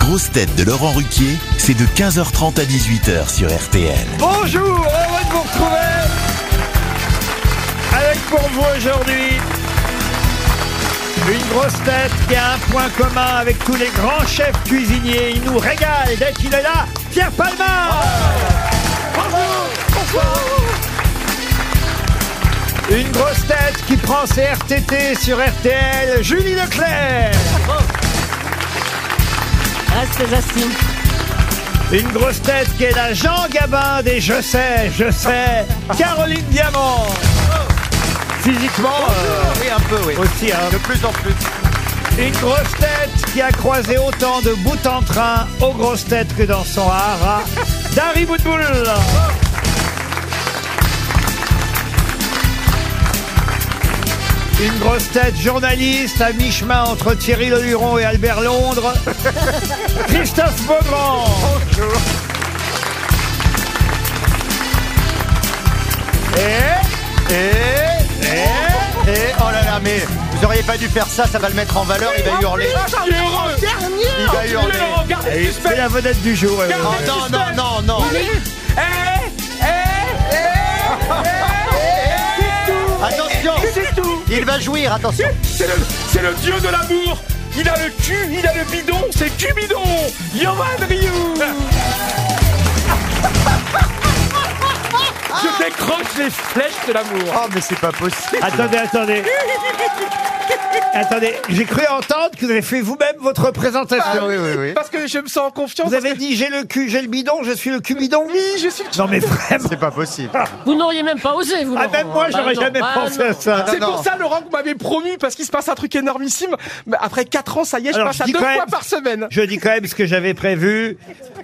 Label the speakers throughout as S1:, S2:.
S1: grosses têtes de Laurent Ruquier, c'est de 15h30 à 18h sur RTL.
S2: Bonjour, heureux de vous retrouver avec pour vous aujourd'hui une grosse tête qui a un point commun avec tous les grands chefs cuisiniers. Il nous régale dès qu'il est là, Pierre Palma Une grosse tête qui prend ses RTT sur RTL, Julie Leclerc Une grosse tête qui est la Jean Gabin des Je sais, je sais, Caroline Diamant. Physiquement, euh,
S3: Oui, un peu, oui.
S2: aussi, hein.
S3: De plus en plus.
S2: Une grosse tête qui a croisé autant de bout en train aux grosses têtes que dans son hara, Dari Boudboul. Une grosse tête journaliste à mi-chemin entre Thierry Le Huron et Albert Londres, Christophe Beaugrand.
S3: Et, et, et, oh là là, mais vous auriez pas dû faire ça, ça va le mettre en valeur, il va hurler.
S4: Il est heureux.
S3: Il va hurler.
S2: Et C'est la vedette du jour. ouais, ouais,
S3: Non,
S2: ouais.
S3: non, non, non, non.
S4: Eh,
S3: Attention,
S4: eh, C'est tout.
S3: il va jouir, attention.
S4: C'est le, c'est le dieu de l'amour. Il a le cul, il a le bidon, c'est Cubidon. Yovan Ryu. Je décroche les
S5: Ah,
S4: flèches de l'amour.
S3: Oh, mais c'est pas possible.
S2: Attendez, attendez. attendez, j'ai cru entendre que vous avez fait vous-même votre
S3: Ah
S2: présentation.
S3: oui, oui, oui.
S4: Parce que je me sens en confiance.
S2: Vous avez dit j'ai le cul, j'ai le bidon, je suis le cul bidon.
S4: Oui, je suis le
S2: Non mais vraiment.
S3: C'est pas possible.
S6: Vous n'auriez même pas osé, vous.
S2: Ah,
S6: Laurent.
S2: même moi, j'aurais
S6: non,
S2: jamais
S6: bah
S2: pensé
S6: non.
S2: à ça.
S4: C'est
S3: non.
S4: pour ça, Laurent, que vous m'avez promu, parce qu'il se passe un truc énormissime. Mais Après 4 ans, ça y est, je
S2: Alors,
S4: passe
S2: je
S4: à
S2: dis
S4: deux
S2: quand même-
S4: fois par semaine.
S2: Je dis quand même ce que j'avais prévu.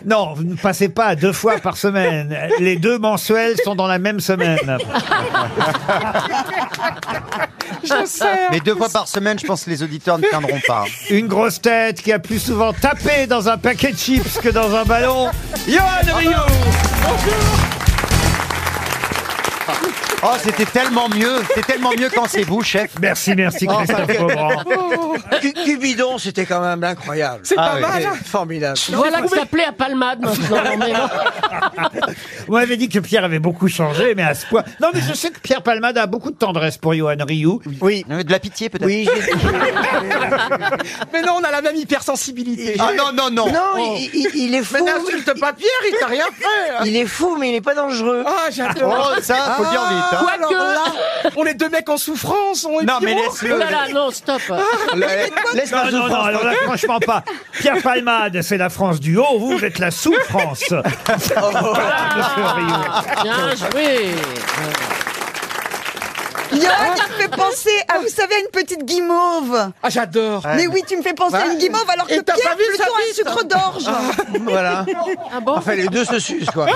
S2: Non, vous ne passez pas à deux fois par semaine. Les deux mensuels sont dans la même semaine.
S4: Je sais.
S3: Mais deux fois par semaine, je pense que les auditeurs ne tiendront pas.
S2: Une grosse tête qui a plus souvent tapé dans un paquet de chips que dans un ballon. Johan Rioux
S3: Oh, c'était tellement mieux. C'est tellement mieux quand c'est vous, chef. Oh,
S2: Merci, merci Christophe Beaugrand.
S5: Cu- Cubidon, c'était quand même incroyable.
S4: C'est
S3: Ah
S4: pas
S3: oui.
S4: mal. hein.
S5: C'est Formidable.
S6: Voilà que ça plaît à Palmade
S7: Ah,
S6: maintenant. mais non.
S2: On m'avait dit que Pierre avait beaucoup changé, mais à ce point. Non, mais je sais que Pierre Palmade a beaucoup de tendresse pour Johan Rioux.
S5: Oui,
S3: Euh, De la pitié, peut-être.
S5: oui. j'ai-
S4: Mais non, on a la même hypersensibilité.
S3: Ah non, non, non.
S5: Non, il, il- il est fou.
S4: Oh. pas Pierre, il t'a rien fait.
S5: Il est fou, mais il n'est pas dangereux.
S4: Ah, j'adore.
S3: Oh, ça, faut dire vite. hein.
S6: Quoique-
S4: On est deux mecs en souffrance. On est
S3: Non, mais
S4: piro.
S3: laisse-le. Ah,
S6: Oh là là, non, stop.
S3: Laisse
S2: Non, non, non, alors là, franchement pas. Pierre Palmade, c'est la France du haut, vous, vous êtes la sous-France. Monsieur Rioux.
S6: Ah, bien joué.
S8: Yann, tu me fais penser à, vous savez, à une petite guimauve.
S4: Ah, j'adore.
S8: Mais oui, tu me fais penser à
S3: Bah,
S8: une guimauve alors que
S4: Et t'as
S8: Pierre,
S4: pas vu sa
S8: plutôt un sucre d'orge.
S5: Voilà.
S6: Ah bon
S5: Enfin, les deux se sucent, quoi.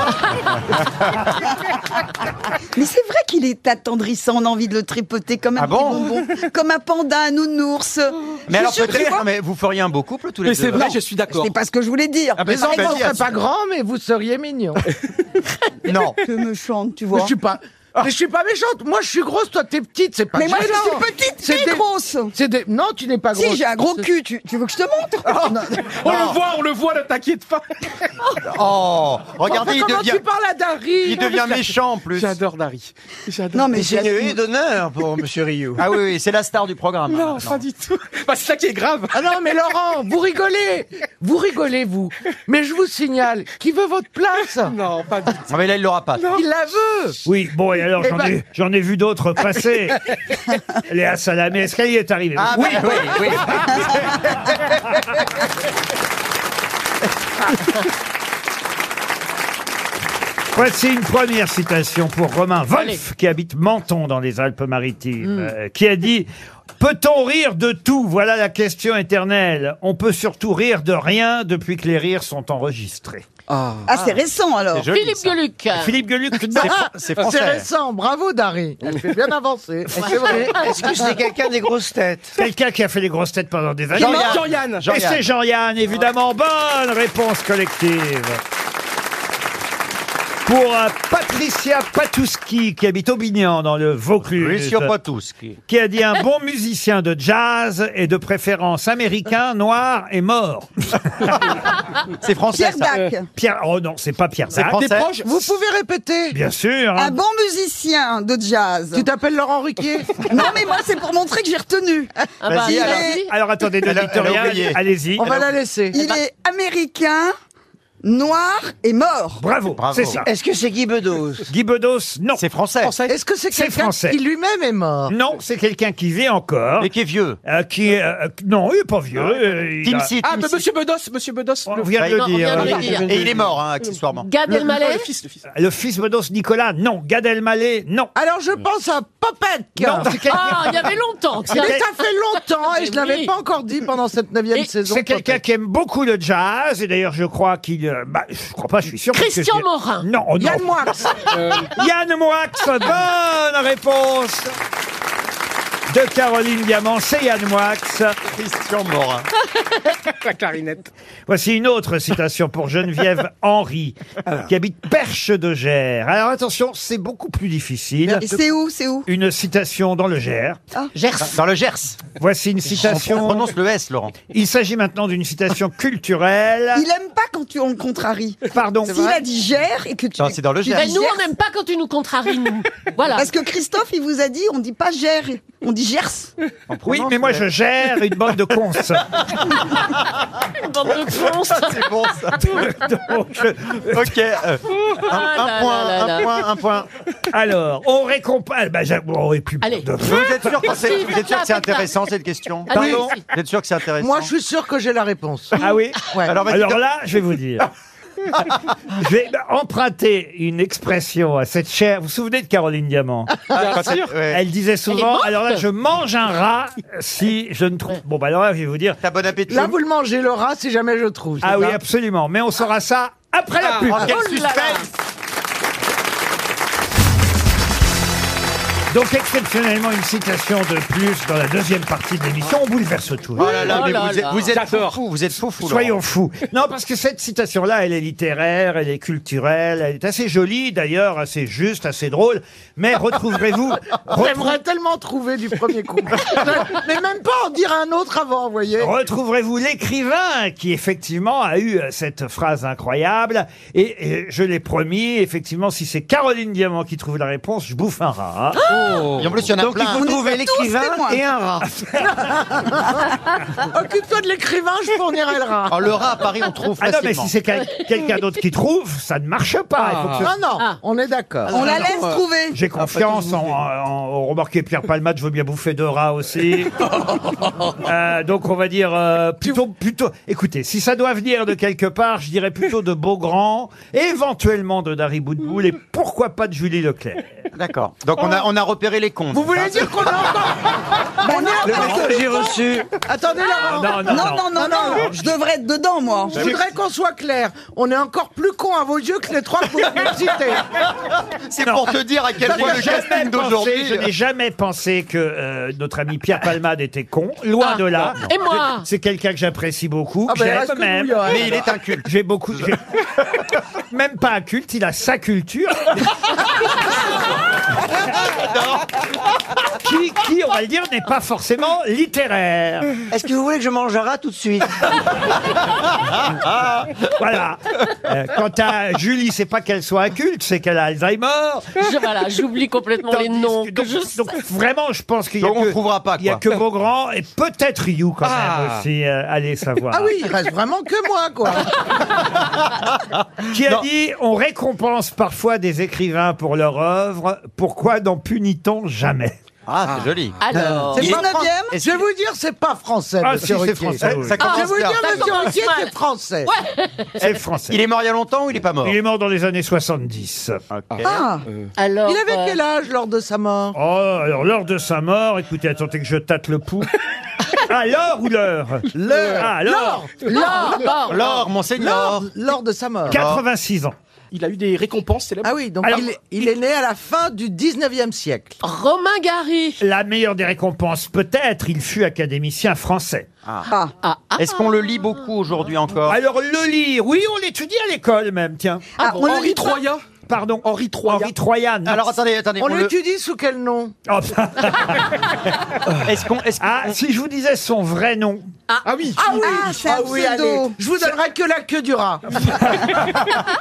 S8: Mais c'est vrai qu'il est attendrissant, on a envie de le tripoter comme un
S3: Ah bon
S8: petit bonbon, comme un panda, un nounours.
S3: Mais alors
S8: Je
S3: peut-être,
S8: vois-
S3: non, mais vous feriez un beau couple tous les
S4: Mais
S3: deux.
S4: c'est vrai, je suis d'accord.
S8: C'est pas ce que je voulais dire.
S3: Ah, mais
S8: Par
S3: non,
S8: exemple,
S3: vas-y,
S7: serais pas grand, mais vous seriez mignon.
S3: Non.
S8: que me chante, tu
S7: Mais
S8: vois.
S7: je suis pas. Mais je suis pas méchante. Moi, je suis grosse. Toi, t'es petite. C'est pas.
S8: Mais moi, je
S7: gênant.
S8: suis petite
S7: C'est
S8: et
S7: des-
S8: grosse.
S7: C'est des- Non, tu n'es pas grosse. Oh,
S8: Si, j'ai un gros cul, tu, tu veux que je te montre
S4: On le voit, on le voit, ne t'inquiète pas.
S3: Oh, regardez,
S7: Regardez,
S3: il
S7: comment
S3: devient,
S7: tu parles à Dari
S3: il devient méchant en plus.
S4: J'adore Dari. J'adore.
S8: Non, mais
S5: C'est une
S8: j'ai...
S5: haie d'honneur pour Monsieur Rioux.
S3: Ah oui, oui, c'est la star du programme. hein,
S4: Non,
S3: Non.
S4: pas du tout. Bah, c'est ça qui est grave.
S7: Ah non, mais Laurent, vous rigolez. Vous rigolez, vous. Mais je vous signale, qui veut votre place
S4: Non, pas du tout.
S3: Ah, mais là, il l'aura pas.
S7: Il la veut. Eh ben.
S2: Oui, bon, et alors, j'en ai, j'en ai vu d'autres passer. Léa Salamé, est-ce qu'elle y est arrivée
S3: Ah, bah, oui, oui.
S2: Voici une première citation pour Romain Wolf,
S6: Allez.
S2: qui habite Menton dans les Alpes-Maritimes, euh, qui a dit Peut-on rire de tout Voilà la question éternelle. On peut surtout rire de rien depuis que les rires sont enregistrés.
S8: Ah, c'est récent, Ah. alors.
S3: joli,
S6: Philippe
S3: ça.
S6: Gueluc.
S2: Philippe Gueluc, non.
S3: C'est
S7: C'est
S3: français.
S7: récent. Bravo, Dari. Elle fait bien avancer. Et c'est vrai.
S5: Est-ce que c'est quelqu'un des grosses têtes
S2: quelqu'un qui a fait les grosses têtes pendant des années.
S3: Jean-Yann.
S4: Jean-Yann.
S2: Et
S3: Jean-Yann.
S2: c'est Jean-Yann, évidemment. Bonne réponse collective. pour euh, Patricia Patouski, qui habite Aubignan, dans le Vaucluse,
S3: Lucio Potouski.
S2: qui a dit un bon musicien de jazz et de préférence américain, noir et mort.
S3: C'est français,
S8: Pierre
S3: ça.
S8: Dac,
S2: Pierre, oh non, c'est pas Pierre
S3: C'est
S2: Dac.
S3: français.
S7: Vous pouvez répéter
S2: Bien sûr. hein.
S8: un bon musicien de jazz.
S7: Tu t'appelles Laurent Ruquier
S8: Non, mais moi, c'est pour montrer que j'ai retenu.
S6: Ah bah,
S3: Vas-y,
S8: Il
S3: alors.
S8: est,
S2: Alors attendez,
S3: Elle a- elle a
S2: l'éditorial,
S3: oublié.
S2: allez-y.
S7: On va la laisser.
S3: Bah-
S8: il est américain, noir et mort.
S2: Bravo,
S3: Bravo.
S2: c'est ça.
S5: Est-ce que c'est Guy Bedos
S2: Guy Bedos, non.
S3: C'est français.
S7: Est-ce que c'est
S2: C'est
S7: quelqu'un
S2: français.
S7: qui lui-même est mort
S2: Non, c'est quelqu'un qui vit encore.
S3: Mais qui est vieux.
S2: euh, qui est, euh, non, il n'est pas vieux. euh, il
S3: Tim
S2: a-
S3: C.
S7: Ah,
S3: Tim
S7: mais
S3: C.
S7: Monsieur Bedos, Monsieur Bedos,
S2: On
S7: le,
S2: vient
S6: Non,
S2: de le
S6: on vient de
S2: dire. Euh,
S6: le dire.
S3: Et il est mort, hein, accessoirement.
S6: Gad
S7: le- le
S6: Elmaleh
S7: fils, le fils.
S2: Le fils Bedos, Nicolas, non. Gad Elmaleh, non.
S7: Alors je pense à Popek.
S2: Non, c'est quelqu'un
S6: Ah, il y avait longtemps. que ça-
S7: Mais ça fait longtemps et je
S6: Mais
S7: l'avais
S6: oui.
S7: pas encore dit pendant cette neuvième
S6: Et
S7: saison.
S2: c'est quelqu'un
S7: Popek.
S2: qui aime beaucoup le jazz. Et d'ailleurs, je crois qu'il... euh, Bah, je crois pas, je suis sûr. parce que
S6: Christian
S2: je-
S6: Morin.
S2: Non, oh non.
S7: Yann Moix.
S2: Yann Moix, bonne réponse de Caroline Diamant, c'est Yann Moix.
S3: Christian Morin.
S7: La clarinette.
S2: Voici une autre citation pour Geneviève Henry,
S3: Ah.
S2: qui habite Perche de Gers. Alors attention, c'est beaucoup plus difficile.
S8: Et c'est où C'est où Ah.
S2: Une citation dans le Gers.
S3: Dans le Gers.
S2: Voici une
S3: On
S2: citation.
S3: prononce le S, Laurent.
S2: Il s'agit maintenant d'une citation culturelle.
S8: Il aime pas quand tu on le contrarie.
S2: Pardon.
S8: S'il a dit gère et que tu.
S3: Non, c'est dans le
S8: tu
S3: Gers.
S8: vas
S6: Ben, nous, on
S8: Gers.
S6: n'aime pas quand tu nous contraries, nous. Voilà.
S8: Parce que Christophe, il vous a dit, on dit pas gère, on dit gerce.
S3: On
S2: Oui,
S3: prononce
S2: mais moi
S3: le
S2: je gère une bande de cons.
S6: Bande de cons.
S3: S. Ah, C'est bon, ça.
S2: Donc, euh,
S3: Ok. euh, un,
S6: Ah
S3: un
S6: là
S3: point,
S6: là là
S3: un
S6: là.
S3: point, un point.
S2: alors, on
S3: Eh
S2: récompense.
S3: ben,
S2: Bah, j'a- bon, et puis-
S6: Allez.
S2: de-
S3: Vous êtes sûr, que c'est-
S6: Si,
S3: vous
S6: faites
S3: êtes sûr
S6: ça, faites
S3: que c'est
S6: ça.
S3: intéressant cette question
S6: Ah, oui,
S3: Pardon
S6: si.
S3: Vous êtes sûr que c'est intéressant
S7: Moi, je suis sûr que j'ai la réponse.
S2: Ah oui
S7: Ouais.
S3: Alors, vas-y,
S2: Alors là, je vais vous dire. je vais bah, emprunter une expression à cette chère. Vous vous souvenez de Caroline Diamant
S3: Ah, Quand elle- ouais.
S2: Elle disait souvent,
S6: morte
S2: alors là, je mange un rat si je ne trouve. Bon, bah alors là, je vais vous dire.
S3: T'as bon appétit.
S7: Là, vous le mangez, le rat, si jamais je trouve. c'est
S2: Ah oui,
S7: ça
S2: absolument. Mais on saura ça après la pub.
S3: Oh, quel
S6: Oh là là.
S3: suspense
S2: Donc, exceptionnellement, une citation de plus dans la deuxième partie de l'émission. On bouleverse tout.
S3: Oh là là,
S6: Oh
S3: mais
S6: là
S3: vous êtes-
S6: là.
S3: vous êtes fou,
S4: J'adore.
S3: fou, vous êtes fou, fou.
S2: Soyons
S3: Laurent.
S2: fous. Non, parce que cette citation-là, elle est littéraire, elle est culturelle, elle est assez jolie d'ailleurs, assez juste, assez drôle. Mais retrouverez-vous,
S7: J'aimerais tellement trouver du premier coup. Mais même pas en dire un autre avant, vous voyez.
S2: Retrouverez-vous l'écrivain qui effectivement a eu euh, cette phrase incroyable et, et je l'ai promis effectivement si c'est Caroline Diamant qui trouve la réponse je bouffe un rat. hein.
S3: Et en plus, il y en a
S5: Ah Donc il
S3: plein.
S5: faut trouver l'écrivain
S8: témoins.
S5: et un rat.
S7: Occupe-toi de l'écrivain, je fournirai le rat.
S3: Oh, le rat à Paris, on trouve
S2: Ah non mais
S3: facilement.
S2: si c'est quel- quelqu'un d'autre qui trouve ça ne marche pas. Il faut que ce- Ah.
S7: Non, non, on est d'accord.
S8: Ah,
S3: Ah.
S8: On la laisse trouver.
S2: J'ai confiance en, en- en- remarquez Pierre Palmade je veux bien bouffer deux rats aussi. Euh, donc on va dire euh, plutôt plutôt écoutez si ça doit venir de quelque part je dirais plutôt de Beaugrand éventuellement de Dari Boudboul et pourquoi pas de Julie Leclerc.
S3: D'accord. Donc on
S2: Oh.
S3: a, on a repéré les cons.
S7: Vous voulez dire qu'on a encore... on est
S5: Le
S7: encore-
S5: message que j'ai reçu.
S7: Attendez, Laurent.
S2: Non,
S8: Non,
S2: non, non.
S8: non, non, non, je devrais être dedans, moi.
S7: Je voudrais qu'on soit clair. On est encore plus con à vos yeux que les trois que vous venez de citer.
S3: C'est pour te dire à quel
S2: Je
S3: point
S2: n'ai
S3: le
S2: jamais
S3: casting
S2: pensé-
S3: d'aujourd'hui.
S2: Je n'ai jamais pensé que euh, notre ami Pierre Palmade était con. Loin
S6: Ah,
S2: de là.
S6: non. Et moi
S2: C'est quelqu'un que j'apprécie beaucoup.
S7: Ah
S2: que
S7: ben,
S2: j'aime
S7: reste que
S2: même.
S7: nous, Johan.
S3: Mais il est un culte.
S2: J'ai beaucoup. j'ai- Même pas un culte, il a sa culture. qui, qui, on va le dire, n'est pas forcément littéraire.
S5: Est-ce que vous voulez que je mange un rat tout de suite
S2: Voilà. Euh, quant à Julie, c'est pas qu'elle soit inculte, c'est qu'elle a Alzheimer.
S6: Je- voilà, j'oublie complètement les
S2: Tandis
S6: noms.
S2: que-
S6: que
S2: donc,
S6: je-
S2: donc vraiment, je pense qu'il y a
S3: Donc on
S2: que-
S3: trouvera pas,
S2: Il y a
S3: quoi.
S2: que Beaugrand et peut-être You quand même aussi. euh, allez savoir.
S7: Ah oui, il reste vraiment que moi, quoi.
S2: Qui a dit on récompense parfois des écrivains pour leur œuvre. Pourquoi n'en punit-on jamais
S3: Ah, c'est joli.
S6: Alors.
S7: C'est pas
S8: 19e?
S7: français.
S3: Est-ce
S7: Je vais vous dire, c'est pas français,
S2: Ah, si,
S7: monsieur
S2: c'est
S7: Ruquier.
S2: français. oui. Ah,
S3: Ça
S7: Je vais
S3: commence
S7: vous
S3: bien.
S7: dire,
S6: Ça
S7: monsieur
S6: commence
S7: Ruquier,
S6: mal.
S7: c'est français.
S2: C'est français.
S3: Il est mort il y a longtemps ou il est pas mort
S2: Il est mort dans les années 70.
S8: Ah,
S6: Alors.
S7: Il
S6: euh,
S7: avait quel âge lors de sa mort
S2: Oh, alors l'heure de sa mort, écoutez, attendez que je tâte le pouls. Ah, l'heure ou l'heure L'heure Ah, l'heure
S6: Laure, Laure.
S3: L'or, monseigneur.
S7: Lors, lors de sa mort.
S2: 86 ans.
S4: Il a eu des récompenses célèbres.
S7: Ah oui, donc
S2: Alors-
S7: il, est- il est né à la fin du 19e siècle.
S6: Romain Gary.
S2: La meilleure des récompenses, peut-être, il fut académicien français.
S8: ah.
S6: Ah, ah,
S3: Est-ce qu'on le lit beaucoup aujourd'hui encore
S2: Alors, le lire, oui, on l'étudie à l'école même, tiens.
S8: Ah, on le
S4: Henri
S8: lit pas.
S4: Troya.
S2: pardon.
S7: Henri Troyan.
S2: Henri Troyan. non.
S3: Alors attendez, attendez.
S7: On
S3: on le-
S7: l'étudie sous quel nom
S2: Oh, putain.
S3: Est-ce qu'on. Est
S2: ah, si je vous disais son vrai nom.
S7: Ah oui
S8: Ah oui, c'est un pseudo.
S7: Je vous donnerai que la queue du rat.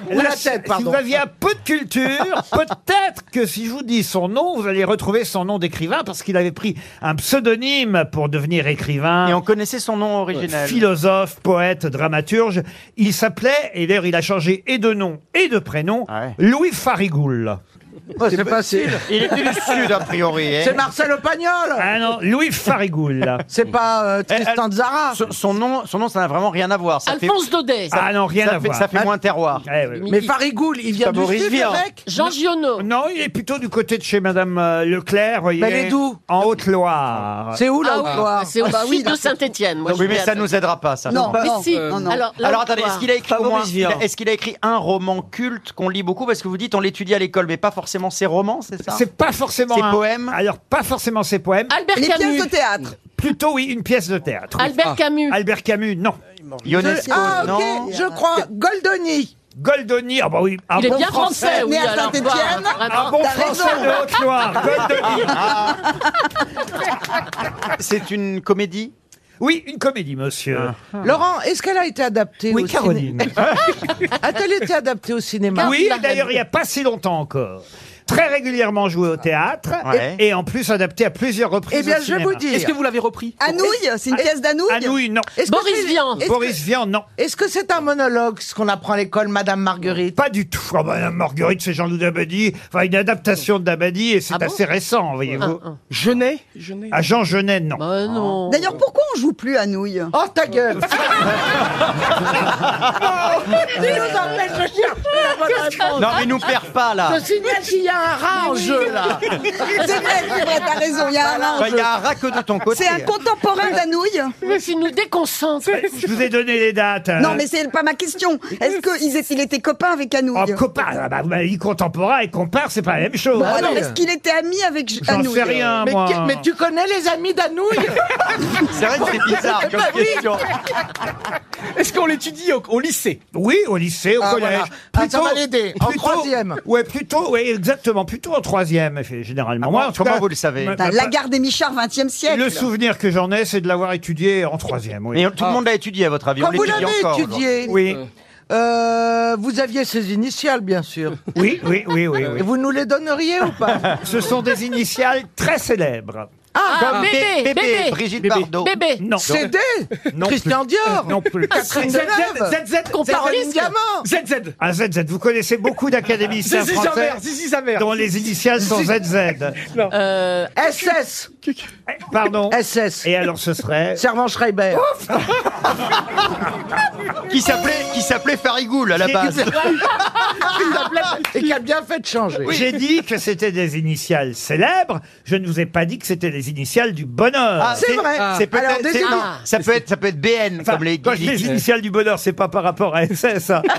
S7: Ou
S2: Là,
S7: la tête,
S2: si
S7: pardon.
S2: vous aviez un peu de culture, peut-être que si je vous dis son nom, vous allez retrouver son nom d'écrivain parce qu'il avait pris un pseudonyme pour devenir écrivain.
S3: Et on connaissait son nom originel.
S2: Philosophe, poète, dramaturge. Il s'appelait, et d'ailleurs il a changé et de nom et de prénom,
S3: Ouais.
S2: Louis Farigoul.
S7: Oh, c'est facile.
S3: Il était du sud a priori. hein.
S7: C'est Marcel Opagnol.
S2: Ah non, Louis Farigoul.
S7: C'est pas euh, Tristan Zara.
S3: Son, son nom, son nom, ça n'a vraiment rien à voir. Ça
S6: Alphonse Daudet.
S2: ah non,
S3: fait,
S2: rien
S3: ça
S2: à
S3: fait,
S2: voir.
S3: ça fait moins terroir.
S2: Eh oui.
S7: Mais Farigoul, il vient
S3: pas
S7: du
S3: Maurice
S7: sud, le
S3: Vian.
S7: mec
S6: Jean Giono.
S2: Non, il est plutôt du côté de chez Madame euh, Leclerc. vous voyez.
S7: Mais elle est d'où
S2: En Haute-Loire.
S7: C'est où, la
S6: Ah
S7: Haute-Loire
S6: oui, c'est au
S8: Ah,
S6: bah oui,
S8: si,
S6: de
S8: d'accord.
S6: Saint-Étienne. moi, je
S3: oui, mais
S6: vais
S3: ça
S6: à-
S3: nous aidera pas. Ça.
S8: Non,
S6: Mais
S8: non,
S6: si.
S8: non, non.
S6: Alors, là,
S3: Alors
S6: on
S3: attendez,
S6: voit.
S3: est-ce qu'il a écrit au
S5: Fabrice
S3: moins-
S5: Vian.
S3: est-ce qu'il a écrit un roman culte qu'on lit beaucoup parce que vous dites on l'étudie à l'école mais pas forcément ses romans, c'est ça
S2: C'est pas forcément
S3: Ses
S2: un-
S3: poèmes
S2: hein. Alors pas forcément ses poèmes.
S6: Albert
S8: Les
S6: Camus.
S8: pièces de théâtre.
S2: Plutôt oui, une pièce de théâtre. Ah.
S6: Albert Camus.
S2: Albert Camus, non.
S3: Ionesco,
S7: Ah,
S3: non
S7: ok, je crois. Goldoni.
S2: Goldoni, ah bah oui, un
S6: Il est
S2: bon
S6: bien
S2: français.
S6: français, oui.
S8: Né à
S6: alors,
S8: Saint-Étienne.
S6: bah, vraiment.
S2: Un bon
S8: T'as
S2: français
S8: raison.
S2: de Haute-Loire, Goldoni.
S3: C'est une comédie Ah.
S2: Oui, une comédie, monsieur.
S7: Laurent, est-ce qu'elle a été adaptée au
S2: oui,
S7: ciné-
S2: Caroline.
S3: Ah,
S7: A-t-elle été adaptée au cinéma
S2: oui,
S6: Caroline.
S2: d'ailleurs, il n'y a pas si longtemps encore. Très régulièrement joué au théâtre
S3: Ouais.
S2: et, et en plus adapté à plusieurs reprises.
S7: Eh bien,
S2: au
S7: je
S2: cinéma.
S7: vous dis. Est-ce que vous l'avez repris
S8: Anouille, c'est une pièce d'Anouille.
S2: Anouilh, Ah, non.
S6: Boris Vian.
S2: Boris Vian, non.
S7: Est-ce que c'est un monologue, ce qu'on apprend à l'école, Madame Marguerite
S2: Pas du tout. Ah bah, Marguerite, c'est Jean-Loup Dabadi. Enfin, une adaptation de Dabadi et c'est
S6: Ah bon
S2: assez récent, voyez-vous.
S6: Ah, ah.
S9: Genet Genet.
S2: À Jean Genet, non.
S6: Bah
S2: Oh.
S6: non.
S8: D'ailleurs, pourquoi on joue plus Anouille
S7: Oh, ta gueule Tu nous empêches de chercher la bonne réponse
S3: Non, mais nous perd pas là.
S7: Je signale qu'il y a un rat en jeu, là
S8: C'est vrai, c'est vrai, t'as raison, il y a un
S3: Enfin,
S8: ange.
S3: Il y a un rack de ton côté.
S8: C'est un contemporain d'Anouille
S6: Mais s'il nous déconcentre.
S2: Je vous ai donné les dates. hein.
S8: Non, mais c'est pas ma question. Est-ce qu'il était copain avec
S2: Oh,
S8: Anouille
S2: copain, ah bah, vous m'avez dit contemporain et compare, c'est pas la même chose.
S8: Bon, alors,
S7: oui.
S8: est-ce qu'il était ami avec J-
S2: J'en
S8: Anouille
S2: sais rien,
S7: mais,
S2: moi.
S7: que- mais tu connais les amis Bah d'Anouille
S3: C'est vrai que c'est bizarre comme question.
S9: Est-ce qu'on l'étudie au, au lycée
S2: Oui, au lycée, au
S7: Ah,
S2: collège.
S7: voilà. Ah, ça va l'aider. En troisième.
S2: Ouais, plutôt, ouais, exactement. Plutôt en troisième, eff- généralement.
S3: Ah
S2: Moi,
S3: bon,
S2: en tout
S3: comment
S2: cas,
S3: vous le savez
S2: ma-
S8: Bah,
S2: ma-
S8: La gare des Michards, 20e siècle.
S2: Le souvenir que j'en ai, c'est de l'avoir étudié en troisième, oui.
S3: Mais tout le monde l'a étudié à votre avis.
S7: Quand
S3: on
S7: vous
S3: l'étudie
S7: l'avez
S3: encore.
S7: étudié,
S2: Oui,
S7: euh, vous aviez ses initiales, bien sûr.
S2: oui, oui, oui, oui, oui.
S7: Et vous nous les donneriez ou pas
S2: Ce sont des initiales très célèbres.
S6: Ah, bébé,
S3: Bébé,
S6: bébé,
S3: Brigitte
S2: Bébé.
S3: Bardot.
S6: bébé.
S2: Non.
S7: CD
S2: Non plus.
S7: Christian Dior
S2: Non plus.
S7: Catherine Deneuve
S9: ZZ
S6: Qu'on parle
S7: Caroline Diamant
S9: ZZ
S2: Ah, ZZ, vous connaissez beaucoup d'académiciens
S9: Zizi sa
S2: français
S9: mère Zizi sa mère
S2: dont les initiales sont ZZ.
S6: Euh,
S7: SS
S2: Eh, Pardon.
S7: SS
S2: Et alors, ce serait...
S7: Servant Schreiber
S3: Qui s'appelait qui s'appelait Farigoul à la base.
S7: et qui a bien fait de changer.
S2: J'ai dit que c'était des initiales célèbres. Je ne vous ai pas dit que c'était les initiales du bonheur.
S3: Ah,
S7: C'est vrai.
S3: C'est
S7: Alors,
S3: peut-être
S7: des
S3: c'est-
S7: études-
S3: non, ça peut être ça peut être BN
S2: Enfin,
S3: comme les
S2: quand je dis les initiales du bonheur, c'est pas par rapport à SS. hein.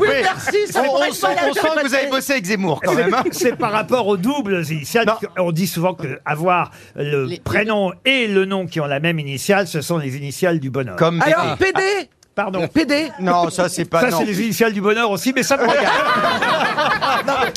S7: Oui, merci,
S3: On,
S7: ça
S3: Ah, on
S7: pourrait être
S3: sent,
S7: malade.
S3: on sent que vous avez bossé avec Zemmour quand même. hein.
S2: C'est par rapport aux doubles initiales.
S3: Non.
S2: On dit souvent que avoir le
S6: Les-
S2: prénom et le nom qui ont la même initiale, ce sont les initiales du bonheur.
S3: Comme bébé.
S7: Alors, PD
S2: Pardon.
S7: PD
S3: Non, ça c'est pas
S2: Ça,
S3: non.
S2: c'est les initiales du bonheur aussi, mais ça me regarde.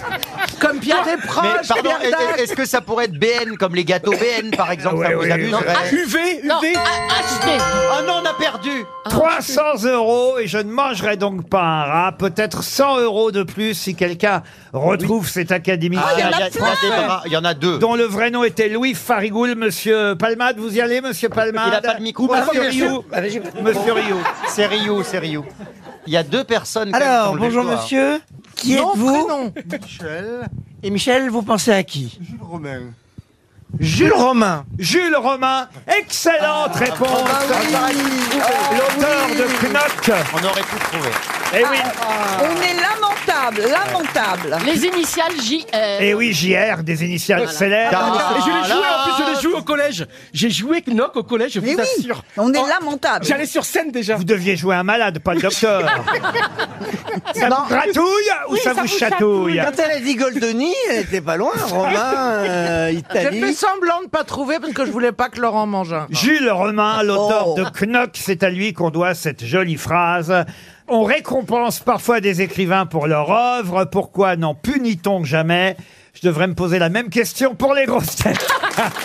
S7: Comme Pierre
S3: Mais
S7: Desproges,
S3: pardon,
S7: Pierre Dac.
S3: est- est-ce que ça pourrait être BN comme les gâteaux BN par exemple
S2: Ouais,
S3: Ça
S2: ouais,
S3: vous amuse
S2: ouais.
S3: Ah, Ouais.
S9: UV
S6: non,
S9: UV
S6: ah, HD.
S3: Oh non, on a perdu
S6: Ah,
S2: 300 euros et je ne mangerai donc pas un rat. Peut-être 100 euros de plus si quelqu'un retrouve cet académicien.
S3: Ah, Il y en a des bras, il y en a deux.
S2: dont le vrai nom était Louis Farigoul. Monsieur Palmade, vous y allez, monsieur Palmade
S3: Il a pas de micro.
S2: Ou
S3: Ah,
S2: monsieur
S3: bien sûr.
S2: Rioux Monsieur Rioux.
S3: C'est Rio, c'est Rio. Il y a deux personnes. quand même
S5: Alors,
S3: sur le
S5: bonjour
S3: doigt.
S5: monsieur. Qui êtes-vous
S7: prénom.
S5: Et Michel, vous pensez à qui Jules Romain. Jules Romain.
S2: Jules Romain,
S5: Ah,
S2: excellente réponse
S5: bah
S2: L'auteur de Knock.
S3: On aurait pu trouver.
S2: Eh oui,
S8: Ah, On est lamentable, lamentable.
S6: Les initiales JR.
S2: eh oui, JR, des initiales célèbres. Ah.
S9: Et Ah, je l'ai joué,
S3: là.
S9: en plus je l'ai joué au collège J'ai joué Knock au collège, je
S8: Mais
S9: vous
S8: oui,
S9: assure
S8: on est
S9: Oh,
S8: lamentable.
S9: J'allais sur scène déjà
S2: Vous deviez jouer un malade, pas le
S3: E
S2: docteur. ça vous gratouille ou Ah. ça, vous chatouille
S5: Quand elle a dit Goldoni, elle était pas
S2: Ah,
S5: loin. Romain, euh,
S7: J'ai fait
S5: Italie.
S7: semblant de pas trouver parce que je voulais pas que Laurent mange un.
S2: Jules Romain, l'auteur
S5: Oh.
S2: de Knock, c'est à lui qu'on doit cette jolie phrase. On récompense parfois des écrivains pour leur œuvre. Pourquoi n'en punit-on jamais Je devrais me poser la même question pour les grosses têtes.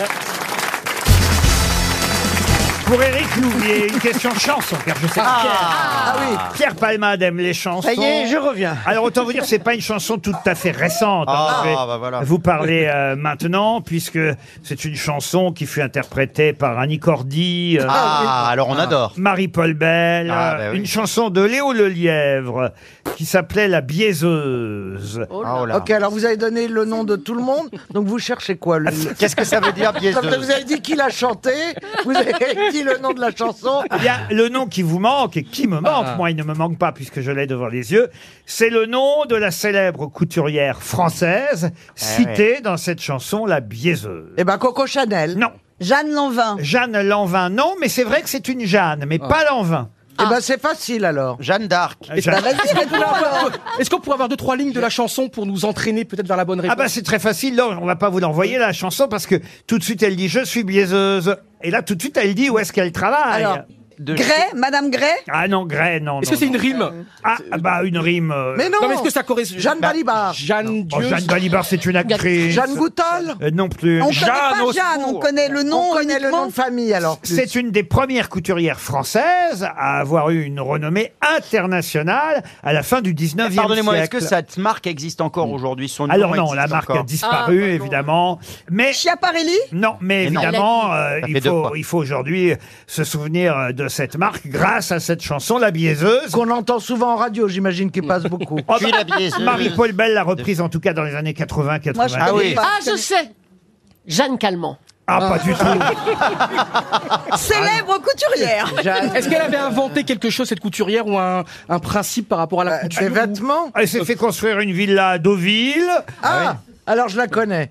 S2: Pour Éric Louvier, une question chanson, car je sais que
S5: Ah oui.
S2: Pierre Palmade aime les chansons.
S5: Ça y est, je reviens.
S2: Alors autant vous dire, c'est pas une chanson tout à fait récente. hein.
S3: Ah,
S2: Je vais
S3: bah voilà.
S2: Vous parler euh, maintenant, puisque c'est une chanson qui fut interprétée par Annie Cordy, euh,
S3: Ah, alors on adore.
S2: Marie-Paul Bell,
S3: Ah,
S2: euh,
S3: bah oui.
S2: une chanson de Léo Lelièvre qui s'appelait La Biaiseuse.
S3: Ah, oh là.
S5: Ok, alors vous avez donné le nom de tout le monde, donc vous cherchez quoi le...
S3: Qu'est-ce que ça veut dire,
S5: Vous
S3: biaiseuse
S5: avez dit qui l'a chanté, vous avez dit le nom de la chanson. Ah.
S2: Eh bien, le nom qui vous manque et qui me manque, moi il ne me manque pas puisque je l'ai devant les yeux, c'est le nom de la célèbre couturière
S3: Eh
S2: française citée dans cette chanson La Biaiseuse.
S5: Eh ben Coco Chanel.
S2: Non,
S8: Jeanne Lanvin.
S2: Jeanne Lanvin, non, mais c'est vrai que c'est une Jeanne, mais pas Lanvin.
S5: Ah. Eh ben c'est facile alors. Bah,
S3: Jeanne d'Arc.
S2: Euh, Jeanne-
S9: Est-ce qu'on pourrait avoir deux, trois lignes de la chanson pour nous entraîner peut-être vers la bonne réponse
S2: Ah bah c'est très facile, non, on va pas vous l'envoyer la chanson parce que tout de suite elle dit je suis biaiseuse et là tout de suite elle dit où est-ce qu'elle travaille.
S8: Alors, Gray, Madame Gray
S2: ah non, Gray, non. non,
S9: Est-ce que c'est
S2: non.
S9: une rime
S2: Ah ah bah une rime. euh,
S5: Mais non,
S9: Non, mais est-ce que ça correspond
S5: Jeanne
S9: Bah,
S5: Balibar.
S9: Jeanne
S2: oh,
S9: Dieu.
S2: Jeanne Balibar c'est une actrice.
S5: Jeanne Goutal.
S2: Euh, non plus.
S8: On connaît
S2: Jeanne-
S8: pas
S9: au
S8: Jeanne, on connaît le nom
S5: on connaît le
S8: uniquement.
S5: nom de famille alors.
S2: C'est une des premières couturières françaises à avoir eu une renommée internationale à la fin du 19e siècle.
S3: Pardonnez-moi, est-ce que cette marque existe encore aujourd'hui Son nom
S2: Alors non, la
S3: existe
S2: marque a
S3: encore. Ah.
S2: disparu évidemment, mais
S8: Chiaparelli
S2: Non, mais
S3: Mais non.
S2: évidemment, euh,
S3: Ça fait
S2: il,
S3: deux
S2: faut,
S3: fois.
S2: il faut aujourd'hui se souvenir euh, de cette marque grâce à cette chanson, La Biaiseuse.
S5: Qu'on entend souvent en radio, j'imagine qu'il passe beaucoup.
S2: Oh,
S3: Puis la biaiseuse.
S2: Marie-Paul Bell l'a reprise en tout cas dans les années 80-90.
S8: Moi, je
S2: Ah,
S3: Ah
S8: connais
S3: oui.
S8: pas.
S6: Ah, je sais. Jeanne Calment.
S3: Ah,
S2: pas du tout.
S8: Célèbre couturière.
S9: Est-ce qu'elle avait inventé quelque chose, cette couturière, ou un, un principe par rapport à la couture
S5: Les
S9: ou-
S5: vêtements
S2: Elle s'est fait construire une villa à Deauville
S5: Ah, alors je la connais.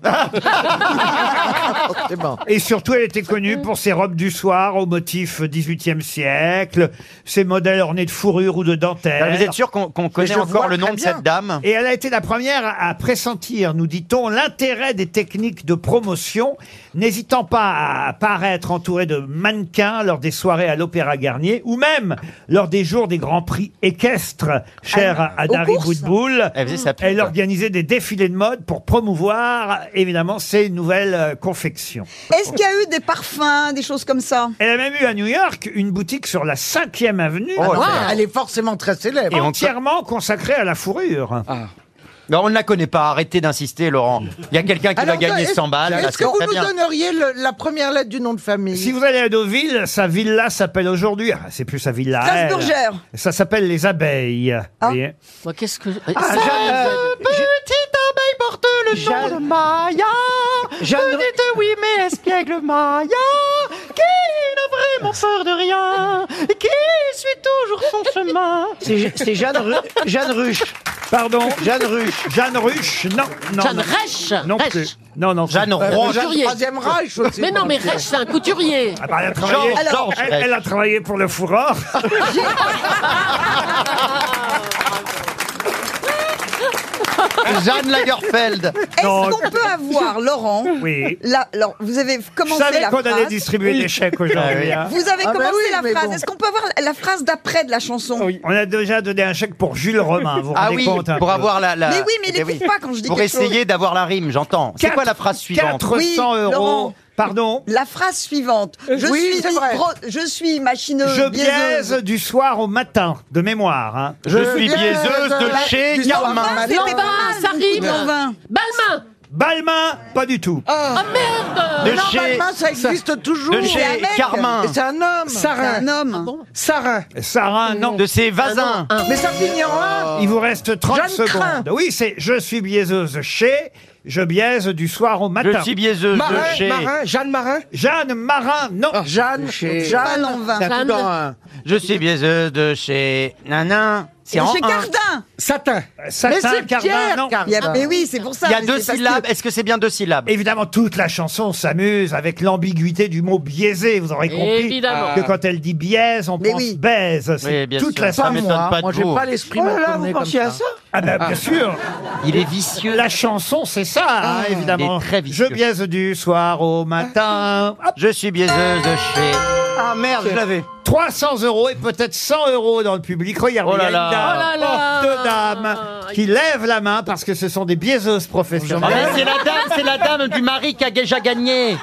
S5: c'est bon.
S2: et surtout elle était connue pour ses robes du soir au motif 18e siècle, ses modèles ornés de fourrure ou de dentelle.
S3: Ah, Vous êtes sûr qu'on qu'on connaît
S5: je
S3: encore
S5: vois
S3: le nom
S5: très
S3: de
S5: bien.
S3: cette dame
S2: Et elle a été la première à pressentir, nous dit-on, l'intérêt des techniques de promotion, n'hésitant pas à apparaître entourée de mannequins lors des soirées à l'Opéra Garnier ou même lors des jours des grands prix équestres, cher à, à
S8: aux
S2: Dari
S8: courses.
S2: Boudboul.
S5: Eh,
S3: Elle faisait sa pub.
S2: Elle organisait des défilés de mode pour promouvoir, évidemment, ses nouvelles euh, confections.
S8: Est-ce qu'il y a eu des parfums, des choses comme ça
S2: Elle a même eu à New York une boutique sur la 5e avenue. Ah,
S3: Oh,
S5: Attends,
S3: c'est-
S5: Elle est forcément très célèbre.
S2: Et Eh ben, entièrement consacrée à la fourrure.
S3: Non, on ne la connaît pas. Arrêtez d'insister, Laurent. Il y a quelqu'un qui
S5: Alors,
S3: va gagner
S5: est-ce-
S3: 100 balles. là,
S2: ah,
S5: Est-ce
S3: c'est
S5: que vous
S3: très
S5: nous
S3: bien.
S5: donneriez le- la première lettre du nom de famille
S2: Si vous allez à Deauville, sa villa s'appelle aujourd'hui, ah, c'est plus sa villa. à elle.
S8: Strasburger.
S2: Ça s'appelle les abeilles.
S8: Ah.
S2: vous voyez.
S6: Moi, qu'est-ce que.
S5: Ah,
S6: Ça-
S5: Jeanne- euh,
S10: Petite abeille porte le nom de Maya.
S5: Jeanne-
S10: Vous dites oui, mais espiègle Maya, qui n'a vraiment peur de rien, et qui suit toujours son chemin.
S5: C'est c'est Jeanne, Ru- Jeanne Ruche.
S2: Pardon.
S5: Jeanne Ruche.
S2: Jeanne Ruche, non, non,
S6: Jeanne
S2: non,
S6: Resch.
S2: non
S6: Resch.
S2: plus. Non, non.
S3: Jeanne
S5: Euh,
S3: Ah Roche.
S5: Jeanne
S6: Couturier.
S5: Troisième Reich aussi.
S6: Mais non, mais Resch, c'est un couturier.
S2: Ah bah, elle, a travaillé,
S3: Jean- Georges
S2: elle,
S3: Resch.
S2: elle a travaillé pour le fourreur.
S3: Jeanne Lagerfeld.
S2: Non.
S8: Est-ce qu'on peut avoir, Laurent
S2: Oui.
S8: la- alors, vous avez
S2: Je
S8: commencé
S2: savais
S8: la
S2: qu'on allait
S8: phrase.
S2: distribuer des chèques aujourd'hui. hein.
S8: Vous avez
S5: Ah bah
S8: commencé
S5: oui,
S8: la
S5: mais
S8: phrase.
S5: bon.
S8: Est-ce qu'on peut avoir la phrase d'après de la chanson
S9: Oui.
S2: On a déjà donné un chèque pour Jules Romain, vous vous
S3: Ah
S2: rendez
S3: oui,
S2: compte un
S3: pour
S2: peu.
S3: avoir la. la-
S8: Mais oui, mais il
S3: Eh ben
S8: n'écoute pas quand je dis
S3: Pour
S8: quelque chose.
S3: essayer d'avoir la rime, j'entends. C'est
S2: Quatre-
S3: quoi la phrase suivante
S2: 400
S8: Oui,
S2: euros.
S8: Laurent.
S2: Pardon
S8: La phrase suivante.
S2: Euh,
S8: Je,
S5: oui,
S8: suis
S5: c'est vrai.
S8: hydro- je suis machineuse.
S2: Je
S8: biaiseuse.
S2: biaise du soir au matin, de mémoire. hein.
S3: Je suis biaiseuse de
S5: la-
S3: chez
S5: du
S3: Carmin.
S5: Carmin.
S8: C'était
S6: Non,
S8: pas
S6: bah,
S8: mal,
S6: ça
S8: le coup
S6: rime.
S8: de vin.
S6: Balmain.
S2: Balmain, pas du tout.
S5: Oh.
S6: Ah merde.
S3: De chez.
S5: Normalement, ça existe toujours.
S3: De
S5: Et
S3: chez
S5: avec-
S3: Carmin.
S5: Et c'est un homme.
S9: Sarin.
S8: Un homme.
S9: Sarin.
S2: Sarah, non.
S3: De ses vasins.
S5: Mais ça finit en un.
S2: Oh. Il vous reste 30
S5: Jeanne
S2: secondes.
S5: Crin.
S2: Oui, c'est je suis biaiseuse chez, je biaise du soir au matin.
S3: Je suis biaiseuse de
S9: Marin,
S3: chez.
S9: Marin, Jeanne Marin.
S2: Jeanne Marin, non.
S5: Ah, Jeanne,
S9: Chez-
S8: Pas
S5: Jeanne,
S8: l'en vain.
S5: c'est un
S6: Jeanne.
S5: tout en un.
S3: Je suis biaiseuse de chez. Nanan. C'est en
S8: Chez
S3: un.
S8: Cardin.
S9: Satin.
S5: Mais
S2: Satin,
S5: c'est
S2: Cardin, non.
S5: Pierre,
S8: Il y a-
S5: Cardin.
S8: Ah, Mais oui, c'est pour ça.
S3: Il y a
S8: mais
S3: deux
S8: c'est parce
S3: syllabes.
S8: que-
S3: Est-ce que c'est bien deux syllabes
S2: Évidemment, toute la chanson s'amuse avec l'ambiguïté du mot biaisé. Vous aurez compris
S6: Évidemment.
S2: que quand elle dit biaise, on
S8: Mais
S2: pense
S8: oui.
S2: baise.
S3: Oui,
S2: C'est
S3: bien
S2: toute
S3: sûr.
S2: la
S3: Ça
S2: chanson. hein.
S3: m'étonne pas de
S5: Moi, j'ai
S3: vous.
S5: pas l'esprit oh
S7: vous pensiez à ça
S2: Ah ben, bien sûr.
S3: Il est vicieux.
S2: La chanson, c'est ça, hein, évidemment.
S3: il est très
S2: Je
S3: vicieux.
S2: biaise du soir au matin. Hop.
S3: Je suis biaiseuse de chez.
S5: Ah merde, je l'avais.
S2: 300 euros et peut-être 100 euros dans le public. Regardez,
S9: Oh là
S2: il y a
S9: là.
S2: une dame,
S6: Oh là
S2: porte
S6: là.
S2: dame, qui lève la main parce que ce sont des biaiseuses
S3: Ah
S2: professionnelles.
S3: ben, c'est la dame, c'est la dame du mari qui a déjà gagné.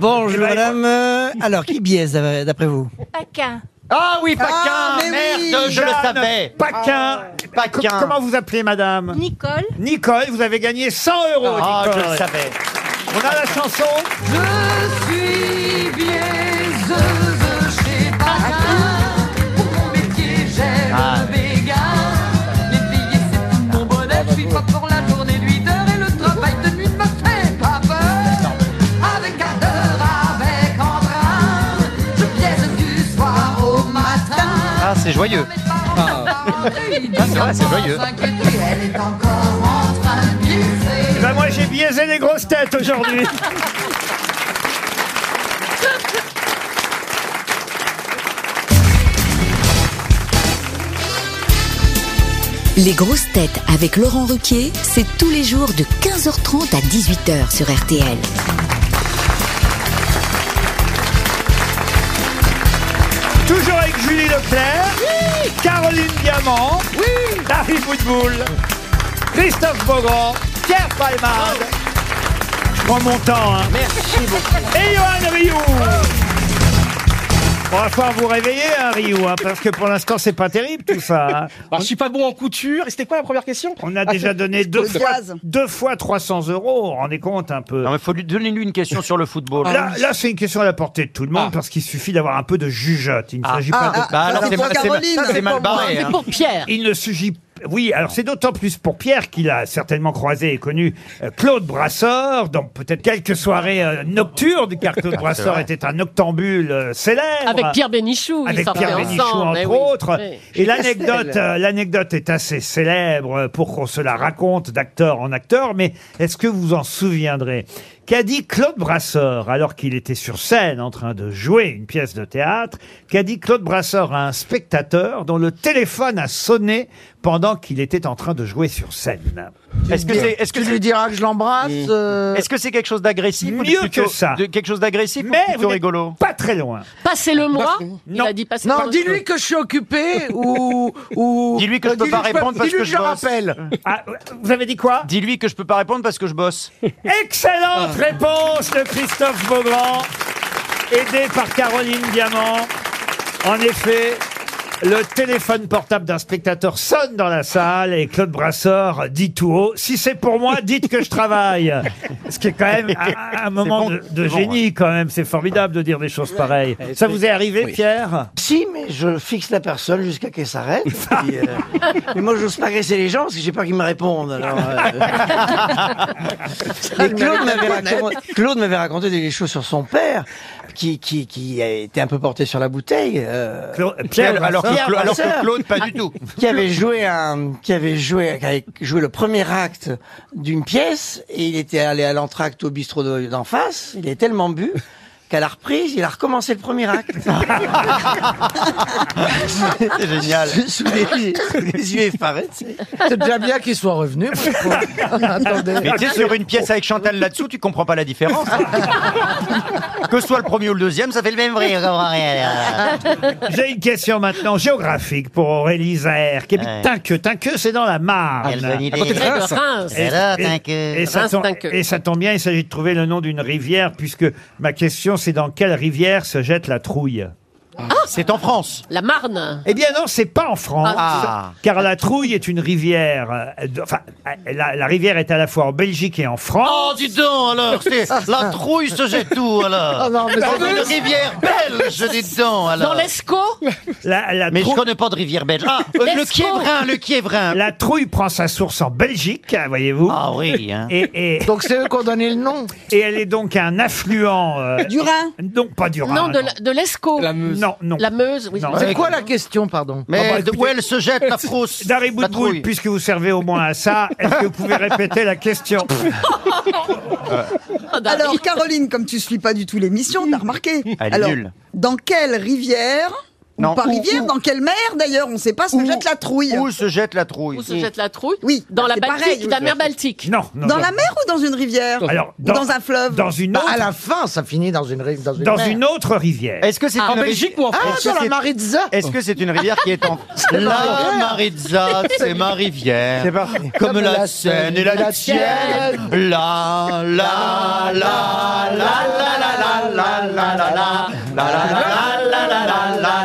S5: Bonjour madame. Euh, Alors, qui biaise euh, d'après vous
S11: Paquin.
S3: Ah oui, Paquin,
S5: Ah, mais
S3: merde,
S5: oui.
S3: je le
S2: Eh Jeanne
S3: savais. Ah
S2: Paquin. Eh ben,
S3: Paquin.
S2: Co- Comment vous appelez, madame
S11: Nicole.
S2: Nicole, vous avez gagné 100 euros.
S3: Ah, je
S2: Nicole.
S3: le savais.
S2: On a la chanson.
S3: Ah, ah, c'est joyeux.
S12: Ah.
S3: Ah, c'est vrai, c'est joyeux.
S2: Eh ben, moi, j'ai biaisé les grosses têtes aujourd'hui.
S13: Les grosses têtes avec Laurent Ruquier, c'est tous les jours de 15h30 à 18h sur RTL.
S2: Toujours avec Julie Leclerc, Caroline Diamant, oui Larry Boudboul, Christophe Beaugrand, Pierre Palmade. Je prends mon temps, hein. Merci beaucoup. Et Johan Rioux. On va falloir vous réveiller, hein, Rioux, hein, parce que pour l'instant, c'est pas terrible tout ça. hein.
S9: Alors, je suis pas bon en couture. Et c'était quoi la première question Ah,
S2: On a déjà donné deux
S8: Le
S2: fois,
S8: gaz.
S2: deux fois 300 euros, on est compte un peu.
S3: Non, mais faut lui donner lui une question sur le football.
S2: Là, là, c'est une question à la portée de tout le monde
S9: Ah.
S2: parce qu'il suffit d'avoir un peu de jugeote. Il ne s'agit pas de-
S3: Ah, bah, alors,
S5: ça,
S3: c'est mal-
S5: c'est pour
S3: c'est mal-
S5: Caroline,
S3: ça, c'est
S5: c'est
S3: mal
S5: pour moi.
S3: barré.
S6: C'est
S3: hein.
S6: pour Pierre.
S2: Il ne suffit. Oui, alors c'est d'autant plus pour Pierre qu'il a certainement croisé et connu euh, Claude Brasseur dans peut-être quelques soirées euh, nocturnes, car Claude Brasseur
S3: vrai.
S2: était un noctambule euh, célèbre.
S6: Avec Pierre Bénichou. ils
S2: Avec
S6: sortaient
S2: Pierre Bénichou,
S6: ensemble,
S2: entre
S6: mais oui,
S2: autres.
S6: oui.
S2: Et l'anecdote, euh, l'anecdote est assez célèbre euh, pour qu'on se la raconte d'acteur en acteur, mais est-ce que vous en souviendrez Qu'a dit Claude Brasseur, alors qu'il était sur scène en train de jouer une pièce de théâtre, qu'a dit Claude Brasseur à un spectateur dont le téléphone a sonné pendant qu'il était en train de jouer sur scène
S3: Est-ce que c'est est-ce que
S5: Tu lui
S3: c'est Mm.
S5: diras que je l'embrasse euh,
S3: est-ce que c'est quelque chose d'agressif ou de
S2: Mieux
S3: plutôt-
S2: que ça.
S3: de- quelque chose d'agressif ou
S2: Mais
S3: plutôt
S2: vous n'êtes
S3: rigolo
S2: Pas très loin.
S6: Passez-le-moi. Il
S2: Non.
S6: a dit passez-le-moi.
S7: Non, dis-lui que je suis occupé ou. ou Euh,
S3: Dis-lui
S6: Euh,
S3: que je peux pas répondre parce
S7: dis-lui
S3: que je
S7: le
S3: bosse.
S7: rappelle.
S2: Ah, vous avez dit quoi
S3: Dis-lui que je peux pas répondre parce que je bosse. Ah.
S2: Excellente réponse de Christophe Beaugrand, aidé par Caroline Diamant. En effet, le téléphone portable d'un spectateur sonne dans la salle et Claude Brasseur dit tout haut Si c'est pour moi, dites que je travaille. Ce qui est quand même un, un moment
S3: bon,
S2: de, de
S3: c'est bon,
S2: génie, quand même. C'est formidable de dire des choses pareilles. Ça vous est arrivé, Pierre
S5: Si, mais je fixe la personne jusqu'à qu'elle s'arrête. puis, euh, mais moi, j'ose pas agresser les gens parce que j'ai peur qu'ils me répondent. alors, euh. Et Claude m'avait racon- Claude m'avait raconté des choses sur son père, qui, qui, qui a été un peu porté sur la bouteille, euh,
S2: Cla-
S3: Alors, alors que,
S2: Brasseur
S3: Cla- alors que
S5: Brasseur. Ah,
S3: Claude, pas du tout.
S5: qui avait joué un, qui avait joué, qui avait joué le premier acte d'une pièce, et il était allé à l'entracte au bistrot de- d'en face. Il est tellement bu qu'à la reprise, il a recommencé le premier acte.
S3: C'est génial.
S5: sous les, sous les yeux effarés. tu sais.
S7: C'est déjà bien qu'il soit revenu. Attendez.
S3: Mais tu sais, sur une pièce avec Chantal là-dessous, tu comprends pas la différence. que ce soit le premier ou le deuxième, ça fait le même rire. comprends rien.
S2: J'ai une question maintenant géographique pour Aurélie Zaire, qui habite
S3: Ouais.
S2: Tinqueux. Tinqueux, c'est dans la Marne.
S3: Quelle bonne idée.
S6: Près de Reims.
S3: Et là, t'inquiète.
S2: Et ça,
S6: Reims,
S2: tombe,
S6: Tinqueux.
S2: et ça tombe bien, il s'agit de trouver le nom d'une rivière, puisque ma question c'est dans quelle rivière se jette la trouille
S3: C'est en France.
S6: La Marne.
S2: Eh bien non, c'est pas en France,
S3: Ah.
S2: car la trouille est une rivière. euh, de- Enfin, euh, la, la rivière est à la fois en Belgique et en France.
S3: Oh, dis donc alors, c'est- la trouille se jette tout
S2: Ah
S3: alors.
S7: non, mais
S3: Dans une rivière belge, dis donc alors.
S6: Dans l'Escaut
S2: La, la
S3: Mais je
S2: trouille-
S3: connais pas de rivière belge. Ah, euh, le
S6: Escaut.
S3: Kiévrin, le Kiévrin.
S2: la trouille prend sa source en Belgique, hein, voyez-vous.
S3: Ah oui, hein.
S2: Et, et,
S7: Donc c'est eux qui ont donné le nom.
S2: et elle est donc un affluent. euh,
S8: Du Rhin.
S2: Non, pas du Rhin.
S6: Non, de la- de l'Escaut.
S2: Non, non.
S6: La Meuse, oui.
S2: Non.
S7: C'est quoi la question, pardon
S3: Mais
S2: Ah bah,
S3: de- où
S2: écoutez-
S3: elle se jette la frousse
S2: Dari
S3: la
S2: Boudboul,
S3: trouille.
S2: puisque vous servez au moins à ça, est-ce que vous pouvez répéter la
S6: Oh,
S2: question
S6: Ah, d'accord.
S8: Alors, Caroline, comme tu suis pas du tout l'émission, t'as remarqué.
S3: Elle est
S8: Alors,
S3: nulle.
S8: dans quelle rivière Ou par rivière, dans quelle mer d'ailleurs On ne sait pas, se jette la trouille.
S3: Où se jette la trouille
S8: Où
S6: se jette
S8: la trouille Oui. Ah,
S6: Dans la
S8: c'est
S6: Baltique,
S8: pareil, oui.
S6: la mer Baltique.
S2: Non.
S8: Dans la mer ou dans une rivière
S2: Alors,
S8: Ou
S2: dans-
S8: dans, un fleuve
S2: dans une Bah, autre- à la
S8: fin, ça finit dans une rivière.
S2: Dans une autre rivière.
S3: Est-ce que c'est
S2: Ah,
S3: une
S2: en
S3: rivi-
S2: Belgique ou en France
S3: Est-ce que
S2: Ah, dans la
S3: c'est-
S2: Maritza.
S3: Est-ce que c'est une rivière qui est en
S2: C'est ma
S3: La
S2: rivière.
S3: Maritza, c'est ma rivière.
S2: C'est pas-
S3: Comme la Seine et la tienne. La la la la la la la la la la.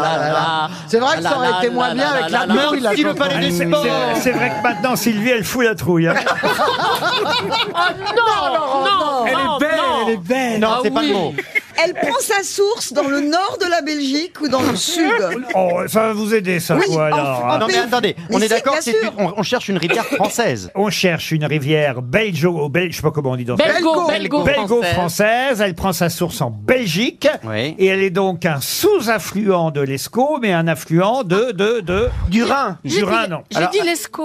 S3: Ah,
S10: C'est vrai que ça aurait été moins bien avec la
S2: Merci le palais des sports. C'est- C'est vrai que maintenant Sylvie elle fout la trouille. hein.
S8: non,
S2: Elle est non, belle, non. elle est belle. Non, c'est pas le mot.
S8: Elle prend sa source dans le nord de la Belgique ou dans le sud
S2: Oh, ça va vous aider ça
S8: Oui,
S2: quoi, alors.
S8: en- en
S2: hein.
S3: Non mais
S8: Mais-
S3: attendez, on
S8: mais
S3: est
S8: c'est-
S3: d'accord,
S8: bien
S3: c'est
S8: sûr.
S3: une- on on cherche une rivière française.
S2: On cherche une rivière belgeo, bel, je sais pas comment on dit dans ce-
S6: Belgo- Belgo-
S2: belgo-française. Elle prend sa source en Belgique et elle est donc un sous-affluent de l'Escaut, mais un affluent de de de
S5: du Rhin.
S2: Du Rhin, non. Alors,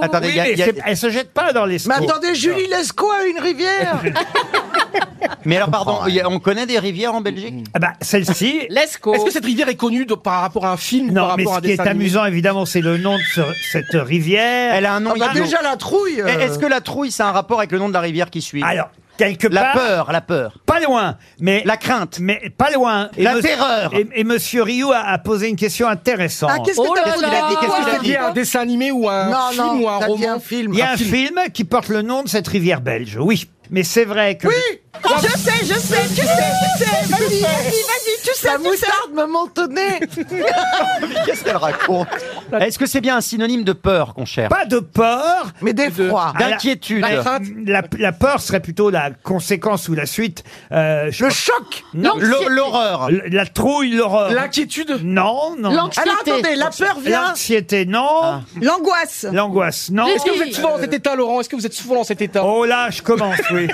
S3: Attendez,
S2: oui,
S3: il y a-
S2: mais
S3: il y a-
S2: c'est- elle se jette pas dans l'Escaut.
S7: Mais attendez, Julie Lescaut a une rivière
S3: Mais alors, pardon, il y a- on connaît des rivières en Belgique
S2: Ah bah, celle-ci.
S6: Lesco.
S9: Est-ce que cette rivière est connue de- par rapport à un film ou par
S2: Non, mais
S9: rapport à
S2: ce
S9: un
S2: qui est
S9: dessin animé
S2: amusant évidemment, c'est le nom de ce- cette rivière.
S3: Elle a un
S9: Ah
S3: nom
S9: bah,
S3: idiot.
S7: la trouille
S9: euh.
S3: Et Est-ce que la bah trouille, c'est un rapport avec le nom de la rivière qui suit
S2: Alors, quelque
S3: La
S2: part-
S3: peur, la peur.
S2: Pas loin, mais
S3: la crainte,
S2: mais pas loin.
S3: La
S2: monsieur-
S3: terreur.
S2: Et, et Monsieur Rio a, a posé une question intéressante.
S8: Ah, qu'est-ce que
S9: Oh
S8: t'as
S9: là
S8: dit
S9: là,
S8: T'as dit
S9: qu'est-ce
S8: quoi
S9: qu'il a dit Un dessin animé ou un
S7: Non,
S9: film
S7: non,
S9: ou un
S7: t'as dit
S9: roman
S7: un film.
S2: Il y a un film qui porte le nom de cette rivière belge. Oui, mais c'est vrai que.
S7: Oui
S8: Je sais, je sais, tu sais, tu sais Vas-y, vas-y, vas-y, tu sais,
S7: La
S8: tu sais
S7: moutarde me monte au nez
S3: Qu'est-ce qu'elle raconte Est-ce que c'est bien un synonyme de peur qu'on cherche
S2: Pas de peur. Ah,
S7: Mais des froids
S3: D'inquiétude.
S2: La, la- la peur serait plutôt la conséquence ou la suite. euh, je
S7: Le
S2: crois-
S7: choc
S2: Non,
S3: L'o- L'horreur.
S2: l- la trouille, l'horreur.
S9: L'inquiétude Ah,
S2: Non, non. non.
S7: Alors attendez,
S6: L'anxiété.
S7: la peur vient
S2: L'anxiété, non.
S8: Ah. L'angoisse
S2: L'angoisse, non.
S6: Les-
S9: Est-ce que vous êtes souvent dans cet état, Laurent Est-ce que vous êtes souvent dans cet état Ah.
S2: Oh là, je commence, oui.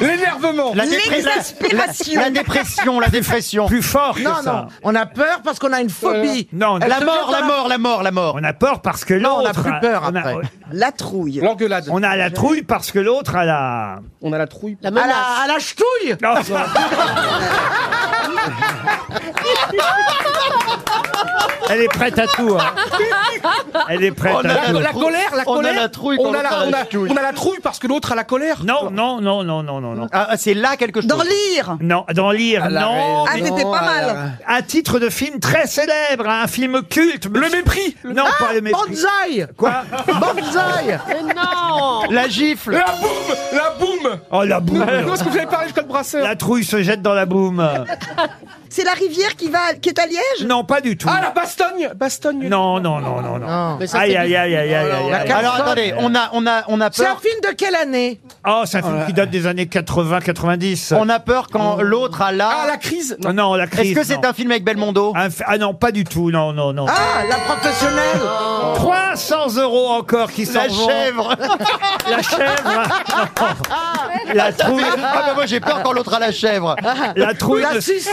S9: L'énervement
S3: La
S8: L'exaspération.
S3: La, la dépression, la dépression.
S2: Plus fort que
S7: Non,
S2: ça.
S7: non, on a peur parce qu'on a une phobie
S2: Euh, Non, on a,
S3: La mort, la mort, la mort, la mort.
S2: on a peur parce que l'autre.
S7: on a plus peur
S2: on a-
S7: après.
S8: La trouille
S9: L'engueulade.
S2: On a la trouille parce que l'autre a la.
S9: On a la trouille.
S6: La
S7: À
S6: menace.
S7: la, à la ch'touille
S2: Non, Elle est prête à tout. hein. Elle est prête à
S3: On a
S2: tout.
S9: La,
S3: la trouille.
S9: colère, la
S3: On a
S9: colère.
S3: la trouille quand
S9: on a
S3: l'autre a
S9: la,
S3: la
S9: on a-
S3: ch'touille.
S9: on a la trouille parce que l'autre a la colère.
S2: Non, non, non, non, non, non, non.
S3: Ah, c'est là quelque chose.
S8: Dans l'ire
S2: Non, dans lire, non.
S8: Ah, c'était pas mal
S2: Un titre de film très célèbre, hein, un film culte. Le mépris. Non, pas le mépris.
S7: Banzai
S2: Quoi
S7: Banzai
S6: Mais non
S3: Ah. La gifle.
S9: La boum La boum
S2: Oh la boum.
S9: Non, est-ce que vous avez parlé du code brasseur
S2: La trouille se jette dans la boum.
S8: C'est la rivière qui, va, qui est à Liège
S2: Non, pas du tout.
S9: Ah, la bastogne Bastogne
S2: Non, non, non, non, non.
S6: Mais ça, c'est
S2: Aïe, aïe, aïe, aïe, aïe, aïe, aïe.
S3: Alors attendez, on a, on a, on a
S7: C'est un
S3: peur.
S7: film de quelle année
S2: Oh, c'est un film qui date des années 80-90.
S3: On a peur quand l'autre a la.
S9: Ah, la crise
S2: Non, non, la crise.
S3: Est-ce que c'est
S2: non.
S3: un film avec Belmondo
S2: Un f- Ah non, pas du tout, non, non, non.
S7: Ah, la professionnelle
S8: Oh.
S2: 300 euros encore qui s'en
S3: La
S2: vont.
S3: chèvre.
S2: La chèvre. Non. La trouille.
S3: Ah bah moi j'ai peur quand l'autre a la chèvre.
S2: La trouille.
S7: La
S2: ne-
S7: Sissi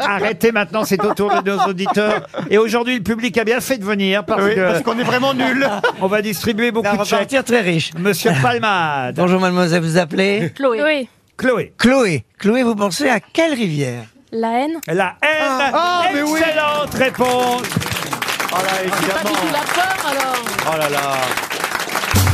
S2: Arrêtez maintenant, c'est au tour de nos auditeurs. Et aujourd'hui, le public a bien fait de venir parce
S3: Oui,
S2: que
S3: parce qu'on est vraiment nuls.
S2: on va distribuer beaucoup de chèques.
S5: très riche.
S2: Monsieur Palmade,
S5: Bonjour mademoiselle, vous appelez
S6: Chloé.
S2: Chloé,
S5: Chloé. Chloé, vous pensez à quelle rivière
S11: La haine
S2: la haine.
S3: Ah, mais oui.
S2: Excellente réponse.
S3: Oh là,
S6: Ah, Pas du tout la peur alors
S3: Oh là là.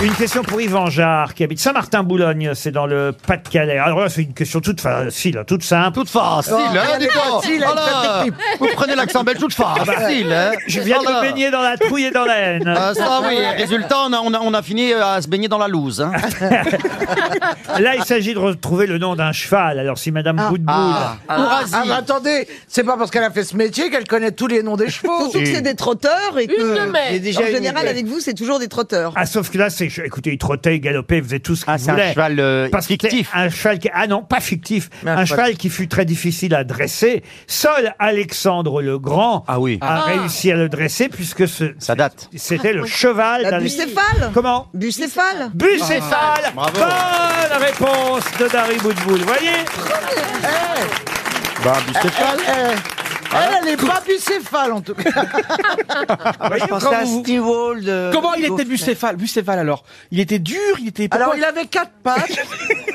S2: Une question pour Yvan Jarre, qui habite Saint-Martin-Boulogne, c'est dans le Pas-de-Calais. Alors là, c'est une question toute facile, toute simple.
S3: Toute facile,
S5: Oh,
S3: hein, dis donc. Oh là. Vous prenez l'accent belge, toute
S5: Ah bah,
S3: facile, hein.
S2: Je viens de
S3: Oh là.
S2: me baigner dans la trouille et dans la haine.
S3: Euh, ça oui, résultat, on a, on a- on a fini euh, à se baigner dans la loose. hein.
S2: Là, il s'agit de retrouver le nom d'un cheval. Alors, si Madame Boutboul...
S3: Ourasi.
S7: Ah, mais attendez, c'est pas parce qu'elle a fait ce métier qu'elle connaît tous les noms des chevaux
S8: Surtout que c'est des trotteurs et que...
S6: Une de mai.
S8: Euh, En général, avec vous, c'est toujours des trotteurs.
S2: Ah, sauf que là, c'est, écoutez, il trottait, il galopait, il faisait tout ce qu'il
S3: Ah, c'est un
S2: voulait.
S3: cheval, euh,
S2: Parce que c'était
S3: fictif.
S2: Un cheval qui, ah non, pas fictif. un cheval qui fut très difficile à dresser. Seul Alexandre le Grand
S3: Ah oui.
S2: a réussi à le dresser puisque ce,
S3: Ça date.
S2: c'était le cheval
S8: Ah, La
S2: d'Alexandre.
S8: bucéphale
S2: Comment?
S8: Bucéphale
S2: Bucéphale!
S3: bravo.
S2: Bonne réponse de Dari Boudboul. Voyez?
S8: Eh.
S3: Bah, bucéphale. Ah.
S7: Elle, Ah, elle est pas bucéphale en tout cas
S5: Je
S2: Voyez
S5: pensais
S2: quand
S5: à
S2: vous-
S5: Steve Hall de-
S9: Comment il
S5: de-
S9: était bucéphale Bucéphale alors Il était dur, il était.
S7: Alors
S9: pourquoi-
S7: il avait quatre pattes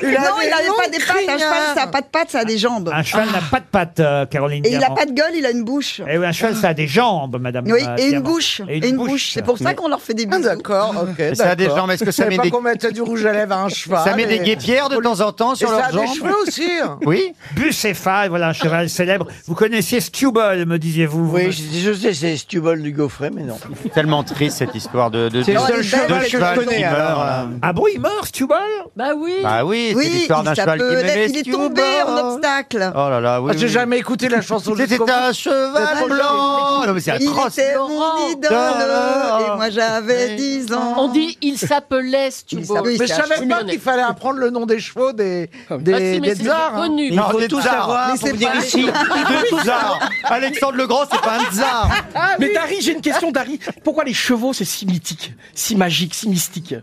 S8: non, il
S11: avait
S8: n'avait pas des
S9: hein,
S8: pattes. Un cheval, ça n'a pas de pattes, ça a des jambes. Ah.
S2: Un cheval n'a pas de pattes, euh, Caroline
S8: Et il n'a
S2: Diamant.
S8: pas de gueule, il a une bouche.
S2: Eh oui, un cheval, ça a des jambes, madame.
S8: Oui,
S2: euh,
S8: et une
S2: Diamant.
S8: bouche. Et une bouche. C'est pour ça qu'on leur fait des bisous. D'accord,
S3: Mais ça a des jambes, est-ce que ça met des...
S7: mettait du rouge à lèvres à un cheval.
S3: Ça met des guépières de temps en temps sur
S7: Et ça
S3: leurs
S7: a des
S3: jambes
S7: cheveux aussi. hein.
S3: Oui.
S2: Bucéphale, voilà un cheval célèbre. Vous connaissiez Stubble, me disiez-vous
S5: Oui, je, je sais, c'est Stubble du Gaufret, mais non.
S3: Tellement triste cette histoire de, de,
S5: C'est le
S3: de-
S5: seul
S3: de
S5: cheval que je
S3: cheval qui
S5: connais,
S3: meurt,
S5: alors,
S3: là.
S2: Ah bon, il meurt, Stubble
S6: Bah oui.
S3: Bah oui, c'est l'histoire
S8: il
S3: d'un cheval qui
S8: s'appelait-
S3: m'aimait,
S8: Il est
S3: Stubble.
S8: tombé en obstacle.
S3: Oh là là, oui.
S7: Ah, j'ai jamais écouté la chanson
S3: C'était
S7: jusqu'au bout.
S3: un cheval blanc. Non, mais c'est
S8: Il
S3: atroce. Ah
S8: était mon idole Oh. et moi j'avais 10 ans.
S6: On dit il s'appelait Stubo.
S7: Mais je savais pas qu'il fallait apprendre le nom des chevaux des, des,
S6: Ah si, mais
S7: des
S6: c'est
S7: tsars.
S6: connu.
S7: hein.
S6: Non, des
S7: tout
S3: tsars. Mais
S7: pour
S3: c'est
S2: Ah,
S3: pas- Deux tsars. Alexandre le Grand, c'est pas un tsar.
S9: Ah Mais Dari, j'ai une question, Dari. Pourquoi les chevaux, c'est si mythique, si magique, si mystique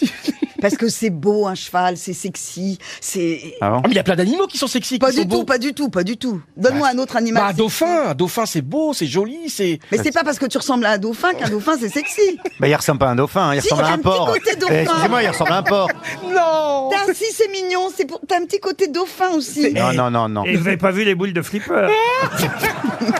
S8: Parce que c'est beau un cheval, c'est sexy, c'est.
S9: Ah mais il y a plein d'animaux qui sont sexy.
S8: Pas du tout, pas du tout, pas du tout. Donne-moi un autre animal.
S9: Bah, un
S8: sexy.
S9: dauphin, un dauphin, c'est beau, c'est joli, c'est.
S8: Mais c'est pas parce que tu ressembles à un dauphin qu'un dauphin c'est sexy.
S3: Bah, il ressemble pas à un dauphin, il
S8: Si,
S3: ressemble
S8: il
S3: à
S8: a un
S3: un
S8: petit
S3: porc.
S8: côté
S3: Eh,
S8: dauphin.
S3: Excusez-moi, il ressemble à un porc.
S9: Non
S8: T'as si c'est mignon, c'est pour t'as un petit côté dauphin aussi.
S3: Non, non, non, non.
S2: Et vous n'avez pas vu les boules de flipper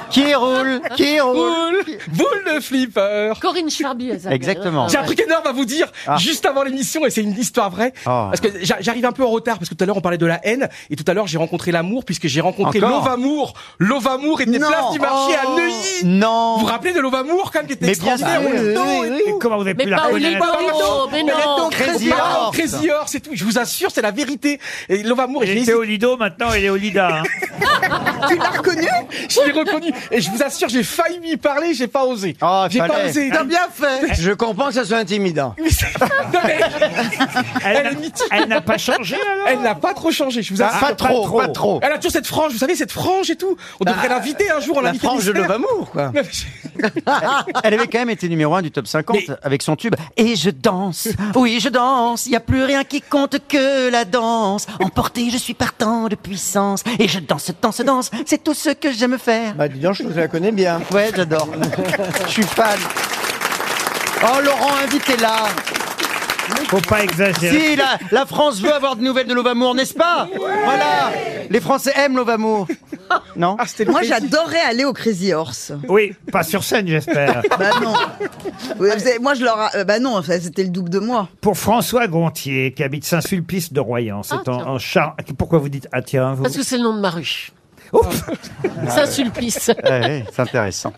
S3: Qui roule Qui roule
S9: Boule, boule de flipper.
S6: Corinne Charby, elle s'appelle.
S3: Exactement.
S9: J'ai un truc énorme à vous dire
S3: Ah.
S9: juste avant l'émission et c'est une histoire vraie.
S3: Ah.
S9: Parce que j'a- j'arrive un peu en retard parce que tout à l'heure on parlait de la haine et tout à l'heure j'ai rencontré l'amour puisque j'ai rencontré
S3: Encore
S9: Lovamour. Lovamour était
S8: Non.
S9: place du marché
S8: Oh.
S9: à Neuilly.
S3: Non.
S9: Vous vous rappelez de Lovamour quand même qui était
S3: Mais bien
S9: extraordinaire
S3: sûr.
S9: on le donnait.
S2: Et comment vous avez
S6: Mais
S2: pu la
S6: pas Oli
S2: reconnaître
S6: Borito, mais non.
S3: Crazy
S9: Pardon,
S3: Horse.
S9: Crazy Horse, c'est tout. Je vous assure, c'est la vérité. Et Lovamour,
S2: Il
S9: j'ai
S2: était
S9: hésité,
S2: au Lido, maintenant il est au Lida. hein.
S8: Tu l'as reconnu
S9: je l'ai reconnu. Et je vous assure, j'ai failli lui parler, j'ai pas osé.
S3: Oh,
S9: j'ai pas
S3: fallait.
S9: osé.
S7: T'as bien fait.
S5: Je comprends que ça soit intimidant.
S9: hein. Non, mais
S2: Elle,
S9: Elle
S2: n'a-
S9: est mythique.
S2: elle n'a pas changé alors
S9: elle n'a pas trop changé, je vous
S3: Ah,
S9: assure.
S3: Pas trop, pas trop. Bah,
S9: Elle a toujours cette frange, vous savez, cette frange et tout. On devrait l'inviter un jour, on
S5: Bah, La
S9: l'invite
S5: frange de
S9: mystère.
S5: Lovamour, quoi.
S9: Non, mais-
S3: Elle avait quand même été numéro 1 du top 50
S9: Mais-
S3: avec son tube Et je danse, oui je danse, il n'y a plus rien qui compte que la danse. Emporté, je suis partant de puissance. Et je danse, danse, danse, c'est tout ce que j'aime faire.
S5: Bah, dis donc, je la connais bien.
S3: Ouais, j'adore. Je suis fan. Oh Laurent, invitez-la.
S2: Faut pas exagérer.
S3: Si, la, la France veut avoir de nouvelles de Lovamour, n'est-ce pas Voilà. Les Français aiment Lovamour. Non
S9: Ah, c'était le
S8: Moi
S9: plaisir.
S8: j'adorais aller au Crazy Horse.
S2: Oui, pas sur scène j'espère.
S8: Bah non. Oui, vous savez, Moi je leur. a- euh, Bah non, ça, c'était le double de moi.
S2: Pour François Gontier, qui habite Saint-Sulpice de Royan, c'est
S6: Ah,
S2: en,
S6: tiens.
S2: en Char- Pourquoi vous dites ah tiens vous
S6: Parce que c'est le nom de ma rue.
S2: Ouf
S3: Ah
S6: Saint-Sulpice.
S3: Eh, eh, C'est intéressant.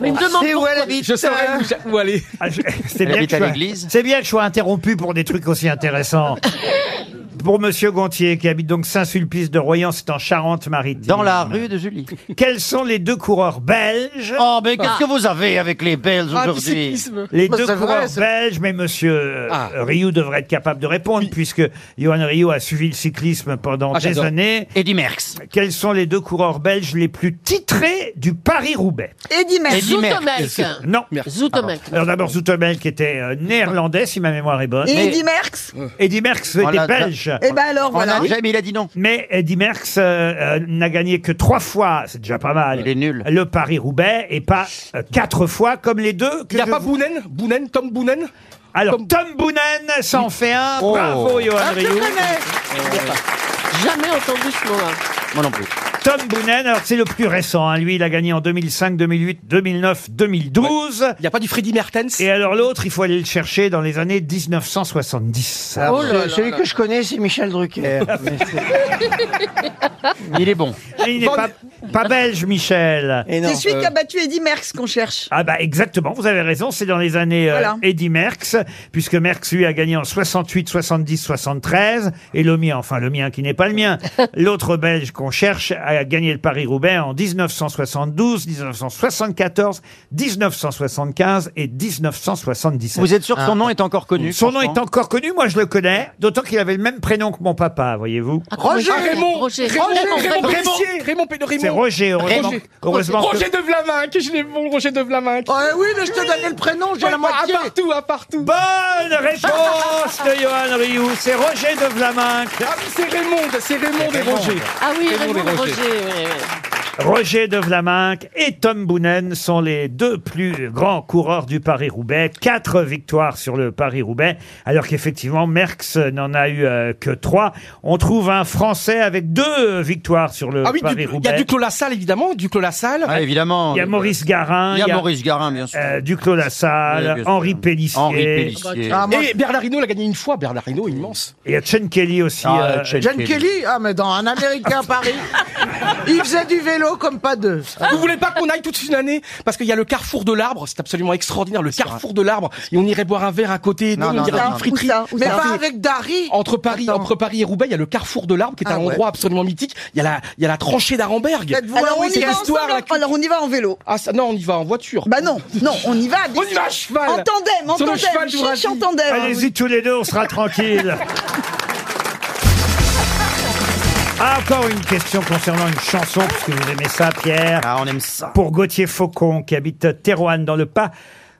S6: Mais il me demande
S3: C'est où elle habite
S9: Je saurais où, j'a- où aller.
S2: Ah, je- C'est
S3: Elle
S2: bien, que
S3: habite
S2: je
S3: à
S2: sois-
S3: l'église
S2: c'est bien que je sois interrompu pour des trucs aussi intéressants. Pour Monsieur Gontier, qui habite donc Saint-Sulpice de Royan, c'est en Charente-Maritime.
S3: Dans la rue de Julie.
S2: Quels sont les deux coureurs belges
S3: Oh, mais qu'est-ce que vous avez avec les Belges
S9: Ah, du
S3: aujourd'hui
S9: cyclisme.
S2: Les
S7: Bah,
S2: deux
S7: c'est vrai,
S2: coureurs
S7: c'est-
S2: belges, mais Monsieur
S9: Ah.
S2: Rio devrait être capable de répondre, puisque Johan Rio a suivi le cyclisme pendant
S9: Ah,
S2: des
S9: j'adore.
S2: années.
S3: Et du Merckx.
S2: Quels sont les deux coureurs belges les plus titrés du Paris-Roubaix
S8: Eddie Merckx.
S3: Eddie Merckx.
S6: Zoutemelk.
S2: Non.
S6: Zoutemelk.
S2: Alors d'abord Zoutemel qui était euh, néerlandais si ma mémoire est bonne. Euh.
S8: Et Eddie Merckx.
S2: Eddie Merckx était
S3: On l'a-
S2: belge.
S8: Et ben alors voilà.
S3: On a jamais, il a dit non.
S2: Mais Eddie Merckx euh, euh, n'a gagné que trois fois, c'est déjà pas mal.
S3: Il est nul.
S2: Le Paris-Roubaix et pas euh, quatre fois comme les deux. que
S9: Il n'y a
S2: je
S9: pas
S2: vous-
S9: Bounen Bounen Tom Bounen
S2: Alors
S9: Tom- Oh.
S2: Tom Boonen s'en fait un. Bravo Johan Rioux.
S6: Jamais entendu ce nom-là.
S3: Moi non plus.
S2: Tom Boonen, alors c'est le plus récent. hein. Lui, il a gagné en 2005, 2008, 2009, 2012.
S9: Il n'y a pas du Freddy Mertens
S2: Et alors l'autre, il faut aller le chercher dans les années 1970.
S5: Alors,
S6: Oh là
S5: ce-
S6: là
S5: celui
S6: là.
S5: que je connais, c'est Michel Drucker.
S2: Ah,
S5: Mais c'est-
S3: Il est bon.
S2: Et il n'est pas, pas belge, Michel.
S5: et non.
S8: C'est celui
S5: Euh,
S8: qui a battu Eddie Merckx qu'on cherche.
S2: Ah bah exactement, vous avez raison, c'est dans les années euh,
S8: Voilà.
S2: Eddy Merckx, puisque Merckx lui a gagné en 68, 70, 73, et le mien, enfin le mien qui n'est pas le mien, l'autre belge qu'on cherche a gagné le Paris-Roubaix en 1972, 1974, 1975 et 1977.
S3: Vous êtes sûr que son nom est encore connu
S2: Ah. Son nom est
S3: franchement
S2: encore connu, moi je le connais, d'autant qu'il avait le même prénom que mon papa, voyez-vous.
S6: Ah, comment il
S9: Roger,
S6: s'appelle
S9: Raymond,
S6: Roger
S9: Raymond,
S6: Raymond,
S9: Raymond
S6: Raymond.
S9: Pelletier, Raymond Pe- Raymond.
S2: C'est Roger, heureusement,
S9: Roger.
S2: heureusement que-
S9: Roger de Vlaminck, je l'ai bon, Roger de Vlaminck.
S7: Ah oui, mais je te donnais le prénom, j'ai la moitié.
S9: À partout, à partout.
S2: Bonne réponse de Johan Rioux, c'est Roger de Vlaminck.
S9: Ah, mais c'est Raymond, c'est Raymond et Roger.
S6: Ah oui,
S9: Raymond
S6: Raymond
S9: et
S6: Roger.
S9: Roger.
S6: ouais, ouais.
S2: Roger de Vlaminck et Tom Boonen sont les deux plus grands coureurs du Paris-Roubaix. Quatre victoires sur le Paris-Roubaix, alors qu'effectivement, Merckx n'en a eu euh, que trois. On trouve un Français avec deux victoires sur le
S9: Ah oui, du- il y
S2: Paris-Roubaix.
S9: a Duclos Lassalle, évidemment. Duclos Lassalle.
S2: Il y a Maurice Garin.
S9: Ah, Il y a Maurice
S2: Garin, bien sûr. Duclos
S9: Oui,
S2: Lassalle,
S9: bien sûr.
S2: Henri Pélissier.
S9: Henri Pélissier. Ah, moi, Et Bernard Hinault l'a gagné une fois, Bernard Hinault, immense.
S2: Et il y a Chen Kelly aussi.
S9: Ah,
S2: euh,
S9: Chen
S7: John Kelly, ah mais dans un Américain à Paris, il faisait du vélo comme pas deux.
S9: Vous voulez pas qu'on aille toute une année Parce qu'il y a le carrefour de l'arbre, c'est absolument extraordinaire, le carrefour de l'arbre. Et on irait boire un verre à côté,
S7: Non,
S9: non,
S7: non,
S9: on irait
S7: non,
S9: à
S7: non.
S9: une friterie.
S7: Où ça Où
S9: Mais
S7: ça
S9: pas
S7: Paris.
S9: avec Dari Entre Paris, entre Paris et Roubaix, il y a le carrefour de l'arbre qui est un
S7: Ah ouais.
S9: endroit absolument mythique. Il y a la, il y a la tranchée d'Arenberg. Ah
S7: Faites-vous Alors, un on oui, y
S9: c'est
S7: va
S9: l'histoire.
S7: ensemble
S9: Alors on y va en vélo. Ah ça, non, on y va en voiture.
S8: Bah non, non, on y va.
S9: On y va à cheval.
S8: En tandem, en
S9: Sur le
S8: tandem,
S9: cheval
S8: chiche
S9: d'Eurasie.
S8: en tandem.
S2: Allez-y tous les deux, on sera tranquille. Ah, encore une question concernant une chanson, parce que vous aimez ça, Pierre. Ah, on aime ça. Pour Gauthier Faucon, qui habite Terouane, dans le pas.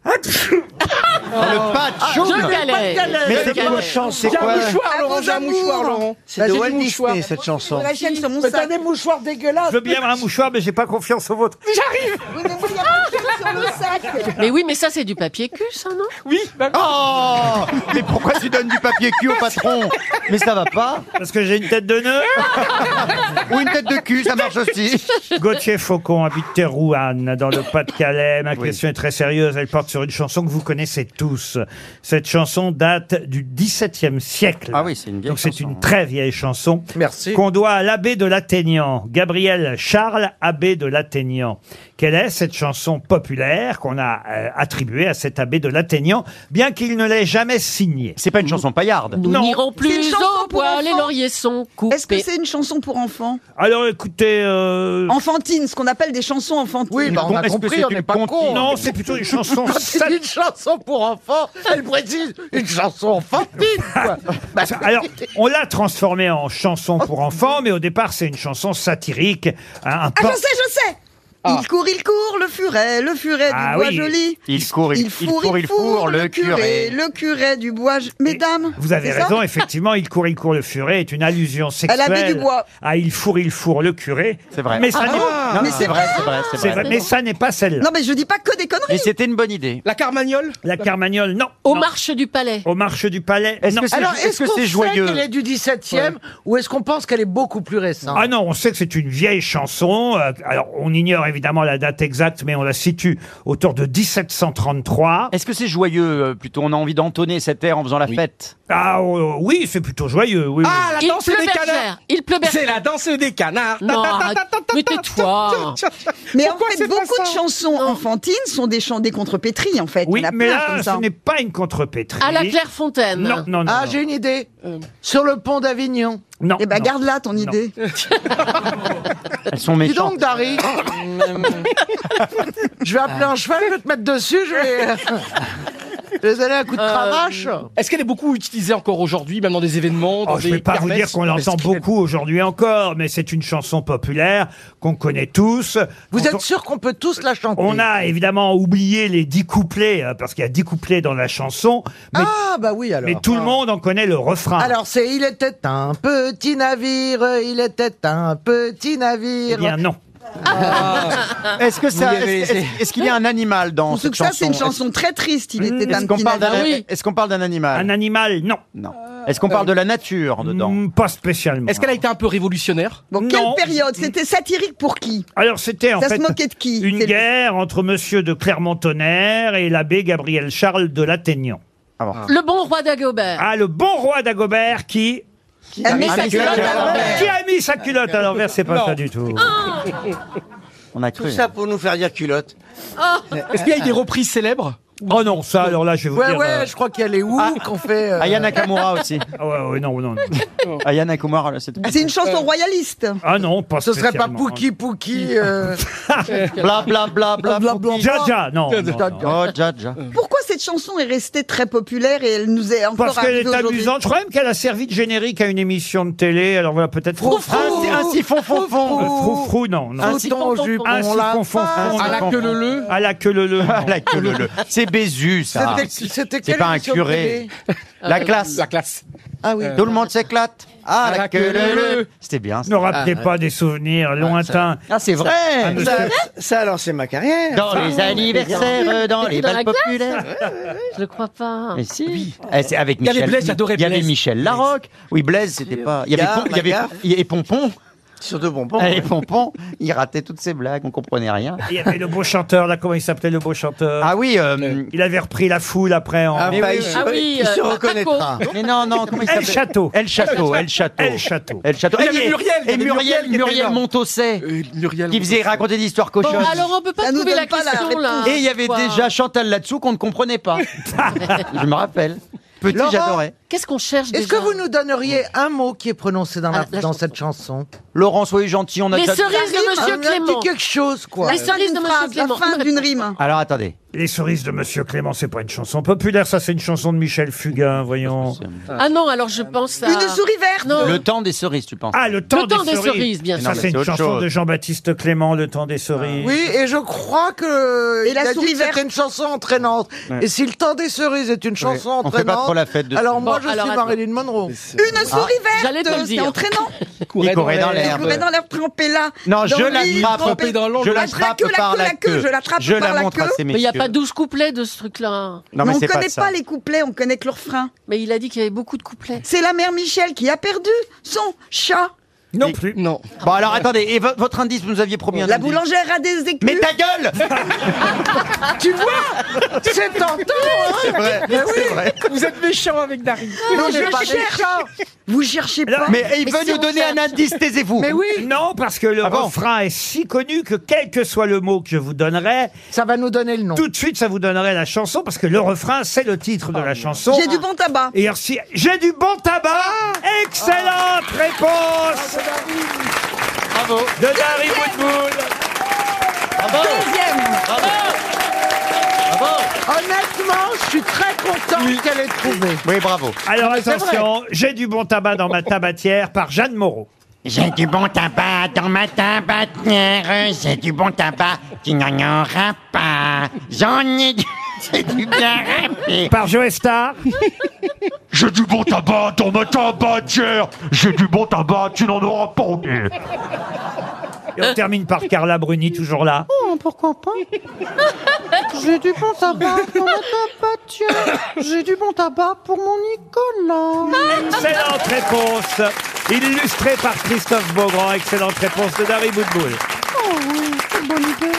S10: le pas de Tchoum.
S2: je l'ai.
S10: Le pas de Calais.
S2: Mais
S10: Le
S2: c'est
S10: Calais.
S2: quoi votre chanson
S10: J'ai un
S2: Ouais.
S10: mouchoir, Laurent, j'ai un mouchoir, Laurent.
S5: C'est de
S10: J'ai du
S5: Walt
S10: mouchoir.
S5: Disney, cette chanson.
S10: Sur la chaîne, sur mon
S5: Mais
S10: sac.
S5: t'as des mouchoirs dégueulasses.
S2: Je veux bien un mouchoir, mais j'ai pas confiance au vôtre.
S6: J'arrive
S10: sac.
S6: Mais oui, mais ça, c'est du papier cul, ça, non
S9: Oui
S10: Oh Mais pourquoi tu donnes du papier cul au patron Mais ça va pas
S2: Parce que j'ai une tête de nœud
S10: Ou une tête de cul, ça marche aussi
S2: Gauthier Faucon habite Terouane, dans le Pas-de-Calais. Ma question est très sérieuse. Elle porte sur une chanson que vous connaissez tous. Cette chanson date du XVIIe siècle. Ah oui, c'est une Donc c'est une très vieille chanson. Merci. Qu'on doit à l'abbé de l'Athénian, Gabriel Charles, abbé de l'Athénian. Quelle est cette chanson populaire qu'on a euh, attribuée à cet abbé de l'Athénian, bien qu'il ne l'ait jamais signée C'est pas une chanson paillarde.
S6: Nous
S2: non.
S6: n'irons
S8: C'est une
S6: plus
S8: chanson
S6: au
S8: pour
S6: bois, les
S8: enfants.
S6: lauriers sont coupés.
S8: Est-ce que c'est une chanson pour enfants
S2: Alors écoutez. euh,
S8: Enfantine, ce qu'on appelle des chansons enfantines. Ah,
S7: Oui, bah, on a
S2: Est-ce que c'est
S7: compris, on
S2: une
S7: n'est pas
S2: conti-
S7: con. hein.
S2: Non, c'est plutôt une chanson
S7: Quand c'est
S2: sat-
S7: une chanson pour enfants, elle précise une chanson enfantine. Quoi. Bah,
S2: Alors, on l'a transformée en chanson pour enfants, mais au départ, c'est une chanson satirique. hein, un
S8: Oh. Ah,
S2: pan-
S8: je sais, je sais
S2: Ah.
S8: Il court, il court, le furet, le furet
S2: Ah
S8: du bois
S2: oui.
S8: joli.
S10: Il court,
S8: Il fourre, il fourre, le curé, le curé du bois... jo- Mesdames
S2: Vous avez
S8: c'est ça
S2: raison, effectivement, il court, il court, le furet est une allusion sexuelle.
S8: l'abbé du bois.
S2: Ah, il fourre, il fourre, le curé. C'est vrai. Mais ça
S8: Ah
S2: n'est
S8: bon
S2: Non,
S8: Mais c'est vrai, c'est vrai,
S2: c'est
S8: c'est vrai.
S2: vrai, Mais ça n'est pas celle-là.
S8: Non, mais je dis pas que des conneries
S2: c'était une bonne idée.
S9: La Carmagnole
S2: La Carmagnole, non.
S6: Aux
S2: Non.
S6: marches du palais.
S2: Aux marches du palais. non.
S7: Alors, est-ce qu'on sait qu'elle est du 17e ou est-ce qu'on pense qu'elle est beaucoup plus récente
S2: Ah non, on sait que c'est une vieille chanson. Euh, Alors, on ignore évidemment la date exacte, mais on la situe autour de 1733.
S11: Est-ce que c'est joyeux euh, Plutôt, on a envie d'entonner cet air en faisant la fête.
S2: Ah euh, oui, c'est plutôt joyeux. Oui,
S9: Ah, la
S6: Il
S9: danse
S6: pleut
S9: des
S6: bergère,
S9: canards.
S6: il pleut bergère.
S9: C'est la danse des canards.
S6: Non, arrête. mais tais-toi.
S8: Mais
S9: Pourquoi
S8: en
S9: c'est
S8: fait,
S9: pas
S8: beaucoup de
S9: ça
S8: chansons enfantines sont des, chants, des contrepétries, en fait.
S2: oui.
S8: Il y en a
S2: mais
S8: plein
S2: là,
S8: comme
S2: ce
S8: ça.
S2: n'est pas une contrepétrie.
S6: À la Clairefontaine.
S2: Non, non, non.
S7: Ah,
S2: non.
S7: j'ai une idée. Sur le pont d'Avignon.
S2: Non,
S8: Eh ben,
S2: non.
S8: garde là ton
S2: Non.
S8: idée.
S11: Elles sont
S7: Dis
S11: méchantes.
S7: donc, Dari. je vais appeler un cheval, je vais te mettre dessus, je vais. je vais donner un coup de cravache.
S9: Euh, Est-ce qu'elle est beaucoup utilisée encore aujourd'hui, même dans des événements dans
S2: Oh, je ne
S9: des
S2: vais pas vous dire
S9: kermesses
S2: qu'on l'entend
S9: Parce qu'elle-
S2: beaucoup aujourd'hui encore, mais c'est une chanson populaire qu'on connaît tous.
S7: Vous
S2: Quand on-
S7: êtes sûr qu'on peut tous la chanter
S2: On a évidemment oublié les dix couplets, euh, parce qu'il y a dix couplets dans la chanson, mais,
S7: Ah, bah oui, alors.
S2: mais tout le monde en connaît le refrain.
S7: Alors, c'est Il était un petit navire, il était un petit
S2: eh
S7: navire.
S2: bien non.
S11: Euh,
S3: Ah.
S11: Est-ce que ça,
S7: Vous y avez
S11: est-ce-
S7: essayé.
S11: est-ce est-ce qu'il y a un animal dans
S8: Surtout
S11: cette
S8: que ça,
S11: chanson
S8: c'est une
S11: Est-ce-
S8: chanson Ah, très triste.
S2: Hmm,
S8: Il était
S11: Est-ce
S8: un
S11: qu'on
S8: petit
S11: parle d'un
S8: navire.
S6: Ah oui.
S11: est-ce qu'on parle d'un animal
S2: Un animal, non.
S11: Non. Est-ce qu'on parle de la nature dedans
S2: Mm, Pas spécialement.
S9: Est-ce qu'elle a été un peu révolutionnaire
S8: Bon,
S2: Non.
S8: quelle période C'était satirique pour qui
S2: Alors c'était en
S8: Ça
S2: fait
S8: se moquait de qui
S2: une
S8: C'est-
S2: guerre entre monsieur de Clermont-Tonnerre et l'abbé Gabriel Charles de l'Athénian.
S11: Ah bon.
S6: Le bon roi d'Agobert.
S2: Ah, le bon roi d'Agobert qui...
S3: Ah,
S2: Ah,
S8: Elle met sa culotte à l'envers.
S2: Qui a mis sa culotte à l'envers C'est pas
S9: Non.
S2: ça du tout.
S12: Ah.
S3: Ah.
S11: On a
S5: Tout
S11: cru.
S5: ça pour nous faire dire culotte.
S9: Est-ce qu'il y a eu des reprises célèbres
S2: Oh non, ça alors là je vais vous
S7: Ouais,
S2: dire...
S7: ouais,
S2: euh,
S7: je crois qu'elle est où qu'on fait. euh,
S11: Aya Nakamura aussi.
S2: ah ouais, ouais, non, non, non.
S11: Aya Nakamura, là,
S7: Ah,
S11: c'est tout.
S8: Ah, C'est une chanson royaliste.
S2: Ah non, pas
S7: Ce serait pas
S2: spécialement.
S7: Pouki Pouki. euh,
S11: Bla bla bla
S2: Euh,
S11: bla.
S7: blablabla.
S2: Ja, ja, non, non, non.
S11: Oh, ja, ja.
S8: Pourquoi cette chanson est restée très populaire et elle nous est encore
S2: Parce qu'elle
S8: arrivée
S2: est
S8: aujourd'hui
S2: amusante. Je crois même qu'elle a servi de générique à une émission de télé. Alors voilà, peut-être.
S7: Froufrou.
S2: Frou,
S11: Un siphon fond fond.
S2: frou, frou, non, non.
S7: Sauton au jupon,
S2: Un
S7: la
S2: siphon, fond,
S7: passe.
S2: fond,
S9: À la
S2: non.
S9: queue le le
S2: À la queue le le.
S11: Ah, la queue leu, leu. C'est Bézu, ça.
S2: Ah.
S7: C'était- c'était
S11: C'est
S7: quelle
S11: pas un
S7: émission
S11: curé.
S7: télé
S11: La classe.
S9: La classe.
S3: Ah oui. Tout le monde s'éclette. Ah, la queue leu leu. C'était bien. ça.
S2: Ne rappelez pas des souvenirs lointains.
S3: Ah, c'est vrai.
S2: Ah,
S5: Ça,
S2: monsieur-
S5: ça, ça,
S11: Oh,
S5: alors, c'est ma carrière.
S3: Dans les
S5: Ah,
S3: anniversaires, euh, dans les balles populaires.
S6: Je le crois pas.
S3: Mais si. Eh, c'est avec
S11: Il y avait
S3: Michel.
S11: Blaise, j'adorais
S3: Il y avait
S11: Blaise.
S3: Michel Larocque. Oui, Blaise, c'était pas. Il y avait.
S11: Gare,
S3: Pom- Il y avait.
S11: Magare.
S3: Il y avait Pompon.
S5: Surtout Pompon.
S3: Et Pompon, il ratait toutes ses blagues, on comprenait rien.
S2: Il y avait le beau chanteur, là, Ah, bah, comment il s'appelait le beau chanteur Euh,
S3: Ah oui,
S2: il avait repris la foule après en.
S3: Ah,
S6: Eh
S2: Mais
S3: bah,
S2: oui,
S3: il
S2: oui.
S3: se- Ah oui, il se euh, reconnaîtra. Paco. Mais non, non, comment il
S2: El
S3: s'appelle
S2: Château.
S3: El Château, El Château.
S2: El Château.
S3: El Château.
S2: Il y avait
S3: et-
S2: Muriel, il y
S3: Et
S2: avait Muriel qui
S3: Muriel,
S2: était
S3: Muriel
S2: énorme.
S3: Montosset,
S11: Euh,
S3: qui faisait raconter des histoires
S6: Bon,
S3: cochonnes.
S6: alors on peut pas
S3: Ça nous
S6: trouver
S3: donne
S6: la
S3: pas
S6: question là.
S3: Et il y avait
S6: Quoi
S3: déjà Chantal là-dessous qu'on ne comprenait pas. Je me rappelle. Petit,
S14: Laurent,
S3: j'adorais.
S6: Qu'est-ce qu'on cherche
S14: Est-ce que vous nous donneriez un mot qui est prononcé dans, la-
S6: Ah, la
S14: dans
S6: chanson.
S14: cette chanson
S3: Laurent, soyez gentil, on a
S14: Les
S3: déjà-
S14: cerises de Monsieur
S3: Un petit
S14: Clément.
S3: quelque chose, quoi.
S14: Les cerises de Monsieur Clément.
S3: Alors attendez.
S2: Les cerises de Monsieur Clément, c'est pas une chanson populaire, ça c'est une chanson de Michel Fugain, voyons.
S6: Ah non, alors je pense à.
S2: Une souris
S6: verte Non.
S3: Le temps des cerises, tu penses
S2: Ah, le temps,
S6: Le temps des cerises, bien
S2: Ça
S6: sûr.
S2: c'est
S6: Mais
S2: une
S6: c'est
S2: chanson
S6: autre chose.
S2: de Jean-Baptiste Clément, le temps des cerises.
S14: Oui, et je crois que
S8: Et
S14: il
S8: la
S14: a dit
S8: souris
S14: que c'était
S8: verte.
S14: une chanson entraînante.
S2: Ouais.
S14: Et si le temps des cerises est une chanson
S11: On
S14: entraînante,
S11: fait pas trop la fête de-
S14: alors
S11: Bon,
S14: moi je
S11: alors,
S14: suis
S11: attends.
S14: Marilyn Monroe. Ah. Une
S8: Une souris
S6: Ah. J'allais te le
S8: verte, c'est
S6: dire.
S8: entraînant.
S3: courait dans l'herbe.
S8: Je dans l'air trempé là.
S3: Non, je l'attrape.
S8: l'attrape.
S3: Dans l'ombre. Je l'attrape par la queue.
S8: Je l'attrape
S3: Je la
S8: par la
S3: montre à
S8: queue.
S3: ces
S6: Mais il n'y a
S3: messieurs.
S6: pas 12 couplets de ce truc-là. hein.
S3: Non, mais
S8: on
S3: c'est pas
S8: connaît
S3: ça.
S8: pas, les couplets, on connaît que leur frein.
S6: Mais il a dit qu'il y avait beaucoup de couplets.
S8: C'est la mère Michel qui a perdu son chat.
S2: Non plus.
S3: Non. Bon, alors attendez, et vo- votre indice, vous nous aviez promis un
S8: La
S3: indice.
S8: boulangère a des écus.
S3: Mais ta gueule
S14: Tu vois C'est tentant hein
S3: C'est vrai,
S14: Mais oui,
S3: c'est vrai.
S14: Vous êtes méchant avec Dari. Non,
S8: Non, je
S14: j'ai pas
S8: cherche.
S14: méchant.
S8: Vous cherchez pas.
S3: Mais il veut nous donner un indice, taisez-vous.
S14: Mais oui.
S2: Non, parce que le
S3: Ah bon
S2: refrain est si connu que quel que soit le mot que je vous donnerai,
S14: Ça va nous donner le nom.
S2: tout de suite ça vous donnerait la chanson, parce que le refrain c'est le titre de
S3: Oh
S2: la chanson.
S8: J'ai du bon tabac.
S2: Et alors, si j'ai du bon tabac, excellente
S3: Ah.
S2: réponse
S11: Bravo.
S2: de Dari Woodbull.
S11: Bravo.
S8: Deuxième.
S11: Bravo. Bravo.
S14: Honnêtement, je suis très contente qu'elle ait trouvé.
S3: Oui, bravo.
S2: Alors
S14: c'est
S2: attention, j'ai du bon tabac dans ma tabatière par Jeanne Moreau.
S3: J'ai du bon tabac dans ma tabatière, j'ai du bon tabac, qui n'en aura pas. J'en ai du, j'ai du bien râpé.
S2: Par Joestar.
S15: J'ai du bon tabac dans ma tabatière. Ah bah, J'ai du bon tabac, tu n'en auras pas.
S2: Et on termine par Carla Bruni, toujours là.
S10: Oh, pourquoi pas J'ai du bon tabac pour ma tabatière. J'ai du bon tabac pour mon Nicolas.
S2: Excellente réponse Illustrée par Christophe Beaugrand. Excellente réponse de Dari Boudboul.
S10: Oh oui, quelle bonne idée.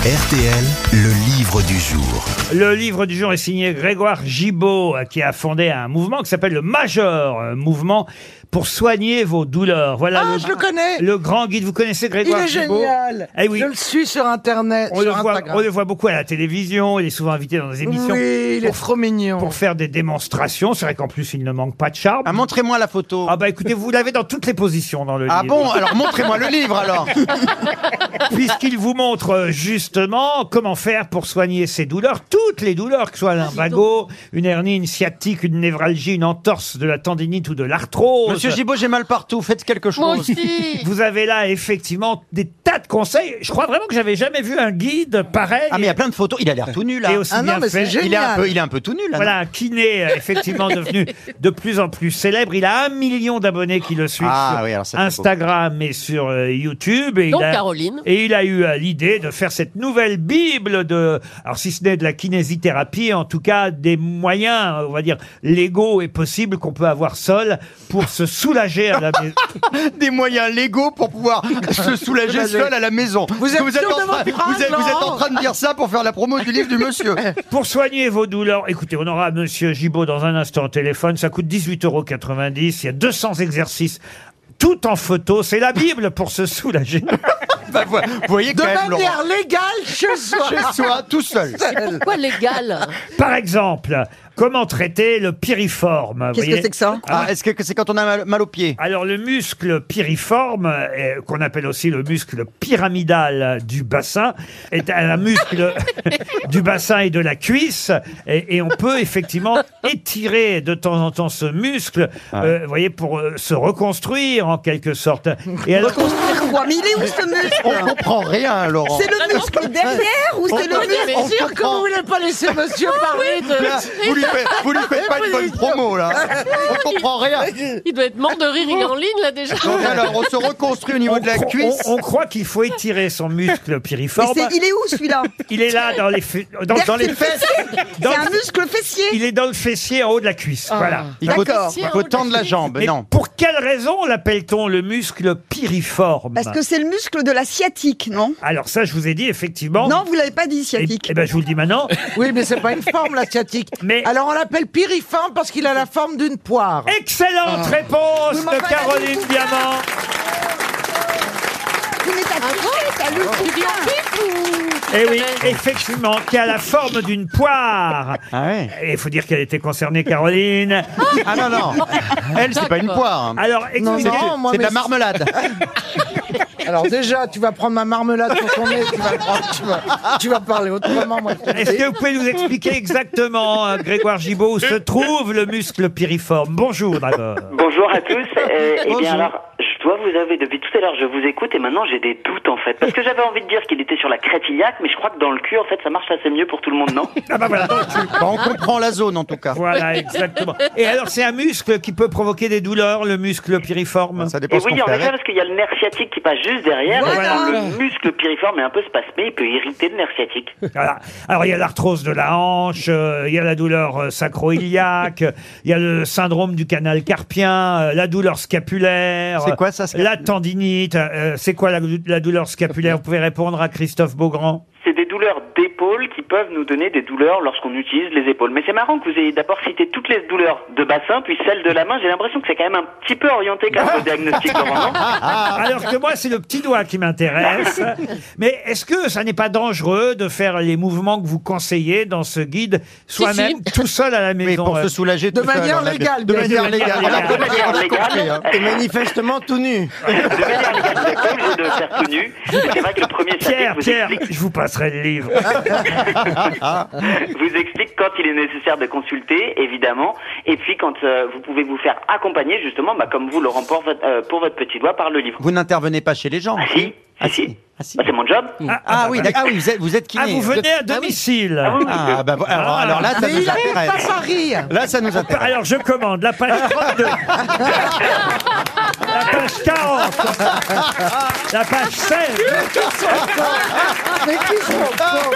S1: RTL, le livre du jour.
S2: Le livre du jour est signé Grégoire Gibault, euh, qui a fondé un mouvement qui s'appelle le Major euh, Mouvement pour soigner vos douleurs. Voilà
S14: Ah,
S2: le,
S14: je le connais.
S2: le grand guide. Vous connaissez
S14: Il
S2: Grégoire
S14: est
S2: Gibault
S14: génial.
S2: Eh oui.
S14: Je le suis sur Internet,
S2: On le,
S14: sur
S2: voit,
S14: Instagram.
S2: on le voit beaucoup à la télévision, il est souvent invité dans des émissions
S14: Oui, il est
S2: pour,
S14: trop mignon.
S2: pour faire des démonstrations. C'est vrai qu'en plus, il ne manque pas de charme.
S3: Ah, montrez-moi la photo.
S2: Ah bah écoutez, vous l'avez dans toutes les positions dans le
S3: Ah
S2: livre.
S3: bon Alors montrez-moi le livre alors.
S2: Puisqu'il vous montre euh, justement comment faire pour soigner ses douleurs, toutes les douleurs, que ce
S14: Ah,
S2: soit un lumbago, une hernie, une sciatique, une névralgie, une entorse de la tendinite ou de l'arthrose.
S3: Monsieur Gibault, j'ai mal partout, faites quelque
S6: Moi
S3: chose.
S6: aussi.
S2: vous avez là effectivement des tas de conseils. Je crois vraiment que j'avais jamais vu un guide pareil.
S3: Ah mais il y a plein de photos, il a l'air tout nu là.
S2: Et aussi
S14: Ah non,
S2: bien
S14: mais c'est
S2: fait.
S14: génial.
S3: Il est un peu, il est un peu tout nu là.
S2: Voilà, un kiné euh, effectivement devenu de plus en plus célèbre. Il a un million d'abonnés qui le suivent
S3: Ah
S2: sur
S3: oui, alors ça, c'est beau.
S2: Instagram et sur euh, YouTube. Et
S6: Donc,
S2: il a,
S6: Caroline.
S2: Et il a eu euh, l'idée de faire cette nouvelle Bible de, alors si ce n'est de la kinésithérapie, en tout cas des moyens, euh, on va dire, légaux et possibles qu'on peut avoir seul pour se soulager à la maison.
S3: non Des moyens légaux pour pouvoir se soulager seul à la maison. Vous
S14: êtes
S3: êtes,
S14: sûr
S3: en
S14: de
S3: train,
S14: votre phrase,
S3: vous êtes- vous êtes en
S14: Laurent
S3: train de dire ça Ah, pour faire la promo du livre du monsieur.
S2: Pour soigner vos douleurs, écoutez, on aura Monsieur Gibaud dans un instant au téléphone. Ça coûte 18,90 euros. Il y a 200 exercices, tout en photo. C'est la Bible pour se soulager.
S3: Bah, vous vous voyez
S14: De
S3: quand même Laurent.
S14: manière légale, chez soi.
S3: Chez soi, tout seul.
S6: Pourquoi légal
S2: Par exemple, comment traiter le piriforme vous
S8: Qu'est-ce que
S2: voyez
S8: c'est que ça
S3: Ah, Est-ce que que c'est quand on a mal, mal aux pieds
S2: Alors le muscle piriforme, euh, qu'on appelle aussi le muscle pyramidal du bassin, est un muscle du bassin et de la cuisse, et, et on peut effectivement étirer de temps en temps ce muscle,
S3: Ah.
S2: euh, vous voyez, pour euh, se reconstruire en quelque sorte. Et alors,
S8: Reconstruire quoi Mais il est où ce
S3: On
S8: muscle
S3: comprend rien, Laurent.
S8: C'est le muscle derrière ou c'est le
S14: On Ah
S8: muscle
S14: est sûr que
S3: comprend.
S14: vous voulez pas laisser monsieur parler de...
S3: Vous lui
S16: faites- vous lui faites
S14: Ah,
S16: pas une bonne promo, là. On comprend rien.
S6: Il doit être mort de rire, il est en ligne là déjà.
S16: Oh. Alors, on se reconstruit au niveau de la
S2: cro-
S16: cuisse.
S2: On, on croit qu'il faut étirer son muscle piriforme.
S8: Mais c'est- il est où, celui-là
S3: Bah.
S2: Il est là dans les fe- dans, dans les fesses.
S8: C'est un muscle fessier.
S2: Il est dans le fessier en haut de la cuisse.
S8: Ah.
S2: voilà.
S8: Il faut- D'accord. il faut tendre la
S16: jambe,
S2: Mais
S16: non.
S2: Pour quelle raison l'appelle-t-on le muscle piriforme
S8: Parce que c'est le muscle de la sciatique, non
S2: Alors ça, je vous ai dit effectivement.
S8: Non, vous l'avez pas dit, sciatique.
S2: Eh ben, je vous le dis maintenant.
S7: Oui, mais c'est pas une forme, l'asiatique.
S2: Mais...
S7: Alors on l'appelle piriforme parce qu'il a la forme d'une poire. Ah.
S2: Excellente réponse
S7: Vous m'en
S2: de
S7: parlez
S2: Caroline
S7: tout
S2: Diamant. Eh oui, effectivement, qui a la forme d'une poire. Et il faut dire qu'elle était concernée, Caroline.
S16: Ah non, non. Elle, c'est pas une poire.
S2: Alors,
S7: Non,
S2: expliquez-
S7: non, moi, mais- Alors déjà, tu vas prendre ma marmelade sur ton nez, tu vas, prendre- tu vas- tu vas parler autrement. Moi, je te le
S2: Est-ce
S7: dis.
S2: que vous pouvez nous expliquer exactement, euh, Grégoire Gibault, où se trouve le muscle piriforme Bonjour d'abord.
S17: Bonjour à tous. Euh, eh
S2: Bonjour.
S17: bien alors, je dois vous avouer, depuis tout à l'heure, je vous écoute et maintenant j'ai des doutes en fait. Parce que j'avais envie de dire qu'il était sur la crête iliaque, mais je crois que dans le cul, en fait, ça marche assez mieux pour tout le monde, non
S2: Ah
S16: Bah, on comprend la zone, en tout cas.
S2: Voilà, exactement. Et alors, c'est un muscle qui peut provoquer des douleurs, le muscle piriforme Ça
S17: Et oui, en effet, parce qu'il y a le nerf sciatique qui passe juste derrière. et
S2: Voilà.
S17: quand le muscle piriforme est un peu spasmé, il peut irriter le nerf sciatique.
S2: Voilà. Alors, il y a l'arthrose de la hanche, euh, il y a la douleur euh, sacro-iliaque, euh, il y a le syndrome du canal carpien, euh, la douleur scapulaire.
S11: C'est quoi ça,
S2: euh, La tendinite. euh, c'est quoi la, la douleur scapulaire Vous pouvez répondre à Christophe Beaugrand.
S17: C'est des douleurs d'épaule qui peuvent nous donner des douleurs lorsqu'on utilise les épaules. Mais c'est marrant que vous ayez d'abord cité toutes les douleurs de bassin, puis celle de la main. J'ai l'impression que c'est quand même un petit peu orienté comme le diagnostic normalement.
S2: Alors que moi, c'est le petit doigt qui m'intéresse. Mais est-ce que ça n'est pas dangereux de faire les mouvements que vous conseillez dans ce guide soi-même, tout seul à la maison euh,
S16: pour se soulager
S2: De
S16: tout seul,
S2: manière
S16: on a bien-
S2: légale,
S16: De
S2: bien
S16: manière
S2: sûr.
S16: légale.
S2: Voilà,
S16: Voilà,
S2: de
S16: voilà,
S2: manière
S16: on a compris, hein.
S5: T'es manifestement tout
S2: Eh
S5: nu.
S17: Comme je de faire tout nu. C'est vrai que le premier chapitre
S2: Pierre,
S17: vous
S2: Pierre,
S17: explique
S2: je vous passerai le livre.
S17: vous explique quand il est nécessaire de consulter, évidemment, et puis quand euh, vous pouvez vous faire accompagner, justement, bah, comme vous, Laurent, pour votre, euh, pour votre petit doigt, par le livre.
S11: Vous n'intervenez pas chez les gens.
S17: Ah si, ah, si. Bah, c'est mon job.
S11: Ah, ah
S16: bah,
S11: oui, d'accord. Ah oui, vous êtes, vous êtes kiné.
S17: Ah, vous venez
S2: à domicile. Ah,
S11: Ah, bah, vo- alors, alors là, ça
S7: Mais
S11: nous
S7: il habite
S11: intéresse.
S7: pas Paris.
S11: Là, ça nous intéresse.
S2: Alors, je commande la page 32. La page 40. La page 16.
S14: Mais qui sont cons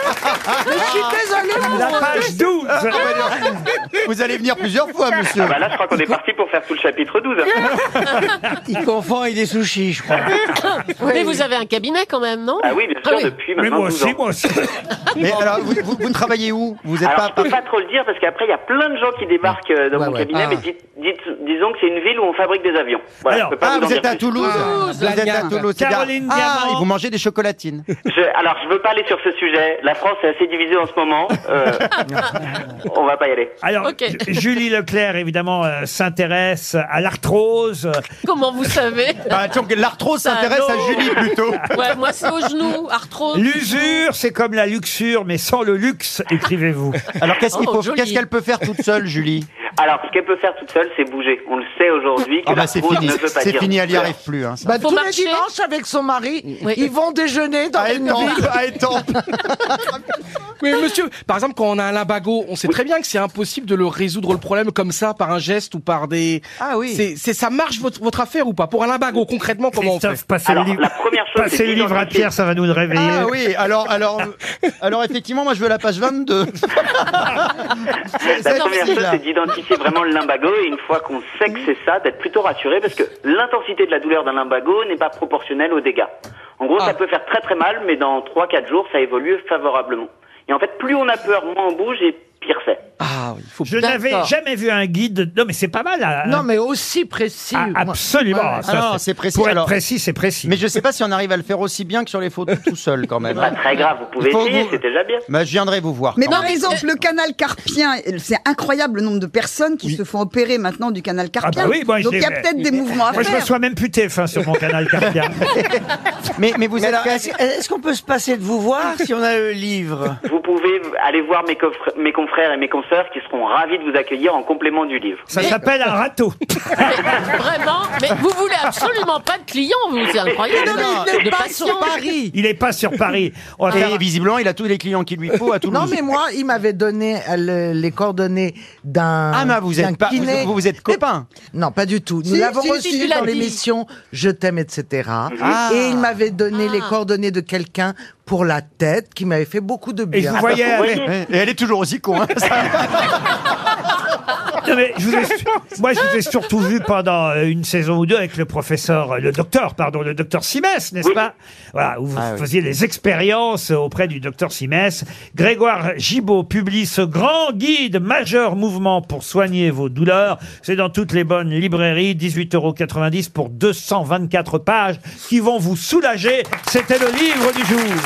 S14: Mais je suis désolée pour
S2: La
S14: vous.
S2: page 12.
S16: Vous allez venir plusieurs fois, monsieur.
S17: Ah bah là, je crois qu'on est parti pour faire tout le chapitre 12.
S5: Il confond et des sushis, je crois.
S6: Mais vous avez un cabinet quand même, non
S17: Ah oui, bien sûr, depuis maintenant 12 ans.
S16: Mais alors, vous, vous- vous travaillez où Vous êtes pas.
S17: Alors, je peux pas trop le dire parce qu'après, il y a plein de gens qui débarquent euh, dans mon
S16: ouais.
S17: cabinet,
S16: Ah.
S17: mais dites- dites- disons que c'est une ville où on fabrique des avions. Voilà, je peux pas
S16: ah,
S17: vous en
S16: vous êtes
S17: dire
S16: à
S17: plus.
S16: Toulouse. Vous êtes à Toulouse. c'est bien.
S2: Caroline
S16: Ah,
S2: Diamant.
S16: et vous mangez des chocolatines.
S17: Je- alors, je veux pas aller sur ce sujet. La France est assez divisée en ce moment. Euh, on va pas y aller.
S2: Alors, Julie Leclerc, évidemment, euh, s'intéresse à l'arthrose.
S6: Comment vous savez
S16: Bah, l'arthrose s'intéresse
S6: Ah, non.
S16: à Julie plutôt.
S6: Ouais, moi c'est au genou, arthrose.
S2: L'usure, c'est comme la luxure, mais sans le luxe, écrivez-vous.
S16: Alors, qu'est-ce qu'il
S6: Oh,
S16: faut-
S6: joli.
S16: qu'est-ce qu'elle peut faire toute seule, Julie
S17: Alors, ce qu'elle peut faire toute seule, c'est bouger. On le sait aujourd'hui que
S16: Ah bah,
S17: la
S16: c'est
S17: prose
S16: fini.
S17: ne veut pas
S16: C'est
S17: dire.
S16: fini, elle n'y arrive plus. hein, ça.
S7: Bah, tous les dimanches avec son mari, ils vont déjeuner
S3: Ah,
S7: dans une
S16: Étampes,
S7: ville.
S16: à Étampes.
S9: Oui, monsieur, par exemple, quand on a un limbago, on sait très bien que c'est impossible de le résoudre le problème comme ça, par un geste ou par des. Ah oui. C'est, c'est- ça marche votre, votre affaire ou pas Pour un limbago, concrètement, comment on
S2: Christophe,
S9: fait
S2: passez le livre. Passez le livre à Pierre, ça va nous le réveiller.
S16: Ah oui, alors, alors, alors effectivement, moi je veux la page 22.
S17: La
S16: c'est
S17: première
S16: facile,
S17: chose,
S16: là.
S17: c'est d'identifier vraiment le limbago. Et une fois qu'on sait que c'est ça, d'être plutôt rassuré parce que l'intensité de la douleur d'un limbago n'est pas proportionnelle aux dégâts. En gros, ça peut faire très très mal, mais dans 3-4 jours, ça évolue favorablement. Et en fait, plus on a peur, moins on bouge et pire c'est.
S2: Je n'avais
S7: D'accord.
S2: jamais vu un guide. Non, mais c'est pas mal. hein.
S7: Non, mais aussi précis.
S2: Ah,
S7: moi.
S2: absolument.
S7: Ouais.
S2: Ça,
S16: Ah non,
S2: c'est-
S16: c'est précis.
S2: Pour être
S16: alors.
S2: précis, c'est précis.
S16: Mais je sais pas si on arrive à le faire aussi bien que sur les photos tout seul quand même.
S17: Pas Bah, très grave, vous pouvez
S16: Il faut
S17: essayer,
S16: vous-
S17: c'est déjà bien.
S16: Bah, je viendrai vous voir.
S8: Mais
S16: quand
S8: par
S16: même.
S8: exemple,
S3: Euh,
S6: euh,
S8: le canal carpien, c'est incroyable le nombre de personnes qui se font opérer maintenant du canal
S2: Ah
S8: carpien.
S2: bah oui, moi, je
S8: Donc il y a
S2: l'ai-
S8: peut-être des mouvements à
S2: Moi, je me
S8: faire.
S2: sois même puté fin sur mon canal carpien.
S16: mais, mais vous
S5: Mais
S16: êtes
S5: alors, est-ce est-ce qu'on peut se passer de vous voir si on a le livre
S17: Vous pouvez aller voir mes, coffres- mes confrères et mes consoeurs qui seront ravis de vous accueillir en complément du livre.
S2: Ça s'appelle un râteau.
S6: Vraiment, mais vous voulez absolument pas de clients, vous, c'est incroyable. de patience.
S2: Il n'est pas sur Paris.
S3: Et visiblement, il a tous les clients qu'il lui faut à Toulouse.
S7: Non, mais moi, il m'avait donné euh, le- les coordonnées d'un.
S3: Ah, mais vous êtes
S7: d'un
S3: pas-
S7: kiné.
S3: vous- vous êtes copains.
S7: Non, pas du tout. Nous
S3: Si,
S7: l'avons
S3: si,
S7: reçu
S3: si, tu l'as
S7: dans
S3: dit.
S7: l'émission Je t'aime, etc.
S2: Ah.
S7: Et il m'avait donné les coordonnées de quelqu'un pour la tête qui m'avait fait beaucoup de bien. Ah,
S2: Et
S3: Ah,
S2: vous voyez, elle est-
S3: bah, Et elle est toujours aussi con. hein.
S2: Non, mais je vous ai su- moi, je vous ai surtout vu pendant euh, une saison ou deux avec le professeur, euh, le docteur, pardon, le docteur Simès, n'est-ce pas Voilà, où vous
S3: Ah
S2: faisiez les expériences euh, auprès du docteur Simès. Grégoire Gibault publie ce grand guide majeur mouvement pour soigner vos douleurs. C'est dans toutes les bonnes librairies, 18,90 euros pour 224 pages qui vont vous soulager. C'était le livre du jour.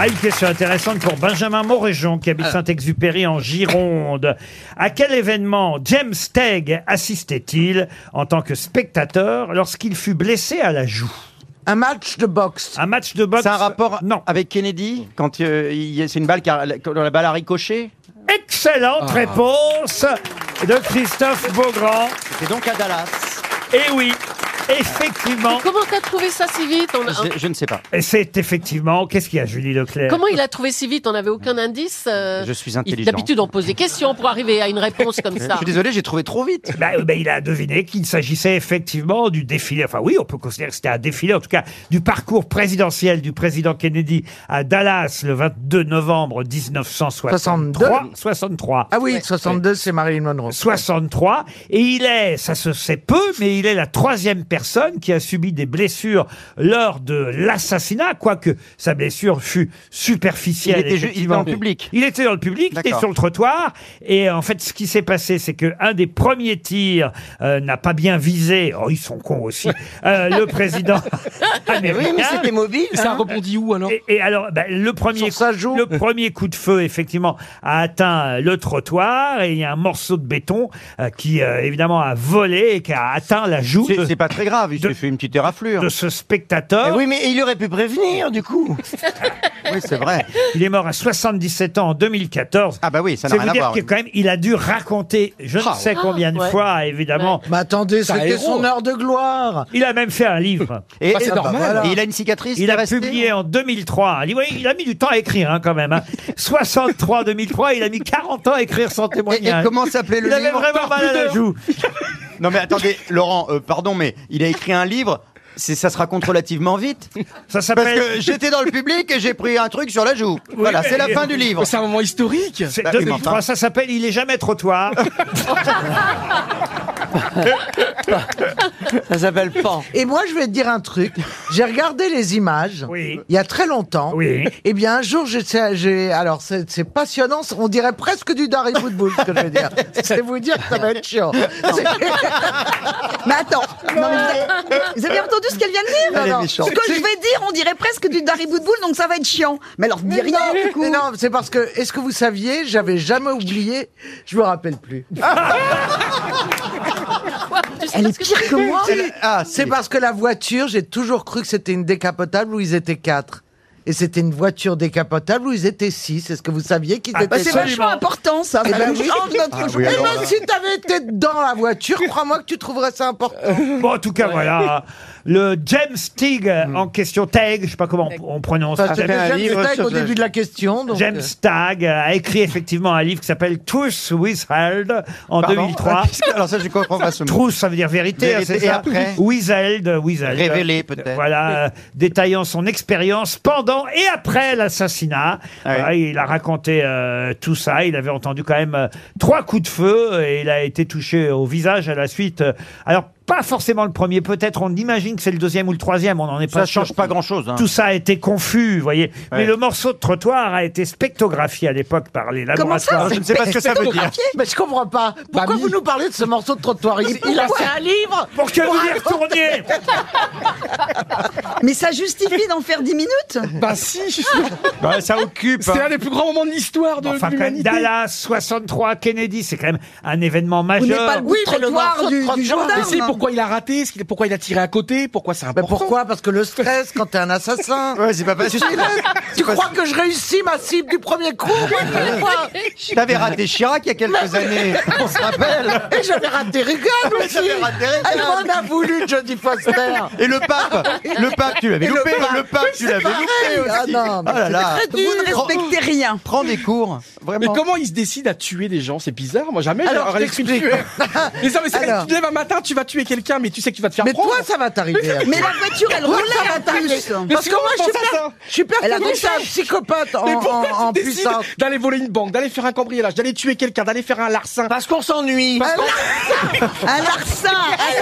S2: Ah, une question intéressante pour Benjamin Moréjon, qui habite
S3: Ah.
S2: Saint-Exupéry en Gironde. À quel événement James Teg assistait-il en tant que spectateur lorsqu'il fut blessé à la joue
S7: Un match de boxe.
S2: Un match de boxe.
S3: C'est un rapport avec Kennedy quand euh, il y a- c'est une balle qui a- quand la balle a ricoché.
S2: Excellente
S3: Ah.
S2: réponse de Christophe Beaugrand.
S3: C'était donc à Dallas.
S2: Eh oui, effectivement.
S6: Mais comment t'as trouvé ça si vite On a-
S3: Je, je ne sais pas.
S2: Et c'est effectivement. Qu'est-ce qu'il y a, Julie Leclerc
S6: Comment il a trouvé si vite On n'avait aucun indice. euh,
S3: Je suis
S6: il-
S3: intelligent.
S6: D'habitude, on pose des questions pour arriver à une réponse comme ça.
S3: Je suis désolé, j'ai trouvé trop vite.
S2: Bah, euh, bah, il a deviné qu'il s'agissait effectivement du défilé. Enfin, oui, on peut considérer que c'était un défilé, en tout cas, du parcours présidentiel du président Kennedy à Dallas le 22 novembre 1963.
S7: 62.
S2: 63.
S7: Ah oui, 62, c'est Marilyn Monroe.
S2: 63. Et il est, ça se sait peu, mais il est la troisième personne qui a subi des blessures lors de l'assassinat, quoique sa blessure fut superficielle.
S3: Il était ju- il était
S2: effectivement.
S3: dans le public.
S2: Il était dans le public, il était
S3: D'accord.
S2: sur le trottoir. Et euh, en fait, ce qui s'est passé, c'est que un des premiers tirs euh, n'a pas bien visé. Oh, ils sont cons aussi. Euh, le président. Ah,
S18: Mais oui, mais c'était mobile. hein.
S2: où alors et, et alors, bah, le premier, coup, le premier coup de feu, effectivement, a atteint le trottoir et il y a un morceau de béton euh, qui, euh, évidemment, a volé et qui a atteint la joue.
S3: C'est- C'est pas très grave, il s'est fait une petite éraflure.
S2: De ce spectateur.
S18: Eh oui, mais il aurait pu prévenir, du coup.
S3: Oui, c'est vrai.
S2: Il est mort à 77 ans en 2014.
S3: Ah bah oui, ça n'a
S2: C'est
S3: rien
S2: vous
S3: à
S2: dire
S3: voir,
S2: que
S3: oui.
S2: quand même, il a dû raconter, je ne
S3: Ah,
S2: sais
S3: ouais.
S2: combien de
S3: Ouais.
S2: fois, évidemment.
S7: Mais attendez, c'était son heure de gloire.
S2: Il a même fait un livre.
S3: Et- Ah, c'est et- normal. et il a une cicatrice,
S2: Il
S3: il est
S2: a
S3: resté,
S2: publié en 2003. un livre. Oui, Il a mis du temps à écrire hein, quand même. hein. 63 2003, il a mis 40 ans à écrire son témoignage.
S3: comment s'appelait le
S2: Il avait
S3: livre
S2: vraiment mal à la joue.
S3: Non mais attendez, Laurent, euh, pardon, mais il a écrit un livre. c'est- Ça se raconte relativement vite.
S2: Ça
S3: Parce
S2: s'appelle-
S3: que j'étais dans le public et j'ai pris un truc sur la joue. voilà, c'est la fin du livre.
S9: C'est un moment historique.
S2: C'est
S3: Bah oui, mais
S2: 2003,
S3: enfin.
S2: ça s'appelle Il est jamais trottoir.
S18: Ça s'appelle Pan.
S7: Et moi, je vais te dire un truc. J'ai regardé les images il y a très longtemps.
S2: Oui.
S7: Et bien, un jour, j'ai- j'ai. Alors, c'est c'est passionnant. On dirait presque du Darry Bootbull, ce que je veux dire. C'est vous dire que ça va être chiant. C'est-
S8: Mais attends, non, mais Euh, vous, avez, vous avez entendu ce qu'elle vient de dire
S7: Elle est
S8: Non, non.
S7: méchante.
S8: Ce que je vais dire, on dirait presque du Darry Boudboul, donc ça va être chiant. Mais alors, dis rien,
S7: non,
S8: du coup.
S7: mais non, c'est parce que, est-ce que vous saviez, j'avais jamais oublié, je me rappelle plus.
S12: Ah,
S10: Elle est pire que moi.
S7: Elle- ah, c'est parce que la voiture, j'ai toujours cru que c'était une décapotable où ils étaient quatre. Et c'était une voiture décapotable où ils étaient six. Est-ce que vous saviez qu'ils
S8: Ah,
S7: étaient
S8: bah, c'est vachement important, ça.
S7: Eh
S8: Ça
S7: ben
S8: nous
S7: oui.
S8: change notre
S7: Ah oui,
S8: journée.
S7: alors
S3: euh,
S7: Eh ben, là. si t'avais été dans la voiture, crois-moi que tu trouverais ça important.
S2: Bon, en tout cas, voilà. Le James Teague
S7: Hmm.
S2: en question, Teague, je sais pas comment on, on prononce.
S7: Parce que James Steig au début de la question. donc,
S2: James
S7: euh,
S2: Tag a écrit effectivement un livre qui s'appelle Truth Withheld en
S3: Pardon Ah,
S2: 2003.
S3: Alors ça, je comprends pas ce mot.
S2: Truth, ça veut dire vérité, hein,
S3: Vérité,
S2: c'est
S3: et
S2: ça
S3: après
S2: Withheld, Withheld.
S3: Révélé, peut-être.
S2: Voilà, euh, détaillant son expérience pendant et après l'assassinat.
S3: Ah
S2: Voilà, il a raconté euh, tout ça. Il avait entendu quand même euh, trois coups de feu et il a été touché au visage à la suite. Euh, Alors, pas forcément le premier, peut-être. On imagine que c'est le deuxième ou le troisième. On n'en est
S3: Ça
S2: pas sûr.
S3: change pas grand-chose. hein.
S2: Tout ça a été confus, vous voyez. Mais
S3: Ouais.
S2: le morceau de trottoir a été spectographié à l'époque par les
S7: Comment ça
S2: laboratoires.
S7: c'est spectrographié Mais je comprends pas. Pourquoi vous nous parlez de ce morceau de trottoir Il, il a fait un livre
S2: Pour que vous y retourniez
S8: Mais ça justifie d'en faire 10 minutes
S9: Bah si
S3: Bah, ça occupe.
S9: C'est
S3: hein.
S9: un des plus grands moments de l'histoire de
S2: Enfin, quand même,
S9: l'humanité.
S2: Dallas, 63, Kennedy, c'est quand même un événement
S8: Vous n'êtes
S2: majeur.
S8: pas le bout de trottoir du, du gendarme.
S9: Mais si, pour pourquoi il a raté, ce qu'il- pourquoi il a tiré à côté, pourquoi c'est important. pourquoi
S7: Parce que le stress quand t'es un assassin.
S9: Ouais, c'est pas
S7: Tu, sais, tu crois que je réussis ma cible du premier coup
S3: T'avais raté Chirac il y a quelques années, on se rappelle.
S7: Et j'avais raté Reagan
S3: Mais
S7: aussi.
S3: t'avais raté Reagan.
S7: Elle m'en a voulu, Jodie Foster.
S3: Et le pape, le pape, tu l'avais
S7: Et
S3: loupé, le pape,
S7: Mais
S3: tu
S7: c'est
S3: l'avais
S7: pareil.
S3: loupé aussi.
S7: Ah non, mais
S3: Oh là là.
S7: c'est très dur.
S3: Prends-
S7: rien.
S3: Prends des cours,
S9: Mais
S3: vraiment.
S9: comment il se décide à tuer des gens C'est bizarre. Moi, jamais
S7: Alors,
S9: j'aurais
S7: je
S9: l'esprit de tuer.
S7: t'explique.
S9: Mais ça, mais c'est vrai,
S7: Alors.
S9: tu te lèves un matin, tu vas tuer quelqu'un, mais tu sais que tu vas te faire
S7: Mais
S9: prendre.
S7: toi, ça va t'arriver.
S9: Mais-
S7: Mais la
S8: voiture, elle
S7: Toi,
S8: roulait
S7: ça va
S8: en
S7: t'arriver.
S8: plus. Mais
S7: Parce que
S9: comment
S7: moi, je
S9: tu
S7: suis,
S9: penses à
S7: per-
S9: ça
S7: je suis persuadé
S9: Mais
S7: que c'est un psychopathe en,
S9: Mais pourquoi
S7: en, en
S9: tu décides
S7: puissance.
S9: d'aller voler une banque, d'aller faire un cambriolage, d'aller tuer quelqu'un, d'aller faire un larcin Parce qu'on s'ennuie.
S8: Un larcin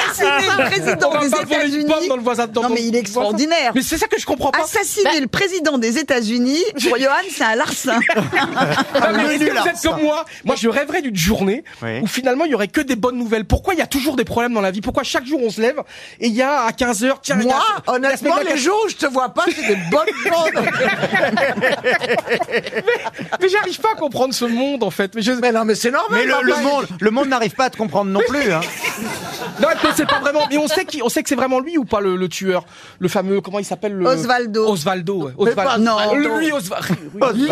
S8: Assassiner le
S9: On va
S8: président des
S9: pas voler une pomme
S8: États-Unis
S9: dans le voisin dans
S8: Non
S9: ton-
S8: mais il est extraordinaire
S9: Mais c'est ça que je comprends pas. Bah-
S8: Assassiner le président des États-Unis, pour Johan, c'est un larcin
S9: Ah, mais est-ce que vous êtes comme moi Moi, je rêverais d'une journée où finalement il y aurait que des bonnes nouvelles. Pourquoi il y a toujours des problèmes dans la vie Pourquoi chaque jour on se lève et il y a à 15 h tiens.
S7: Moi,
S9: il y a-
S7: honnêtement,
S9: il y a-
S7: les jours où je te vois pas, c'est des bonnes choses.
S9: Mais j'arrive pas à comprendre ce monde en fait. Mais, je-
S7: mais non, mais c'est normal.
S3: Mais le, le monde, le monde n'arrive pas à te comprendre non plus. Hein.
S9: Non, mais c'est pas vraiment. Mais on sait qui, on sait que c'est vraiment lui ou pas le, le tueur, le fameux comment il s'appelle le...
S8: Osvaldo.
S9: Osvaldo. ouais.
S7: Mais pas
S9: Osvaldo.
S7: Osvaldo.
S9: Lui Osvaldo.
S7: Lee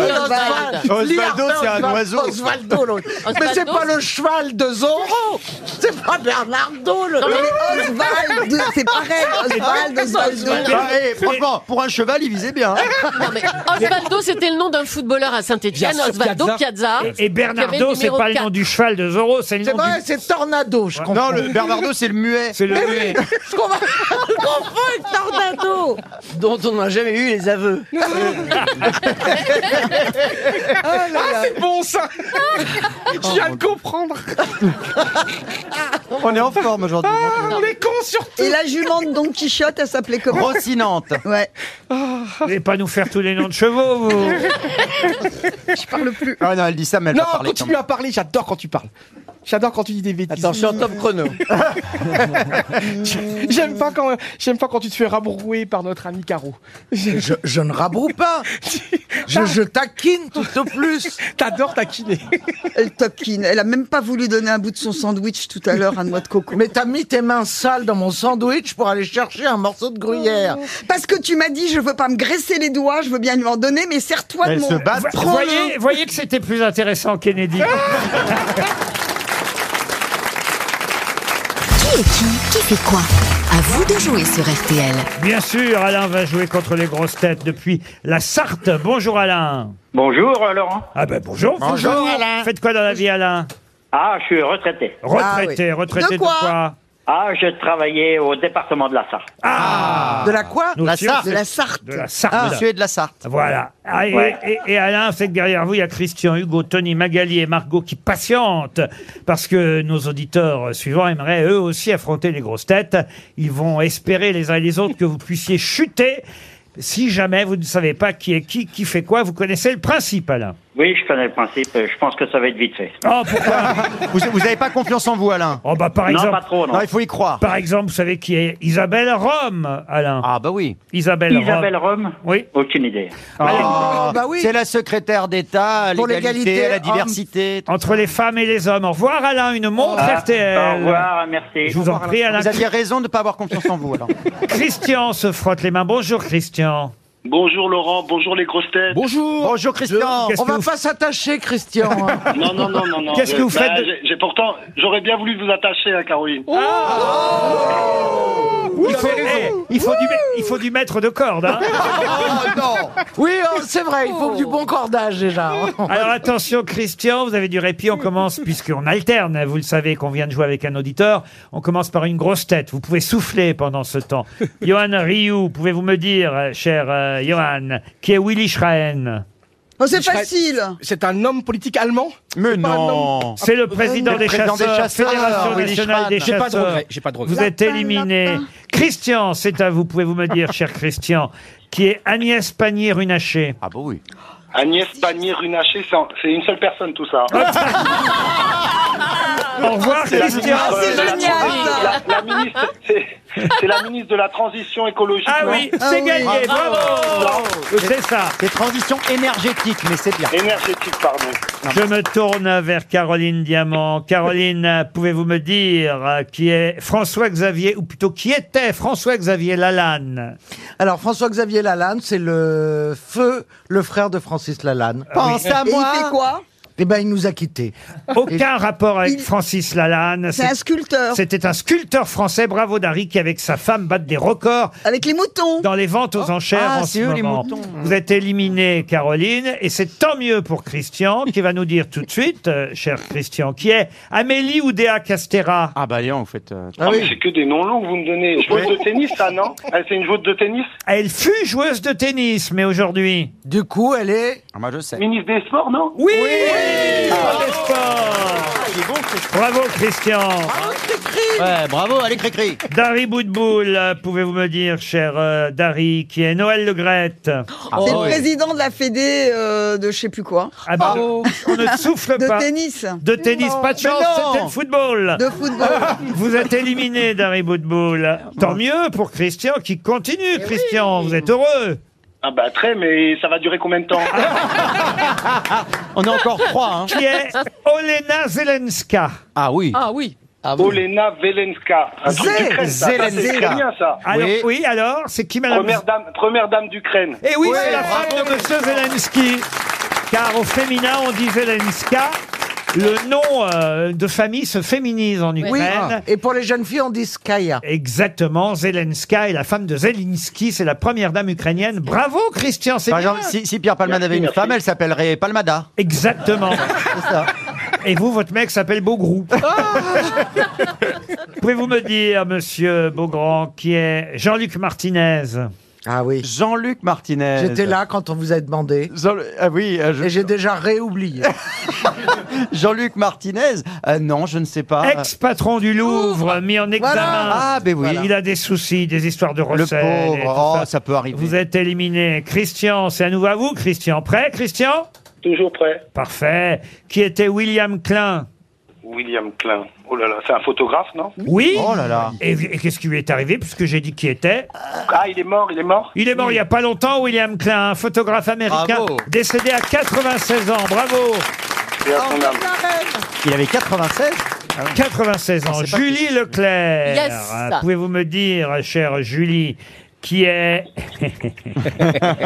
S7: Oswald.
S3: Osvaldo,
S7: Lee
S3: c'est un
S7: Oswald.
S3: oiseau.
S7: Osvaldo, l'autre. Mais c'est
S6: Osvaldo,
S7: pas le cheval de Zorro. C'est pas Bernardo, le.
S6: Non, mais-
S8: Osvaldo, c'est pareil, Osvaldo, Osvaldo
S3: Ah, eh, franchement, pour un cheval, il visait bien. hein.
S6: Non, mais Osvaldo, c'était le nom d'un footballeur à Saint-Etienne,
S9: Bien sûr,
S6: Osvaldo Piazza.
S2: Et Bernardo, c'est pas le nom du cheval de Zorro, c'est le
S7: C'est
S2: nom
S7: vrai,
S2: du...
S7: c'est Tornado, je comprends.
S3: Non, le Bernardo, c'est le muet.
S2: C'est le...
S7: Je comprends je comprends le Tornado.
S5: Dont on n'a jamais eu les aveux.
S9: Ah, c'est bon ça. Je viens de comprendre.
S3: On est en forme aujourd'hui.
S9: Ah, on est con surtout.
S8: Et la jument de Don Quichotte, elle s'appelait comment
S3: Rossinante.
S8: Ouais,
S2: Vous n'allez pas nous faire tous les noms de chevaux, vous
S8: je parle plus
S3: Ah non, elle dit ça, mais elle
S9: Non,
S3: va parler.
S9: continue à parler. J'adore quand tu parles. J'adore quand tu dis des bêtises.
S5: Attention, top chrono.
S9: J'aime pas quand j'aime pas quand tu te fais rabrouer par notre ami Caro.
S7: Je, je ne rabroue pas. Je, je taquine tout au plus.
S9: T'adores taquiner.
S8: Elle taquine, elle a même pas voulu donner un bout de son sandwich tout à l'heure à noix de coco.
S7: Mais t'as mis tes mains sales dans mon sandwich pour aller chercher un morceau de gruyère.
S8: Oh. Parce que tu m'as dit, je veux pas me graisser les doigts, je veux bien lui en donner, mais serre-toi de
S3: Elle
S8: mon...
S3: se bat.
S2: voyez, voyez que c'était plus intéressant, Kennedy.
S13: Qui est qui Qui fait quoi À vous de jouer sur RTL.
S2: Bien sûr, Alain va jouer contre les grosses têtes depuis la Sarthe. Bonjour Alain.
S19: Bonjour euh, Laurent.
S2: Ah ben bonjour.
S3: Bonjour,
S2: Alain. Faites quoi dans la vie Alain
S19: Ah, je suis retraité.
S2: Retraité, retraité de
S8: De
S2: quoi,
S8: quoi
S19: Ah, je travaillais au département de la Sarthe.
S7: De la quoi
S2: Nous
S3: La
S2: aussi,
S3: Sarthe.
S8: De la Sarthe.
S2: De la Sarthe.
S3: Monsieur est de la Sarthe.
S2: Voilà. Ah, et,
S19: Ouais.
S2: et- et Alain, c'est que derrière vous, il y a Christian, Hugo, Tony, Magali et Margot qui patientent parce que nos auditeurs suivants aimeraient eux aussi affronter les grosses têtes. Ils vont espérer les uns et les autres que vous puissiez chuter. Si jamais vous ne savez pas qui est qui, qui fait quoi, vous connaissez le principe, Alain.
S19: Oui, je connais le principe. euh, Je pense que ça va être vite fait.
S2: Oh, pourquoi
S3: Vous, vous avez pas confiance en vous, Alain
S2: Oh, bah, par
S19: non,
S2: exemple.
S19: pas trop, non.
S3: Non, il faut y croire.
S2: Par exemple, vous savez qui est Isabelle Rome, Alain.
S3: Ah bah oui.
S2: Isabelle,
S19: Isabelle Rome
S2: Oui.
S19: Aucune idée.
S2: Oh.
S3: Ah,
S7: bah oui.
S3: C'est la secrétaire d'État à
S7: Pour
S3: l'égalité, à la
S7: l'égalité,
S3: diversité.
S2: Entre les femmes et les hommes. Au revoir, Alain. Une montre
S19: Ah,
S2: RTL.
S19: Au revoir, merci.
S2: Je vous en prie, Alain.
S3: Vous aviez raison de ne pas avoir confiance en vous, alors.
S2: Christian se frotte les mains. Bonjour, Christian.
S17: Bonjour Laurent, bonjour les grosses têtes.
S9: Bonjour.
S3: Bonjour, Christian.
S2: Qu'est-ce
S7: On
S2: que
S7: va
S2: vous-
S7: pas s'attacher, Christian. hein.
S17: Non, non, non, non, non.
S2: Qu'est-ce que
S17: Euh,
S2: vous faites de- Oh
S17: j'ai- j'ai- pourtant, j'aurais bien voulu vous attacher à Caroline.
S2: il, faut, eh, il, faut du, il faut du maître de corde. hein.
S7: Oui, oh, c'est vrai, il faut du bon cordage déjà.
S2: Alors attention, Christian, vous avez du répit. On commence, puisqu'on alterne, vous le savez, qu'on vient de jouer avec un auditeur. On commence par une grosse tête. Vous pouvez souffler pendant ce temps. Johan Rioux, pouvez-vous me dire, euh, cher euh, Johan, qui est Willy Schrein
S8: Oh, c'est facile
S9: C'est un homme politique allemand.
S3: Mais
S9: pas un
S3: non.
S9: homme.
S2: C'est le président, des,
S3: président
S2: chasseurs,
S3: des chasseurs,
S2: Fédération
S3: Willy
S2: nationale
S3: Schrein.
S2: des
S3: J'ai
S9: J'ai pas de
S2: chasseurs.
S9: regret. J'ai pas de regret.
S2: Vous êtes éliminé. Christian, c'est à vous. Pouvez-vous me dire, cher Christian, qui est Agnès Pannier-Runacher
S3: Ah bah oui.
S17: Agnès Pannier-Runacher, c'est en- c'est une seule personne tout ça.
S2: Ah, Au revoir, Christian. Ah,
S17: Euh, la-
S8: génial,
S17: la- la ministre- c'est- C'est la ministre de la Transition écologique.
S2: Ah
S17: non
S2: oui, c'est gagné, bravo,
S17: Ah
S2: C'est ça.
S3: C'est transition énergétique, mais c'est bien.
S17: Énergétique, pardon.
S2: Je me tourne vers Caroline Diamant. Caroline, pouvez-vous me dire euh, qui est François-Xavier, ou plutôt qui était François-Xavier Lalanne
S7: Alors, François-Xavier Lalanne, c'est le feu, le frère de Francis Lalanne.
S2: Pense à
S7: Ah Et
S2: moi.
S7: Il fait quoi Eh ben, il nous a quittés.
S2: Aucun rapport avec Francis Lalanne.
S7: C'est un sculpteur.
S2: C'était un sculpteur français, bravo Dari, qui avec sa femme battent des records.
S8: Avec les moutons.
S2: Dans les ventes aux enchères
S8: Ah,
S2: en
S8: c'est
S2: ce
S8: eux, les
S2: moment.
S8: moutons.
S2: Vous êtes éliminée, Caroline, et c'est tant mieux pour Christian, qui va nous dire tout de suite, euh, cher Christian, qui est Amélie Oudéa Castera.
S3: Ah bah en fait.
S17: Ah, mais c'est que des noms longs que vous me donnez. Joueuse de tennis, ça, non Ah, C'est une joueuse de tennis
S2: Elle fut joueuse de tennis, mais aujourd'hui.
S7: Du coup, elle est.
S3: Ah, moi je sais. Ah.
S17: Ministre des Sports, non
S2: Oui, Ministre des Sports Bravo, Christian
S3: Ouais, bravo, allez, Cricri
S2: Dari Boudboul, euh, pouvez-vous me dire, cher euh, Dari, qui est Noël Legrette
S8: Ah, C'est
S3: Oh,
S8: le président de la Fédé euh, de je sais plus quoi. Oh.
S2: Ah bah, on ne souffle
S8: de
S2: pas.
S8: tennis.
S2: De tennis, pas de
S8: Mais
S2: chance,
S8: non.
S2: c'était le football.
S8: De football.
S2: Vous êtes éliminé, Dari Boudboul. Tant mieux pour Christian qui
S8: Eh
S2: continue. Christian, vous êtes heureux.
S17: Ah bah très, mais ça va durer combien de temps
S3: On est encore trois, hein.
S2: Qui est Olena Zelenska.
S3: Ah oui.
S17: Ah
S6: oui.
S17: Olena Velenska. Un truc
S2: Zé-
S17: d'Ukraine, ça, ça, c'est
S2: Zelenska.
S17: ukrainien, ça.
S2: Alors, oui. alors, c'est qui, madame
S17: Première dame, première dame d'Ukraine.
S2: Et oui, c'est la femme de Monsieur Zelensky. Car au féminin, on dit Zelenska. Le nom euh, de famille se féminise en
S7: Oui, Ah.
S2: Ukraine.
S7: et pour les jeunes filles, on dit Skaya.
S2: Exactement, Zelenska est la femme de Zelensky, c'est la première dame ukrainienne. Bravo Christian, c'est
S3: Par
S2: bien.
S3: exemple, si, si Pierre Palmade avait une femme, elle s'appellerait Palmada.
S2: Exactement. Et vous, votre mec s'appelle Beaugrou.
S11: Ah.
S2: Pouvez-vous me dire, monsieur Beaugrand, qui est Jean-Luc Martinez
S7: Ah oui.
S3: Jean-Luc Martinez.
S7: J'étais là quand on vous a demandé.
S3: Ah oui.
S7: Et j'ai déjà réoublié.
S3: Jean-Luc Martinez Euh, Non, je ne sais pas.
S2: Ex-patron du Louvre, mis en examen.
S3: Ah, ben oui.
S2: Il a des soucis, des histoires de
S3: Le
S2: recettes. et tout
S3: pauvre,
S2: ça.
S3: oh, ça peut arriver.
S2: Vous êtes éliminé. Christian, c'est à nouveau à vous, Christian. Prêt, Christian
S17: Toujours prêt.
S2: Parfait. Qui était William Klein
S17: William Klein. Oh là là, c'est un photographe, non
S2: Oui.
S17: Oh là là.
S2: Et, et qu'est-ce qui lui est arrivé Puisque j'ai dit qui était.
S17: Ah, il est mort, il est mort
S2: Il est mort il n'y a pas longtemps, William Klein, un photographe américain,
S17: Bravo.
S2: décédé à 96 ans. Bravo
S17: Et à son âme.
S3: Il avait Ah 96
S2: 96 ans. Julie Leclerc.
S3: Yes.
S2: Euh, Pouvez-vous me dire, chère Julie, qui est...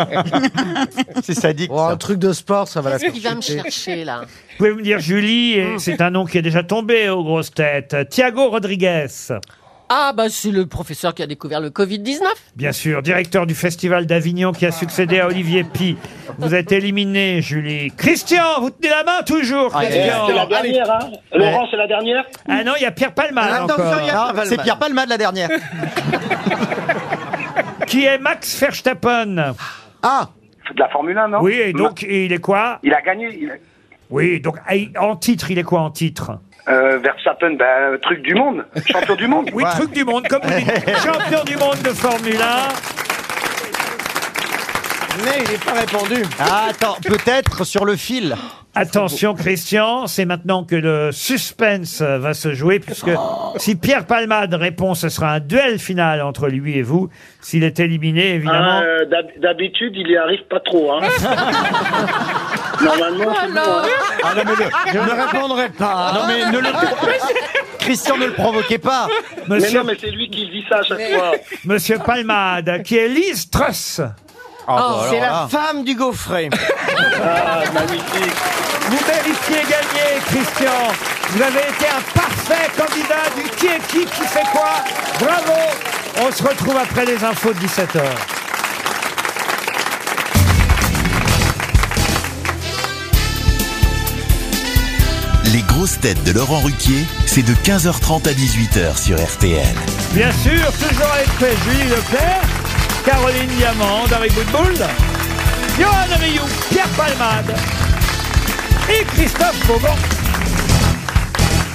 S3: C'est sadique.
S7: Oh, un truc de sport, ça va la
S6: Qu'est-ce qui va me
S7: percuter.
S6: chercher Mmh. là
S2: Pouvez-vous me dire Julie et C'est un nom qui est déjà tombé aux grosses têtes. Thiago Rodriguez.
S6: Ah bah c'est le professeur qui a découvert le Covid-19.
S2: Bien sûr, directeur du Festival d'Avignon qui a succédé à Olivier Pi. Vous êtes éliminé, Julie. Christian, vous tenez la main toujours,
S17: Ah, C'est
S2: Christian.
S17: la dernière, hein Laurent, c'est la dernière
S2: Ah non, il y a Pierre Palmade encore.
S3: C'est Pierre Palmade la dernière.
S2: Qui est Max Verstappen
S7: Ah
S17: De la Formule 1, non
S2: Oui, et donc, il est quoi
S17: Il a gagné. il a-
S2: Oui, donc ah, il- en titre, il est quoi en titre
S17: Euh, Verstappen, ben, truc du monde, champion du monde.
S2: Oui, truc du monde, comme vous dites. Champion du monde de Formule 1.
S3: Mais il n'est pas répondu. Ah, attends, peut-être sur le fil.
S2: Attention Christian, c'est maintenant que le suspense euh, va se jouer puisque
S17: Oh.
S2: si Pierre Palmade répond, ce sera un duel final entre lui et vous. S'il est éliminé, évidemment.
S17: Hein, euh, d'hab- D'habitude, il y arrive pas trop. Hein. Normalement, c'est bon, hein.
S3: Ah non, mais le- je ne répondrai
S17: Ah.
S3: pas. Non, mais ne le... Christian, ne le provoquez pas.
S17: Mais
S2: Monsieur,
S17: non, mais c'est lui qui dit ça à chaque fois.
S2: Monsieur Palmade, qui est Lise Truss.
S3: bah, alors
S10: Oh, C'est
S3: là.
S10: la femme du gaufret.
S17: Ah, magnifique.
S2: Vous méritiez gagner, Christian. Vous avez été un parfait candidat du qui est qui, qui fait quoi. Bravo. On se retrouve après les infos de 17h.
S1: Les grosses têtes de Laurent Ruquier, c'est de 15h30 à 18h sur RTL.
S2: Bien sûr, toujours avec Julie Leclerc, Caroline Diamant, Dari Boudboul, Johan Rioux, Pierre Palmade et Christophe Beaugrand.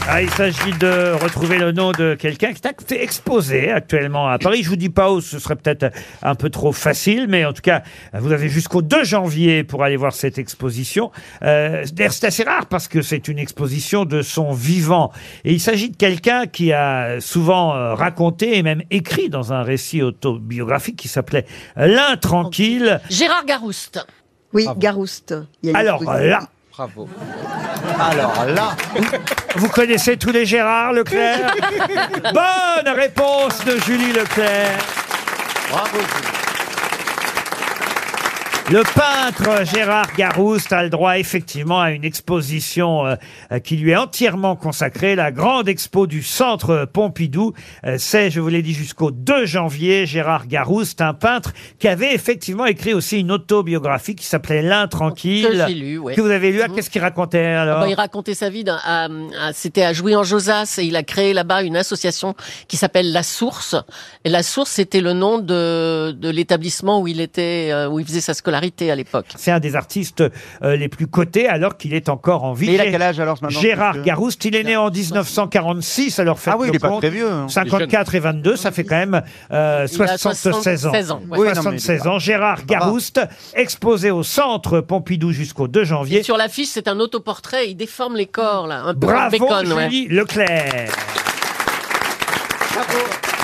S2: Ah, il s'agit de retrouver le nom de quelqu'un qui est act- exposé actuellement à Paris. Je vous dis pas où, ce serait peut-être un peu trop facile, mais en tout cas, vous avez jusqu'au 2 janvier pour aller voir cette exposition. Euh, d'ailleurs, c'est assez rare parce que c'est une exposition de son vivant. Et il s'agit de quelqu'un qui a souvent euh, raconté et même écrit dans un récit autobiographique qui s'appelait L'intranquille.
S6: Gérard Garouste.
S8: Oui, Garouste. Il y a eu
S2: Ah Alors
S8: un truc.
S2: là,
S9: Bravo.
S2: alors là, vous connaissez tous les Gérard Leclerc Bonne réponse de Julie Leclerc. Bravo. Le peintre Gérard Garouste a le droit effectivement à une exposition euh, euh, qui lui est entièrement consacrée, la grande expo du centre Pompidou. Euh, C'est, je vous l'ai dit, jusqu'au 2 janvier, Gérard Garouste, un peintre qui avait effectivement écrit aussi une autobiographie qui s'appelait L'Intranquille,
S6: Que j'ai lu, ouais. Mm.
S2: que vous avez lu. Ah, Qu'est-ce qu'il racontait alors
S6: Bah, il racontait sa vie. d'un- à- à- C'était à Jouy en Josas et il a créé là-bas une association qui s'appelle La Source. Et La Source, c'était le nom de, de l'établissement où il était, euh, où il faisait sa scolarité à l'époque.
S2: C'est un des artistes euh, les plus cotés alors qu'il est encore en vie.
S11: Mais il a quel âge, alors, maintenant,
S2: Gérard
S11: monsieur
S2: Garouste, il est né en 1946, alors faites
S11: Ah oui,
S2: le
S11: il est pas
S2: compte.
S11: très vieux, hein.
S2: 54 et 22, ça fait quand même euh,
S6: Il a
S2: 76 ans.
S6: 76 ans, ouais. Oui,
S2: Oui,
S6: non, mais
S2: 76 ans. Gérard Garouste, exposé au centre Pompidou jusqu'au 2 janvier.
S6: Et sur l'affiche, c'est un autoportrait. Il déforme les corps, là. Un peu comme
S2: Bravo
S6: Bacon, ouais.
S2: Julie Leclerc.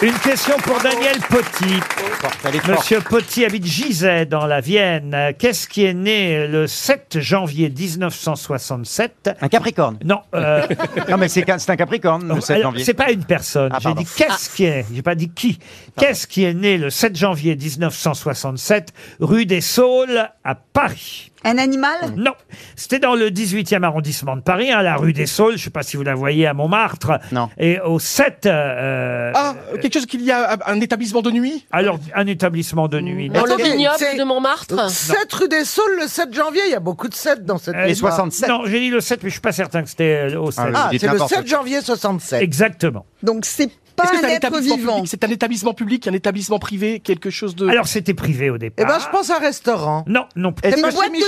S2: Une question pour Daniel Petit. Monsieur Petit habite Gizet dans la Vienne. Euh, Qu'est-ce qui est né le 7 janvier 1967 Un Capricorne. Non. euh,
S11: Non, mais c'est qu'un- c'est un Capricorne, le 7
S2: alors,
S11: janvier.
S2: c'est pas une personne. J'ai dit qu'est-ce qui est. J'ai pas dit qui. Qu'est-ce qui est né le 7 janvier 1967 rue des Saules à Paris. Mm.
S8: Un animal
S2: Non. C'était dans le 18e arrondissement de Paris, hein, la rue des Saules. Je sais pas si vous la voyez à Montmartre. Non. Et au 7. euh,
S9: Ah, quelque chose qu'il y a un établissement de nuit
S2: Alors, un établissement de nuit.
S7: Mm.
S6: Dans le vignoble
S7: c'est-
S6: de Montmartre
S7: 7 rue des Saules, le 7 janvier, il y a beaucoup de 7 dans cette
S2: Euh,
S7: histoire.
S2: Non, j'ai dit le 7, mais je suis pas certain que c'était euh, au 7.
S7: Ah, c'est le 7 janvier 67.
S2: Exactement.
S8: Donc c'est
S9: Est-ce
S8: pas
S9: que
S8: un
S9: c'est un
S8: être
S9: établissement
S8: vivant.
S9: public C'est un établissement public, un établissement privé, quelque chose de.
S2: Alors, c'était privé au
S7: Eh
S2: départ.
S7: ben, je pense à un restaurant. Eh ben,
S2: Non, non.
S7: C'est
S11: Est-ce
S7: pas
S11: que-
S7: chez Michaud.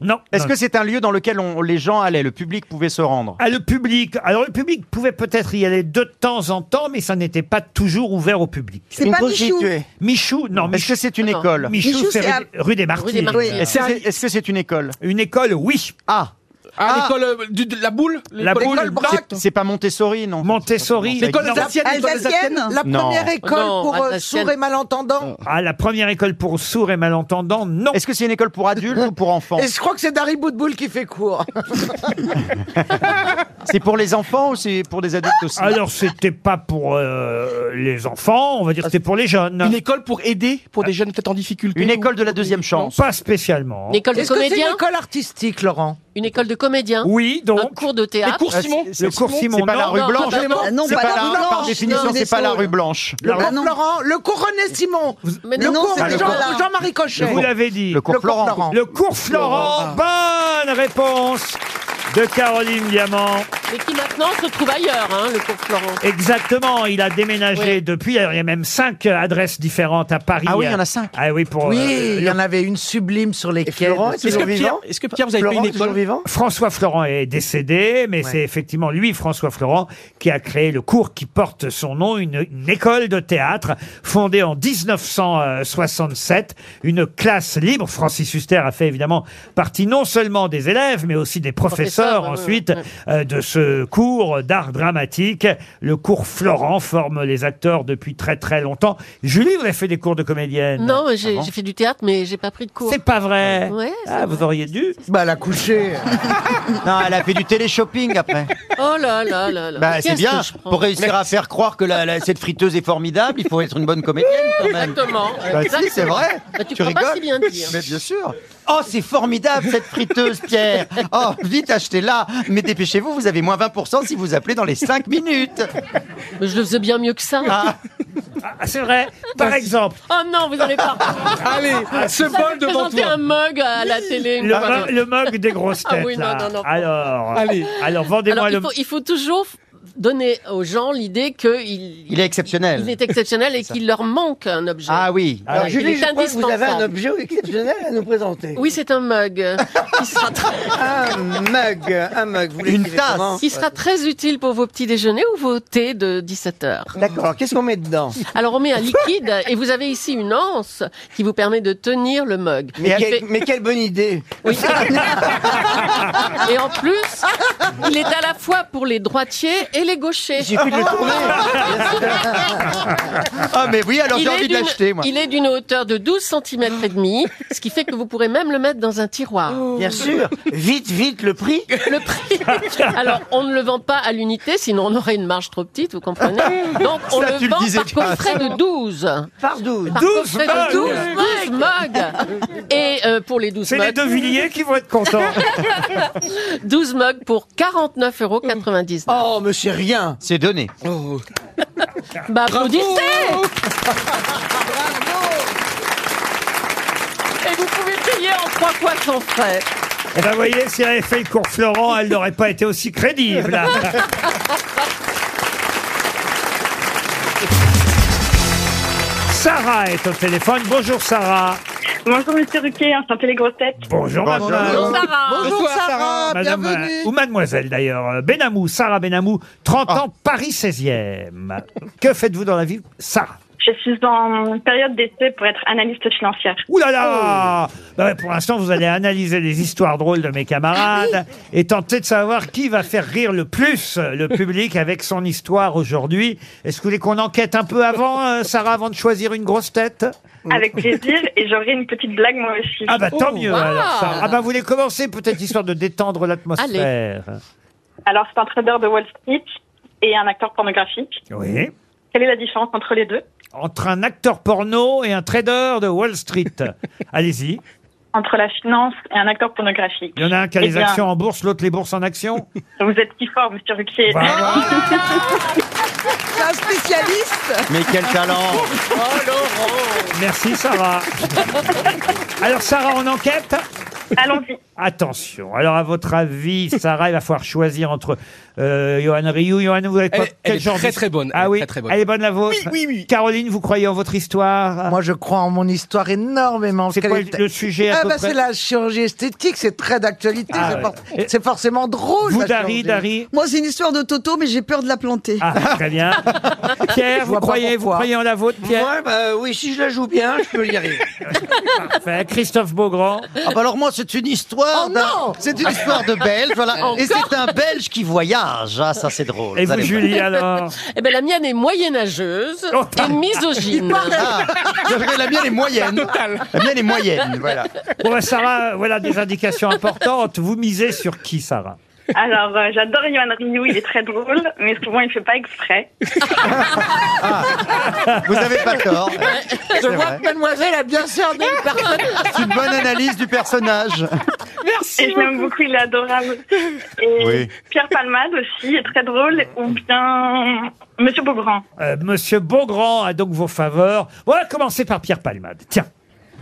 S2: Non.
S11: Est-ce
S2: Non.
S11: que c'est un lieu dans lequel on- les gens allaient, le public pouvait se rendre
S2: Ah, le public. Alors, le public pouvait peut-être y aller de temps en temps, mais ça n'était pas toujours ouvert au public.
S11: C'est Une pas Michou prostituée.
S2: Michou, non.
S11: Est-ce que c'est une
S2: Non.
S11: école
S2: Michou,
S11: Michou,
S2: c'est
S11: c'est
S2: rue,
S11: à-
S2: rue des Martyrs.
S11: Est-ce que c'est- est-ce que c'est une école
S2: Une école, oui.
S11: Ah
S9: Ah, l'école euh, du- de la boule
S2: La boule,
S11: C'est- C'est pas Montessori, non
S2: Montessori.
S11: L'école
S2: non.
S11: alsacienne, l'école alsacienne
S7: La
S11: Non.
S7: première école
S6: Non,
S7: pour euh,
S6: alsacienne.
S7: sourds et malentendants.
S2: Ah, la première école pour sourds et malentendants, non.
S11: Est-ce que c'est une école pour adultes ou pour enfants
S7: Et je crois que c'est Dari Boudboul qui fait cours.
S11: C'est pour les enfants ou c'est pour des adultes aussi
S2: Alors, c'était pas pour euh, les enfants, on va dire que c'était pour les jeunes. Ah.
S9: Une école pour aider, pour des jeunes peut-être en difficulté.
S11: Une école de la deuxième chance.
S2: Pas spécialement.
S6: Une école de
S7: Est-ce que c'est une
S6: comédiens
S7: école artistique, Laurent
S6: Une école de comédiens
S2: Oui,
S6: Un
S2: donc.
S6: cours de théâtre
S9: Les cours Simon
S11: Euh, c'est-
S2: Le
S11: c'est-
S2: cours Simon,
S11: C'est pas la
S2: non.
S11: rue
S6: Non,
S11: Blanche.
S6: non,
S8: Ah non,
S11: C'est
S8: pas
S11: pas
S8: la
S11: la-
S8: rue
S11: Par
S8: Blanche.
S11: définition,
S8: non,
S11: c'est
S8: des
S11: pas la
S8: saules.
S11: rue Blanche.
S7: Le
S2: Alors,
S7: cours Florent, le cours René Simon,
S6: Mais
S7: le
S8: non,
S7: cours
S8: c'est
S7: Jean-
S8: Jean-Laurent.
S7: Jean-Marie Cochet.
S2: Vous l'avez dit.
S11: Le cours
S7: Le cours
S11: Florent.
S7: Florent.
S2: Le cours Florent. Bonne réponse de Caroline Diamant.
S6: Mais qui maintenant se trouve ailleurs, hein, le cours Florent.
S2: Exactement, il a déménagé depuis. Alors, il y a même cinq euh, adresses différentes à Paris.
S11: Ah oui, il y en a cinq.
S2: Ah oui, pour
S20: Oui,
S2: euh,
S20: il y en avait une sublime sur les quais.
S5: Florent est
S9: Est-ce que,
S5: toujours
S9: Pierre,
S5: vivant
S9: est-ce que Pierre, vous avez
S5: Florent
S9: fait
S5: est
S9: une école
S5: toujours vivant
S2: François Florent est décédé, mais c'est effectivement lui, François Florent, qui a créé le cours qui porte son nom, une, une école de théâtre fondée en 1967, une classe libre. Francis Huster a fait évidemment partie non seulement des élèves, mais aussi des professeurs
S6: Professeurs, ouais,
S2: ensuite
S6: ouais, ouais.
S2: euh, de ce cours d'art dramatique. Le cours Florent forme les acteurs depuis très très longtemps. Julie, vous avez fait des cours de comédienne
S6: Non, mais j'ai
S2: Ah bon
S6: j'ai fait du théâtre, mais j'ai pas pris de cours.
S2: C'est pas vrai.
S6: Ouais, c'est
S2: ah, vous auriez dû.
S20: Bah, elle a couché.
S11: Non, elle a fait du télé-shopping après.
S6: Oh là là là là.
S11: Bah, c'est
S6: Qu'est-ce
S11: bien.
S6: que je prends
S11: Pour réussir à faire croire que la- la- cette friteuse est formidable, il faut être une bonne comédienne quand même.
S6: Exactement.
S11: Bah, si, c'est
S6: Exactement.
S11: vrai.
S6: Bah, tu crois pas si bien dire.
S11: Mais bien sûr. Oh, c'est formidable cette friteuse, Pierre. Oh, vite achetez-la. Mais dépêchez-vous, vous avez moins 20% si vous appelez dans les 5 minutes.
S6: Mais je le faisais bien mieux que ça.
S11: Ah,
S2: Ah, c'est vrai. Par exemple,
S6: Oh non, vous n'avez pas.
S9: Allez, ce
S6: Ça
S9: bol
S6: me
S9: devant
S6: présenter
S9: toi.
S6: un mug à la télé. une
S2: Le,
S6: fois.
S2: mo- le mug des grosses
S6: Ah
S2: têtes.
S6: oui, non,
S2: là.
S6: non, non.
S2: Alors,
S9: Allez.
S2: alors vendez-moi
S6: Alors,
S2: le.
S6: il faut, il faut toujours donner aux gens l'idée qu'il
S11: Il est exceptionnel.
S6: il est exceptionnel et qu'il leur manque un objet.
S11: Ah oui.
S6: Alors,
S5: Alors, Julie, je crois que vous avez un objet
S6: exceptionnel à nous présenter. Oui, c'est un mug. euh, qui sera très...
S5: Un mug, un mug. Vous l'écrivez comment
S6: Qui sera très utile pour vos petits déjeuners ou vos thés de 17h.
S5: D'accord, alors qu'est-ce qu'on met dedans
S6: Alors, on met un liquide et vous avez ici une anse qui vous permet de tenir le mug.
S5: Mais,
S6: Il
S5: quel-
S6: fait-
S5: mais quelle bonne idée
S6: Et en plus, il est à la fois pour les droitiers et les gauchers.
S14: Il suffit de le
S11: Ah mais oui, alors
S6: Il
S11: j'ai
S6: est
S11: envie
S6: d'une-
S11: d'acheter moi.
S6: Il est d'une hauteur de 12 cm et demi, ce qui fait que vous pourrez même le mettre dans un tiroir.
S2: Oh.
S5: Bien sûr, vite, vite, le prix.
S6: Le prix. Alors, on ne le vend pas à l'unité, sinon on aurait une marge trop petite, vous comprenez Donc, on
S14: Ça,
S6: le
S14: tu le
S6: vend
S14: disais
S6: par
S14: pas.
S6: coffret de 12.
S5: Par 12
S6: Par
S2: 12
S6: coffret de
S2: mugs.
S6: 12 mugs. Et euh, pour les 12
S2: C'est
S6: mugs...
S2: les deux Villiers qui vont être contents.
S6: 12 mugs pour 49,99 euros.
S5: Oh, mais c'est rien.
S11: C'est donné.
S5: Oh.
S6: Bah, applaudissez Et vous pouvez payer en trois fois sans frais.
S2: Eh ben, vous voyez, si elle avait fait le cours Florent, elle n'aurait pas été aussi crédible. Sarah est au téléphone. Bonjour Sarah.
S12: Bonjour Monsieur Ruquier, enchanté les grosses têtes.
S2: Bonjour, madame.
S14: Bonjour Sarah,
S2: Madame, euh,
S14: bienvenue. Ah.
S2: ou mademoiselle d'ailleurs. euh, Benamou, Sarah Benamou, 30 ans, Paris 16e. que faites-vous dans la vie, Sarah
S12: Je suis en période d'essai pour être analyste financière. Oh.
S2: Ouh là là Bah ouais, Pour l'instant, vous allez analyser les histoires drôles de mes camarades et tenter de savoir qui va faire rire le plus euh, le public avec son histoire aujourd'hui. Est-ce que vous voulez qu'on enquête un peu avant, euh, Sarah, avant de choisir une grosse tête
S12: Avec plaisir et j'aurai une petite blague moi aussi. Oh,
S2: Ah bah tant
S6: Oh,
S2: mieux alors, Sarah. Ah bah vous voulez commencer peut-être histoire de détendre l'atmosphère.
S12: Alors c'est un trader de Wall Street et un acteur pornographique.
S2: Oui.
S12: Quelle est la différence entre les deux
S2: Entre un acteur porno et un trader de Wall Street. Allez-y.
S12: Entre la finance et un acteur pornographique.
S2: Il y en a un qui a
S12: Eh
S2: les
S12: bien,
S2: actions en bourse, l'autre les bourses en actions.
S12: Vous êtes si fort Monsieur Ruquier.
S14: C'est un spécialiste.
S2: Mais quel talent.
S8: Oh,
S2: Merci Sarah. Alors Sarah, on enquête
S12: Allons-y.
S2: Attention. Alors à votre avis, Sarah, il va falloir choisir entre euh, Johan Rioux, Johan, vous avez
S9: Elle,
S2: quoi-
S9: est-
S2: quel
S9: elle est
S2: genre
S9: très
S2: d'histoire
S9: très bonne.
S2: Ah oui,
S9: très, très bonne.
S2: elle est bonne la vôtre. Oui, oui, Caroline, vous croyez en votre histoire
S20: Moi, je crois en mon histoire énormément.
S2: C'est
S20: Quel
S2: quoi
S20: est-
S2: le sujet, à
S20: Ah
S2: peu
S20: bah,
S2: près
S20: c'est la chirurgie esthétique, c'est très d'actualité.
S2: Ah
S20: c'est
S2: ouais.
S20: for- C'est forcément drôle.
S2: Vous,
S20: la
S2: Dari,
S20: chirurgie.
S2: Dari
S8: Moi, Oh, c'est une histoire de Toto, mais j'ai peur de la planter.
S2: Ah, très bien.
S8: Je
S2: Pierre, vous
S8: vois pas
S2: croyez, vous
S8: pourquoi.
S2: croyez en la vôtre, Pierre
S5: Moi, bah oui, si je la joue bien, je peux y arriver.
S2: Parfait. Christophe Beaugrand.
S11: Ah bah alors moi c'est une histoire
S6: Oh,
S11: d'un- c'est une histoire de Belge voilà Ah. et
S6: Encore
S11: c'est un Belge qui voyage ah ça c'est drôle
S2: Et
S11: allez
S2: vous,
S11: voir.
S2: Julie, alors
S6: Eh ben la mienne est moyenâgeuse et misogyne.
S11: Ah, la mienne est moyenne la mienne est moyenne voilà
S2: Bon, bah, Sarah, voilà des indications importantes. Vous misez sur qui, Sarah
S12: Alors euh, j'adore Yohan Ryu, il est très drôle, mais souvent il ne fait pas exprès.
S11: vous avez pas tort
S7: Je
S11: C'est
S7: vois
S11: vrai.
S7: que mademoiselle a bien cerné le personnage.
S11: c'est une bonne analyse du personnage
S7: Merci
S12: Et je l'aime beaucoup, il est adorable. Et
S11: Oui.
S12: Pierre Palmade aussi est très drôle, ou bien Monsieur Beaugrand.
S2: Euh, Monsieur Beaugrand a donc vos faveurs. On va commencer par Pierre Palmade. Tiens.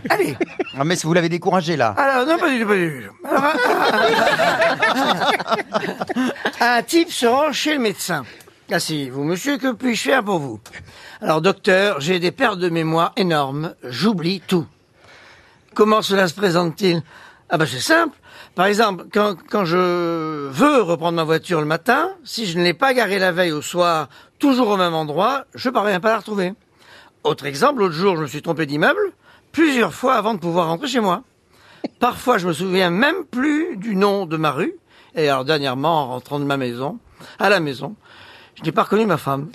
S11: ah mais vous l'avez découragé là
S3: Ah.
S5: Alors, Ah, non, pas du tout, pas du tout. Alors, un- un type se rend chez le médecin. Ah si, vous, monsieur, que puis-je faire pour vous Alors, docteur, j'ai des pertes de mémoire énormes. J'oublie tout. Comment cela se présente-t-il Ah ben, c'est simple. Par exemple, quand, quand je veux reprendre ma voiture le matin, si je ne l'ai pas garée la veille au soir, toujours au même endroit, je parviens pas à la retrouver. Autre exemple, l'autre jour, je me suis trompé d'immeuble plusieurs fois avant de pouvoir rentrer chez moi. Parfois, je me souviens même plus du nom de ma rue. Et alors, dernièrement, en rentrant de ma maison, à la maison, je n'ai pas reconnu ma femme.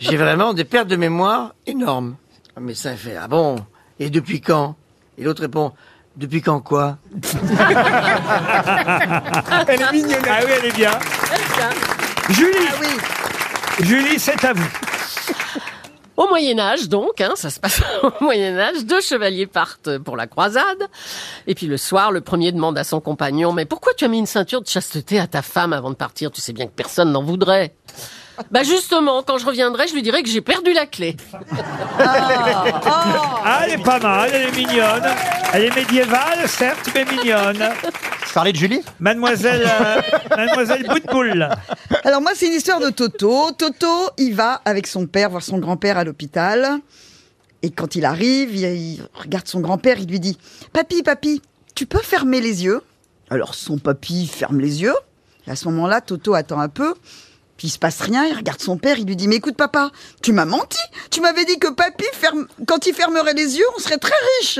S5: J'ai vraiment des pertes de mémoire énormes. Le médecin fait, ah bon? Et depuis quand? Et l'autre répond, depuis quand quoi?
S2: elle est mignonne. Ah oui, elle est bien. Julie. Julie, c'est à vous.
S6: Au Moyen Âge, donc, hein, ça se passe au Moyen Âge, deux chevaliers partent pour la croisade. Et puis le soir, le premier demande à son compagnon, mais pourquoi tu as mis une ceinture de chasteté à ta femme avant de partir Tu sais bien que personne n'en voudrait. Bah justement, quand je reviendrai, je lui dirai que j'ai perdu la clé. Oh.
S2: Ah, elle est pas mal, elle est mignonne. Elle est médiévale, certes, mais mignonne.
S11: Parler de Julie
S2: Mademoiselle, euh, Mademoiselle Boutboul.
S8: Alors moi, c'est une histoire de Toto. Toto, il va avec son père voir son grand-père à l'hôpital. Et quand il arrive, il, il regarde son grand-père, il lui dit « Papy, papy, tu peux fermer les yeux ?» Alors son papy ferme les yeux. Et à ce moment-là, Toto attend un peu. Puis il se passe rien, il regarde son père, il lui dit « Mais écoute papa, tu m'as menti Tu m'avais dit que papy, ferme... quand il fermerait les yeux, on serait très riche !»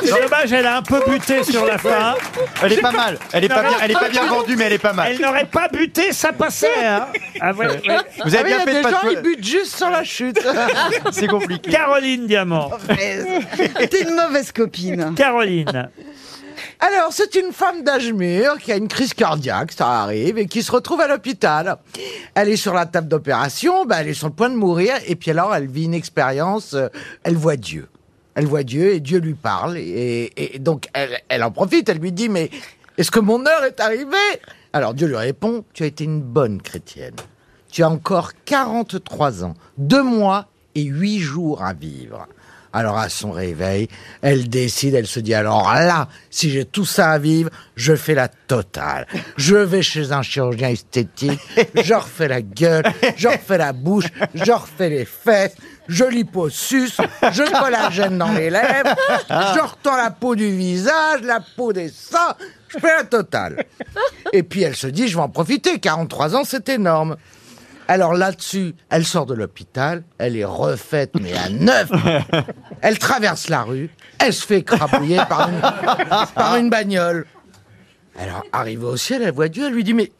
S2: C'est dommage, elle a un peu buté sur la fin.
S11: Elle est pas mal. Elle est pas bien, elle est pas bien vendue, mais elle est pas mal.
S2: Elle n'aurait pas buté, ça passait. hein. Ah ouais, ouais.
S11: Vous avez bien fait de pas te-
S8: butent juste sur la chute.
S11: C'est compliqué.
S2: Caroline Diamant.
S8: T'es une mauvaise copine.
S2: Caroline.
S7: Alors, c'est une femme d'âge mûr qui a une crise cardiaque, ça arrive, et qui se retrouve à l'hôpital. Elle est sur la table d'opération, bah, elle est sur le point de mourir, et puis alors, elle vit une expérience, euh, elle voit Dieu. Elle voit Dieu, et Dieu lui parle, et, et donc, elle, elle en profite, elle lui dit, mais est-ce que mon heure est arrivée Alors, Dieu lui répond, tu as été une bonne chrétienne. Tu as encore 43 ans, deux mois et huit jours à vivre. Alors à son réveil, elle décide, elle se dit alors là, si j'ai tout ça à vivre, je fais la totale. Je vais chez un chirurgien esthétique, je refais la gueule, je refais la bouche, je refais les fesses, je liposuce, je collagène dans les lèvres, je retends la peau du visage, la peau des seins, je fais la totale. Et puis elle se dit, je vais en profiter, 43 ans c'est énorme. Alors là-dessus, elle sort de l'hôpital, elle est refaite, mais à neuf. Elle traverse la rue, elle se fait crabouiller par une, par une bagnole. Alors, arrivée au ciel, elle voit Dieu, elle lui dit, mais,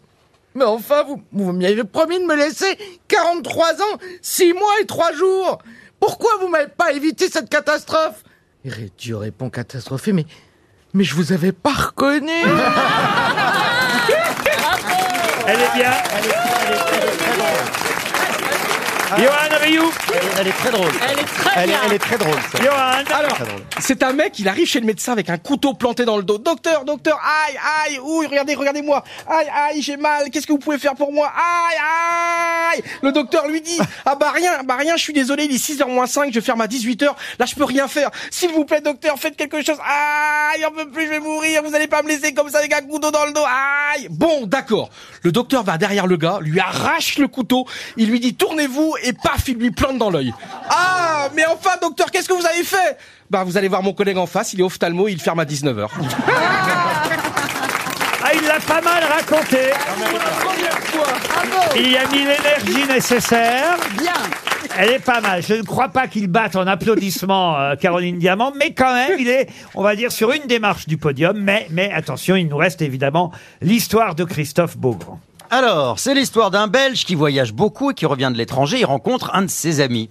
S7: mais enfin, vous, vous m'avez promis de me laisser 43 ans, 6 mois et 3 jours. Pourquoi vous m'avez pas évité cette catastrophe Et ré- Dieu répond catastrophé, mais, mais je vous avais pas reconnu.
S2: Elle est bien. Johan Rioux.
S11: Elle est très drôle.
S6: Ah. Elle est très
S11: Elle est,
S6: bien.
S11: elle est très drôle. ça.
S9: Alors,
S11: drôle.
S9: c'est un mec, il arrive chez le médecin avec un couteau planté dans le dos. Docteur, docteur, aïe, aïe, ouh, regardez, regardez-moi. Aïe, aïe, j'ai mal. Qu'est-ce que vous pouvez faire pour moi Aïe, aïe. Le docteur lui dit, ah bah rien, bah rien, je suis désolé, il est 6h moins 5, je ferme à 18h. Là, je peux rien faire. S'il vous plaît, docteur, faites quelque chose. Aïe, j'en peux plus, je vais mourir. Vous allez pas me laisser comme ça avec un couteau dans le dos. Aïe. Bon, d'accord. Le docteur va derrière le gars, lui arrache le couteau, il lui dit tournez-vous et paf, il lui plante dans l'œil. Ah, mais enfin, docteur, qu'est-ce que vous avez fait Bah, vous allez voir mon collègue en face, il est ophtalmo, il ferme à 19h.
S2: Ah, il l'a pas mal raconté. Il y a mis l'énergie nécessaire.
S8: Bien.
S2: Elle est pas mal. Je ne crois pas qu'il batte en applaudissements euh, Caroline Diamant, mais quand même, il est, on va dire, sur une démarche du podium. Mais, mais attention, il nous reste évidemment l'histoire de Christophe Beaugrand.
S11: Alors, c'est l'histoire d'un Belge qui voyage beaucoup et qui revient de l'étranger et rencontre un de ses amis.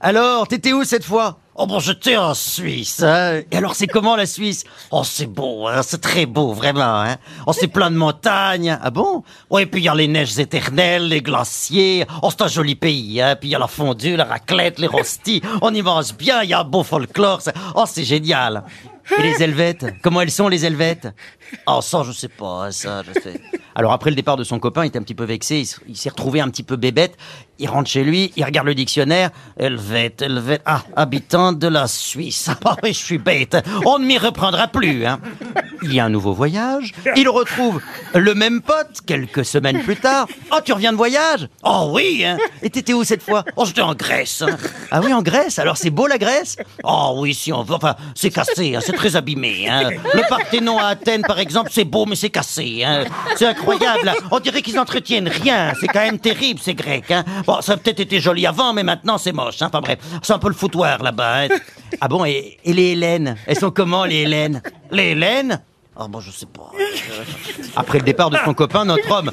S11: Alors, t'étais où cette fois Oh bon, j'étais en Suisse. hein. Et alors, c'est comment la Suisse Oh, c'est beau, hein, c'est très beau, vraiment. Hein. Oh, c'est plein de montagnes. Ah bon Ouais, puis il y a les neiges éternelles, les glaciers. Oh, c'est un joli pays. Hein. Puis il y a la fondue, la raclette, les rostis. On y mange bien, il y a un beau folklore. c'est- Oh, c'est génial. Et les Helvètes Comment elles sont les Helvètes Oh, ça, je sais pas, ça, je sais. Alors après le départ de son copain, il était un petit peu vexé, il s- il s'est retrouvé un petit peu bébête. Il rentre chez lui, il regarde le dictionnaire. Helvète, Helvète, ah, habitant de la Suisse. Ah oui, je suis bête, on ne m'y reprendra plus. Hein. Il y a un nouveau voyage, il retrouve le même pote quelques semaines plus tard. Oh, tu reviens de voyage Oh oui, hein. Et t'étais où cette fois Oh, j'étais en Grèce. hein. Ah oui, en Grèce, alors c'est beau la Grèce Oh oui, si on veut, enfin, c'est cassé, hein, c'est très abîmé. hein. Le Parthénon à Athènes, par exemple, c'est beau, mais c'est cassé. hein. C'est incroyable. hein. On dirait qu'ils n'entretiennent rien. C'est quand même terrible, ces Grecs. hein. Bon, ça a peut-être été joli avant, mais maintenant, c'est moche. hein. Enfin bref, c'est un peu le foutoir là-bas. hein. Ah bon, et, et les Hélènes Elles sont comment, les Hélènes Les Hélènes Oh, bon, je sais pas. Après le départ de son copain, notre homme,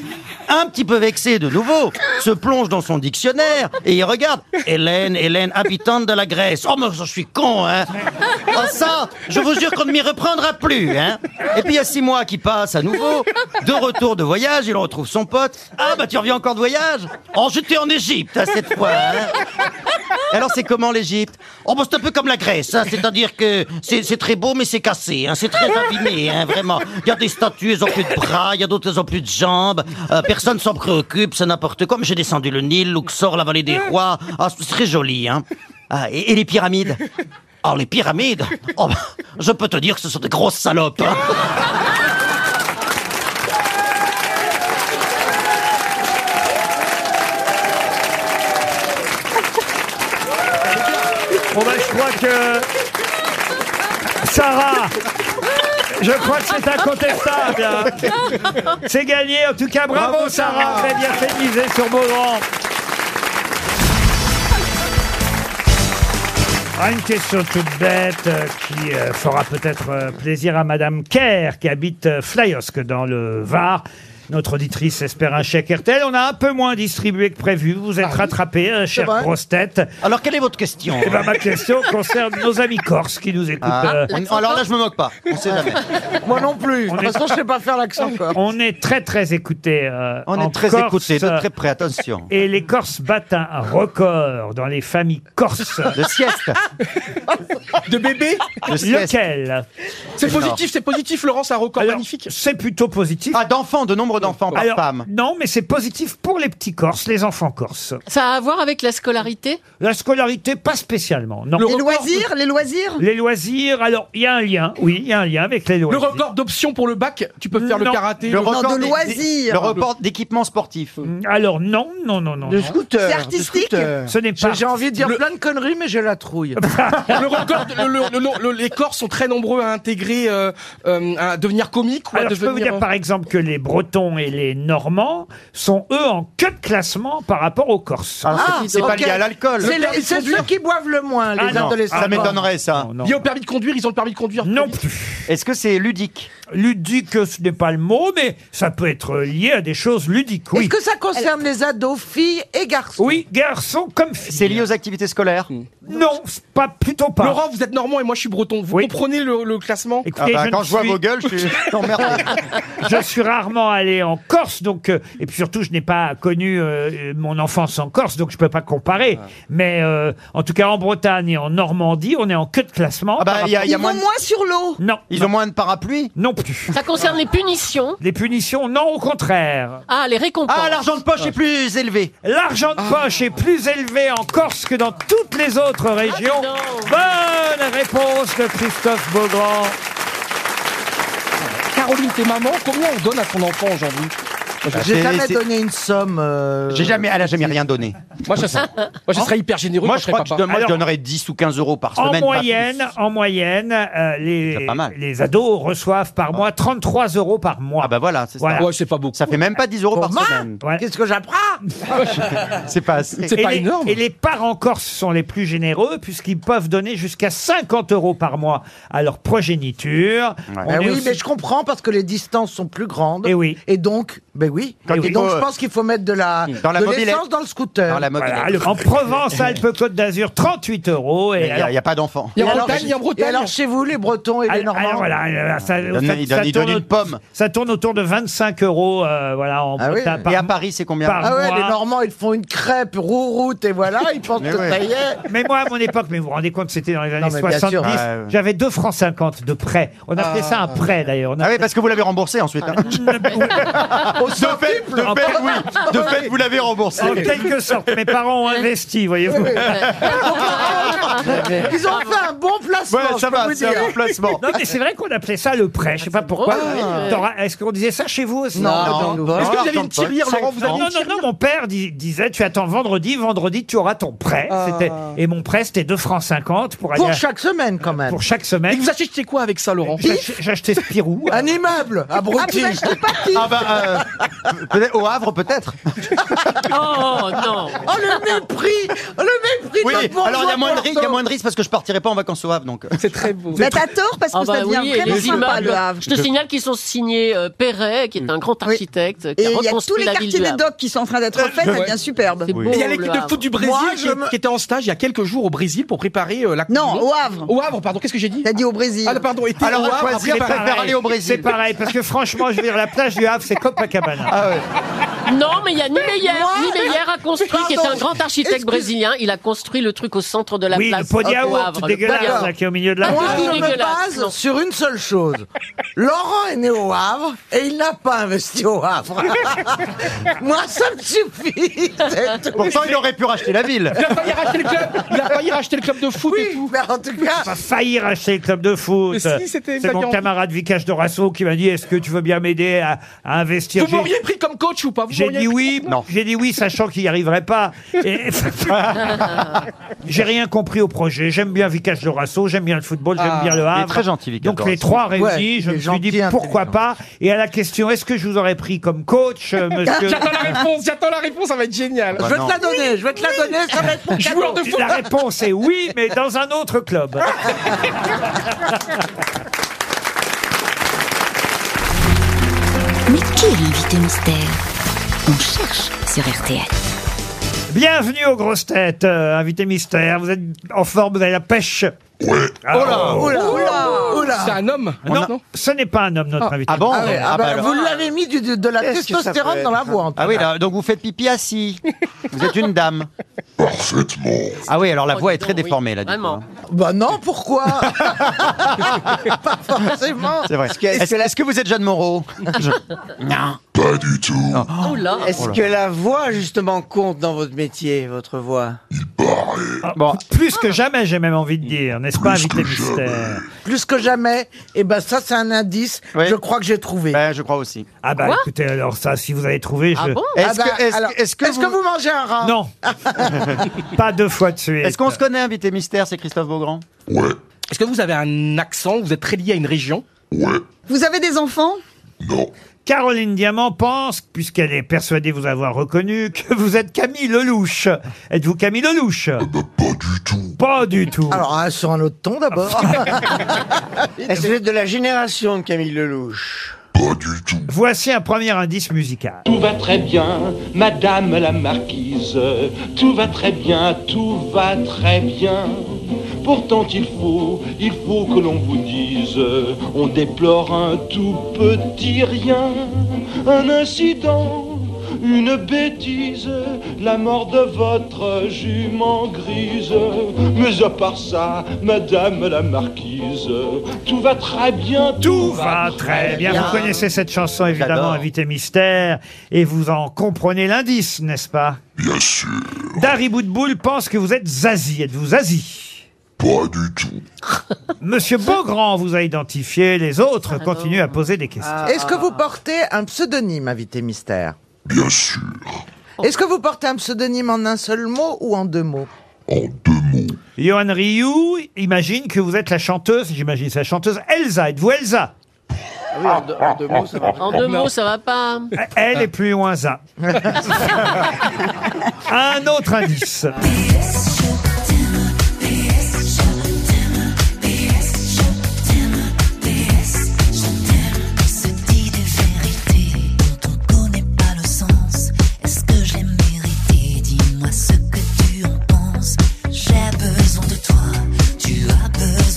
S11: un petit peu vexé de nouveau, se plonge dans son dictionnaire et il regarde Hélène, Hélène, habitante de la Grèce. Oh, mais je suis con, hein Oh, ça, je vous jure qu'on ne m'y reprendra plus, hein Et puis il y a six mois qui passent à nouveau, de retour de voyage, il retrouve son pote. Ah, bah tu reviens encore de voyage Oh, j'étais en Égypte à cette fois, hein
S3: Alors c'est comment l'Égypte
S11: Oh, bah, c'est un peu comme la Grèce, hein, c'est-à-dire que c'est c'est très beau, mais c'est cassé, hein, c'est très abîmé, hein, vraiment. Il y a des statues, elles ont plus de bras, il y a d'autres, elles ont plus de jambes, euh, personne s'en préoccupe, c'est n'importe quoi. Mais j'ai descendu le Nil, Luxor, la vallée des rois, ah, c'est très joli, hein. Ah, et, et les pyramides Oh, les pyramides Oh, bah, je peux te dire que ce sont des grosses salopes. hein.
S2: Bon ben, je crois que... Sarah Je crois que c'est incontestable. hein. C'est gagné. En tout cas, bravo,
S21: Bravo,
S2: Sarah.
S21: Sarah.
S2: Très bien fait de miser sur Beaugrand. Ah, une question toute bête euh, qui euh, fera peut-être euh, plaisir à Madame Kerr qui habite euh, Flyosque dans le Var. Notre auditrice espère un chèque RTL. On a un peu moins distribué que prévu. Vous êtes rattrapé, euh, chère
S3: Ah vrai.
S2: grosse tête.
S3: Alors quelle est votre question
S2: Eh ben, ma question concerne nos amis corses qui nous écoutent.
S3: Ah,
S2: euh,
S3: on- alors là, je me moque pas. On sait jamais.
S2: Moi non plus.
S3: De toute façon, je sais
S2: pas faire l'accent. On est très euh, très écouté.
S3: On est très écoutés,
S2: euh,
S3: de très près, attention.
S2: Et les Corses battent un record dans les familles corses.
S3: De sieste.
S2: De bébé.
S9: De sieste.
S2: Lequel
S9: C'est positif, c'est positif, Laurence, un record magnifique.
S2: C'est plutôt positif.
S3: Ah, d'enfants, de nombre d'enfants par
S2: Alors,
S3: femme.
S2: Non, mais c'est positif pour les petits Corses, les enfants Corses.
S6: Ça a à voir avec la scolarité
S2: La scolarité, pas spécialement. Non.
S8: Les loisirs, les loisirs
S2: Les loisirs, alors il y a un lien, oui, il y a un lien avec les
S9: Le
S2: loisirs.
S9: record d'options pour le bac, tu peux faire le
S2: Non.
S9: karaté.
S2: Le record
S3: des- des- Le record d'équipement sportif.
S2: Alors non, non, non, non.
S3: De
S2: non.
S3: scooter, C'est de artistique scooter.
S2: Ce n'est pas.
S3: J'ai envie de dire
S7: plein de conneries, mais j'ai la trouille.
S9: le record, le- le- le- le- les Corses sont très nombreux à intégrer, euh, euh, à devenir comique ou à
S2: Alors, je peux vous
S9: devenir. euh,
S2: dire par exemple que les Bretons et les Normands sont eux en queue de classement par rapport aux Corses.
S7: Ah,
S9: Ah,
S7: ok. C'est les- C'est ceux qui boivent le moins, les
S2: Ah, non.
S7: adolescents.
S2: Ça m'étonnerait,
S3: ça.
S9: Lié au permis de conduire, ils ont le permis de conduire. Non
S2: plus.
S3: Est-ce que c'est ludique
S2: Ludique, ce n'est pas le mot, mais ça peut être lié à des choses ludiques, oui.
S7: Est-ce que ça concerne les ados, filles et garçons
S2: Oui, garçons comme filles.
S3: C'est lié aux activités scolaires
S6: Hmm.
S2: Non, c'est pas plutôt pas.
S9: Laurent, vous êtes normand et moi je suis breton. Vous comprenez le, le classement
S2: Écoutez, Ah bah, je quand ne je vois suis- vos gueules, je suis-
S3: emmerdé.
S2: je suis rarement allé en Corse, donc euh, et puis surtout, je n'ai pas connu euh, euh, mon enfance en Corse, donc je peux pas comparer.
S3: Ah.
S2: Mais euh, en tout cas, en Bretagne et en Normandie, on est en queue de classement.
S3: bah, il y a- il y a Ils moins vont de- moins
S2: sur l'eau. Non.
S3: Ils ont moins de parapluies.
S2: Non plus.
S6: Ça concerne les punitions.
S2: Les punitions, non, au contraire.
S6: Ah, les récompenses.
S3: Ah, l'argent de poche est plus élevé.
S2: L'argent de poche est plus élevé en Corse que dans toutes les autres régions.
S6: Ah,
S2: Bonne réponse de Christophe Beaugrand.
S9: Caroline, t'es maman, combien on donne à son enfant aujourd'hui
S7: J'ai jamais donné une somme.
S3: Ah, J'ai jamais, elle a jamais rien donné.
S9: Moi, je serais- moi, je serais hyper généreux
S3: Moi,
S9: quand
S3: je
S9: je serais
S3: crois que je,
S9: papa.
S3: moi, je
S9: Alors-
S3: donnerais 10 ou 15 euros par
S2: En
S3: semaine. pas
S2: moyenne, en moyenne, euh, les, les ados reçoivent par mois 33 euros par mois. Ah
S3: bah voilà, c'est
S2: Voilà.
S9: Ouais, c'est pas beaucoup.
S3: Ça fait même pas 10 euros par
S2: Thomas
S3: semaine.
S2: Ouais.
S7: Qu'est-ce que j'apprends
S3: C'est pas assez.
S2: Et les- Et les parents corses sont les plus généreux puisqu'ils peuvent donner jusqu'à 50 euros par mois à leur progéniture. On
S7: Ben
S2: est
S7: oui,
S2: aussi-
S7: mais je comprends parce que les distances sont plus grandes.
S2: Et oui.
S7: Et donc, ben oui.
S3: Quand
S7: et
S3: il
S7: donc,
S3: faut,
S7: je
S3: euh,
S7: pense qu'il faut mettre de la
S3: Dans la
S7: de
S3: mobilette.
S7: l'essence dans le scooter.
S3: Dans la mobilette.
S2: Voilà, le- en Provence, Alpes-Côte d'Azur, 38 euros. Et
S3: Mais Il n'y a, il y a pas d'enfant.
S7: Et alors- Et alors chez vous, les Bretons et les Normands.
S2: Alors voilà, euh, ça,
S3: Il donne-
S2: ça-
S3: il
S2: ça
S3: donne- il
S2: tourne
S3: donne une
S2: au- Ça tourne autour de 25 euros, euh, voilà. En
S3: Ah oui.
S2: par- par-
S3: Et à Paris, c'est combien
S2: par
S7: Ah ouais,
S2: mois.
S7: les Normands, ils font une crêpe, rouroute, et voilà, ils pensent que ça y est.
S2: Mais moi, à mon époque, mais vous vous rendez compte, c'était dans les années
S3: mais bien
S2: 70,
S3: sûr. Ouais, ouais.
S2: euh, j'avais 2 francs 50 de prêt. On appelait ça un prêt, d'ailleurs. On Ah,
S3: Ah oui, parce que vous l'avez remboursé ensuite. hein.
S7: Au
S3: de fait, de
S2: En-
S3: fait, oui. De fait, vous l'avez remboursé.
S2: En quelque sorte, mes parents ont investi, voyez-vous.
S7: Ils ont fait un bon placement.
S3: Ouais, ça
S7: je peux
S3: va,
S7: vous
S3: c'est
S7: dire.
S3: un bon placement.
S2: Non, mais c'est vrai qu'on appelait ça le prêt. Je sais pas pourquoi.
S7: Ah,
S2: T'auras- Est-ce qu'on disait ça chez vous aussi
S3: Non, Non, non, non.
S9: Est-ce que vous avez une tirelire, Laurent Vous avez
S2: Non,
S9: une
S2: non,
S9: tirelire
S2: non, mon père di- disait tu attends vendredi, vendredi tu auras ton prêt. C'était Et mon prêt, c'était 2 francs 50 pour aller.
S7: Ah. Pour
S2: à-
S7: chaque semaine, quand même.
S2: pour chaque semaine.
S9: Et vous achetez quoi avec ça, Laurent
S2: J'ach- J'achetais Spirou.
S7: Un immeuble, abruti.
S3: Ah bah, euh, peut-être- au Havre, peut-être.
S6: Oh non
S7: Oh, le mépris oh, Le mépris
S3: Oui,
S7: de notre
S3: alors il y a moins de
S7: bourgeois
S3: risques, il y a moins de risques parce que je partirai pas en vacances au Havre, donc. euh.
S9: C'est très beau.
S8: Mais t'as tort parce que
S6: Ah bah
S8: ça devient
S6: oui, et
S8: vraiment
S6: les
S8: sympa
S6: immeubles.
S8: le Havre.
S6: Je te signale qu'ils sont signés euh, Perret, qui est un grand architecte, qui
S8: Et
S6: a
S8: il y a tous
S6: reconstruit
S8: les
S6: la ville
S8: quartiers
S6: du
S8: des
S6: Havre.
S8: docks qui sont en train d'être faits, ça
S9: Ouais.
S8: devient superbe.
S6: C'est beau,
S9: Il y a
S6: le
S9: l'équipe de
S6: Havre.
S9: foot du Brésil
S8: Moi,
S9: qui,
S8: je me-
S9: qui était en stage il y a quelques jours au Brésil pour préparer euh, la Coupe
S8: Non,
S9: du Monde.
S8: au Havre.
S9: Au Havre, pardon, qu'est-ce que j'ai dit
S8: T'as dit au Brésil.
S9: Ah, pardon, était
S3: Alors,
S9: au
S3: à
S9: Havre,
S3: choisir,
S9: après,
S3: préfère
S9: pareil.
S3: aller au Brésil.
S2: C'est pareil, parce que franchement, je veux dire, la plage du Havre, c'est Copacabana. Toen.
S7: Ah
S6: Non, mais il y a Niemeyer.
S2: Moi
S6: Niemeyer a construit, qui est un
S2: Pardon.
S6: grand architecte brésilien. Il a construit le truc au centre de la
S2: Oui, le
S6: place.
S2: podium,
S6: au Havre, le
S2: dégueulasse,
S6: podium.
S2: là, qui est au milieu de la
S6: Ah,
S7: Moi,
S6: oui,
S7: je me
S6: dégueulasse.
S7: base sur une seule chose. Laurent est né au Havre et il n'a pas investi au Havre. Moi, ça me suffit. c'est tout.
S16: Pourtant, il aurait pu racheter la ville.
S9: Il a failli racheter le club. Il a failli racheter le club de foot et
S11: bah,
S9: tout.
S7: Mais en tout cas,
S2: pas failli racheter le club de foot.
S9: Mais si, c'était
S2: C'est mon
S9: Fabien.
S2: camarade Vikash Dorasso qui m'a dit Est-ce que tu veux bien m'aider à, à investir
S9: Vous
S2: J'ai-
S9: m'auriez pris comme coach ou pas Vous
S2: J'ai
S9: m'auriez
S2: dit
S9: pris-
S2: oui, j'ai dit oui, sachant qu'il n'y arriverait pas. Et- j'ai rien compris au projet. J'aime bien Vikash Dorasso, j'aime bien le football, j'aime
S11: Ah,
S2: bien
S11: il
S2: le
S11: est
S2: Havre.
S11: très gentil, Vikash
S2: Donc les
S11: Dorasso.
S2: trois réunis,
S11: Ouais,
S2: je
S11: il
S2: me
S11: est
S2: suis dit
S11: gentil,
S2: pourquoi pas. Et à la question, est-ce que je vous aurais pris comme coach, euh, monsieur
S9: Ah, J'attends la réponse, j'attends la réponse, ça va être génial.
S2: Bah Je vais te non. la
S7: donner, je vais te la donner, ça va être mon
S9: Joueur de foot.
S2: La réponse est oui, mais dans un autre club.
S13: Mais qui est l'invité mystère On cherche sur RTL.
S2: Bienvenue aux grosses têtes, euh, invité mystère. Vous êtes en forme, vous avez la pêche. Ah.
S7: Oh là, oh là, oh là.
S9: C'est un homme
S2: Non, ce n'est pas un homme, notre invité.
S11: ah bon
S7: Ah ouais, ah
S11: Ah
S7: bah,
S11: bah alors.
S7: vous l'avez mis du- de, de la
S16: Qu'est-ce que ça peut
S7: testostérone
S16: être
S7: dans la voix. en tout
S11: Ah oui,
S7: cas.
S11: là, donc vous faites pipi assis. vous êtes une dame. Parfaitement. Ah oui, alors la voix est très déformée là. du coup, hein.
S7: Bah non, pourquoi Pas forcément.
S11: C'est vrai.
S16: Est-ce
S11: Est-ce
S16: que-
S11: que,
S16: est-ce que la-
S11: est-ce que vous êtes Jeanne Moreau Je- Non.
S5: Pas du tout.
S6: Oh là.
S5: Est-ce que la voix, justement, compte dans votre métier, votre voix
S11: Bon,
S2: Plus que jamais, j'ai même envie de dire, n'est-ce pas, invité mystère
S7: Plus que jamais, et ben ça, c'est un indice.
S11: Ouais.
S7: Je crois que j'ai trouvé.
S11: Ben, je crois aussi.
S2: Ah bah
S6: Quoi
S2: écoutez, alors ça, si vous avez trouvé, je...
S6: Ah bon
S11: Est-ce
S7: Ah bah,
S11: que, est-ce que-
S7: alors,
S11: est-ce que vous-
S7: mangez un rat
S2: Non, pas deux fois de suite.
S11: Est-ce qu'on se connaît, invité mystère C'est Christophe Beaugrand
S9: Est-ce que vous avez un accent Vous êtes très lié à une région
S8: Vous avez des enfants
S2: Caroline Diamant pense, puisqu'elle est persuadée vous avoir reconnu, que vous êtes Camille Lelouch. Êtes-vous Camille Lelouch Eh ben, Pas du tout.
S7: Alors, hein, sur un autre ton d'abord.
S5: Est-ce que vous êtes de la génération de Camille Lelouch
S2: Voici un premier indice musical.
S14: Tout va très bien, Madame la Marquise. Tout va très bien, tout va très bien. Pourtant il faut, il faut que l'on vous dise, on déplore un tout petit rien, un incident, une bêtise, la mort de votre jument grise. Mais à part ça, Madame la Marquise, tout va très bien, tout,
S2: Tout va Ah, très bien. Vous connaissez cette chanson, évidemment,
S11: J'adore.
S2: Invité Mystère, et vous en comprenez l'indice, n'est-ce pas Bien sûr. Dari Boudboul pense que vous êtes Zazie. Êtes-vous Zazie
S15: Pas du tout.
S2: Monsieur Beaugrand vous a identifié, les autres continuent à poser des questions.
S7: Ah Est-ce que vous portez un pseudonyme, invité mystère
S15: Bien sûr.
S7: Est-ce que vous portez un pseudonyme en un seul mot ou en deux mots
S15: En deux mots.
S2: Johan Ryu imagine que vous êtes la chanteuse, j'imagine c'est la chanteuse Elsa. Êtes-vous Elsa
S5: Ah oui, en deux, en deux mots, ça va.
S6: En deux mots, ça va pas.
S2: Elle est plus loin ça. Un autre indice.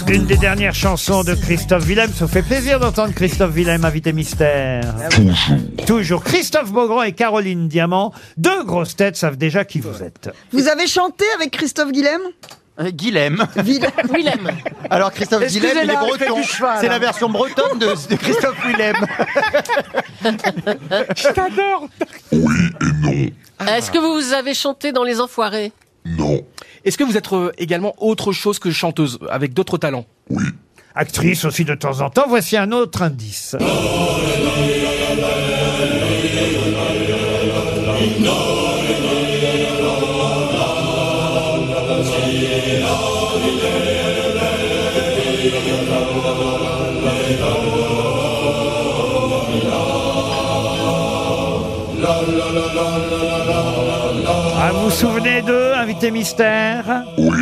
S2: Une des dernières chansons de Christophe Willem. Ça vous fait plaisir d'entendre Christophe Willem, invité mystère. Toujours. Toujours. Christophe Beaugrand et Caroline Diamant, deux grosses têtes, savent déjà qui vous êtes.
S8: Vous avez chanté avec Christophe Guillem
S11: Euh, Guilhem.
S8: Ville-
S6: Willem.
S11: Alors Christophe Guilhem, il est
S7: Excusez-la, il fait
S11: breton.
S7: du cheval,
S11: C'est
S7: hein.
S11: la version bretonne de, de Christophe Willem.
S9: Je t'adore
S6: Est-ce que vous avez chanté dans Les Enfoirés
S15: Non.
S9: Est-ce que vous êtes euh, également autre chose que chanteuse, avec d'autres talents
S2: Actrice aussi de temps en temps. Voici un autre indice. Ah, vous vous souvenez d'eux, invité mystère
S15: Oui.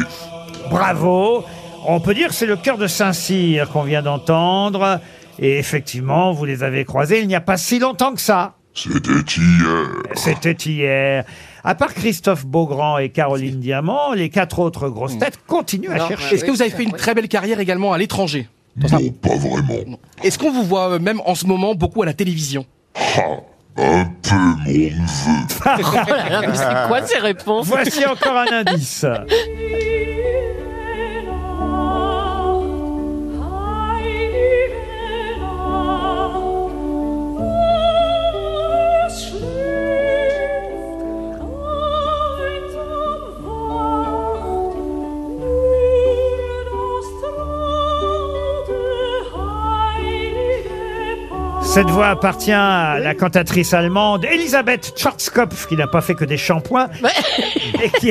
S2: Bravo. On peut dire que c'est le cœur de Saint-Cyr qu'on vient d'entendre. Et effectivement, vous les avez croisés il n'y a pas si longtemps que ça.
S15: C'était hier.
S2: C'était hier. À part Christophe Beaugrand et Caroline Diamant, les quatre autres grosses têtes continuent à chercher.
S9: Est-ce que vous avez fait une très belle carrière également à l'étranger
S15: Non, pas vraiment.
S9: Est-ce qu'on vous voit euh, même en ce moment beaucoup à la télévision
S15: Ah,
S22: Un peu, mon neveu.
S6: mais c'est quoi ces réponses
S2: Voici encore un indice. Cette voix appartient à la cantatrice allemande Elisabeth Schwarzkopf, qui n'a pas fait que des shampoings. Et qui...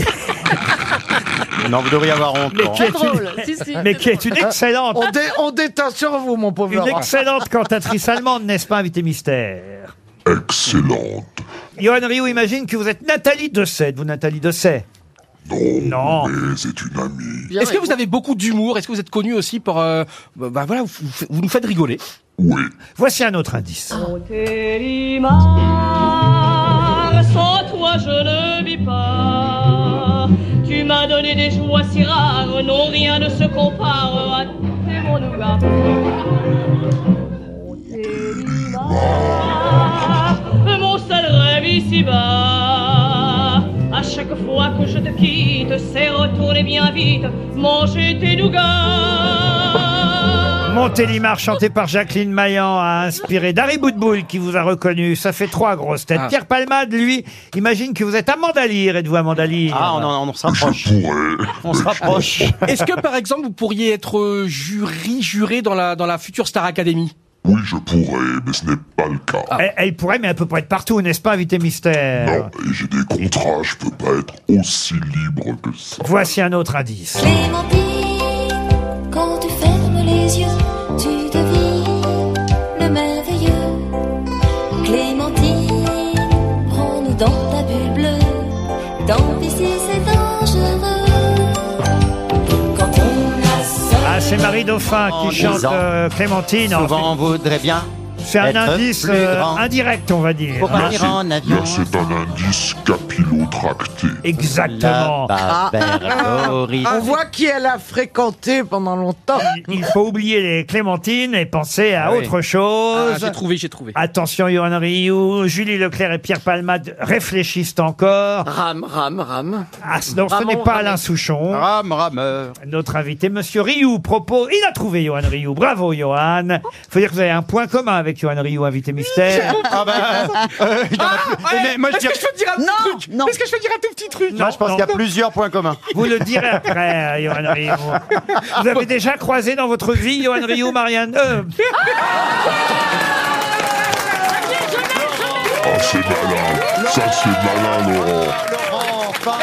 S11: Non, vous devriez avoir honte.
S2: Mais
S11: hein.
S2: qui est une- mais qui est une excellente.
S7: On, dé, on déteint sur vous, mon pauvre.
S2: Une
S7: Laurent.
S2: excellente cantatrice allemande, n'est-ce pas, invité mystère
S22: Excellent.
S2: Johan Rioux imagine que vous êtes Nathalie Dessay. Vous, Nathalie Dessay Non.
S22: Mais c'est une amie.
S9: Est-ce que vous avez beaucoup d'humour Est-ce que vous êtes connu aussi pour... euh, bah, bah, voilà, vous, vous- vous nous faites rigoler.
S22: Oui.
S2: Voici un autre indice.
S23: Télimar, sans toi je ne vis pas. Tu m'as donné des joies si rares, non rien ne se compare à tes bons nougats. Télimar, mon seul rêve ici-bas. À chaque fois que je te quitte, c'est retourner bien vite, manger tes nougats.
S2: Montélimar, chanté par Jacqueline Maillan, a inspiré Dari Boudboul, qui vous a reconnu. Ça fait trois grosses têtes.
S11: Ah.
S2: Pierre Palmade, lui, imagine que vous êtes Amanda Lear. Êtes-vous Amanda Lear
S11: Ah, on, en- on se rapproche. On se rapproche.
S9: Est-ce que, par exemple, vous pourriez être euh, jury, juré dans la, dans la future Star Academy
S22: Oui, je pourrais, mais ce n'est pas le cas.
S2: elle, elle pourrait, mais elle peut pas être partout, n'est-ce pas, invité mystère
S22: Et j'ai des contrats, je peux pas être aussi libre que ça.
S2: Voici un autre indice.
S24: Clémentine, quand tu fermes les yeux, tu devines le merveilleux. Clémentine, prends-nous dans ta bulle bleue. Tant pis si c'est dangereux. Quand on a seul.
S2: Ah, c'est Marie Dauphin
S11: En
S2: qui chante
S11: disant,
S2: euh, Clémentine. en
S11: Souvent, on voudrait bien.
S2: fait. C'est un
S11: être
S2: indice
S11: plus
S2: euh,
S11: grand.
S2: indirect, on va dire.
S11: Faut partir
S2: Hein.
S11: en avion.
S22: Là, c'est un indice capillotracté.
S2: Exactement. Ah.
S7: Ah,
S11: La Barbère Boris.
S7: On voit qui elle a fréquenté pendant longtemps.
S2: Il faut oublier les Clémentines et penser à
S9: Ah oui.
S2: autre chose.
S9: Ah, J'ai trouvé, j'ai trouvé.
S2: Attention, Johan Rioux, Julie Leclerc et Pierre Palmade réfléchissent encore.
S5: Ram, ram, ram.
S2: Ah, non, ce
S5: Ramon,
S2: n'est pas
S5: Ramon.
S2: Alain Souchon.
S11: euh.
S2: Notre invité, Monsieur Rioux, propose. Il a trouvé Johan Rioux. Bravo, Johan. Faut dire que vous avez un point commun avec Johan Rioux, invité mystère.
S11: Ah bah, euh, il y en a plus.
S9: Ah, Ouais,
S11: Mais moi, je
S9: Eh, Est-ce
S11: dirais-
S9: que je peux te dire un petit truc Est-ce que je peux te dire un tout petit truc
S11: Moi, je pense qu'il y a plusieurs points communs.
S2: Vous le direz après, euh, Johan Rioux. Vous avez déjà croisé dans votre vie Johan Rioux, Marianne euh,
S22: Ah, c'est malin. Ça, c'est malin, Laurent.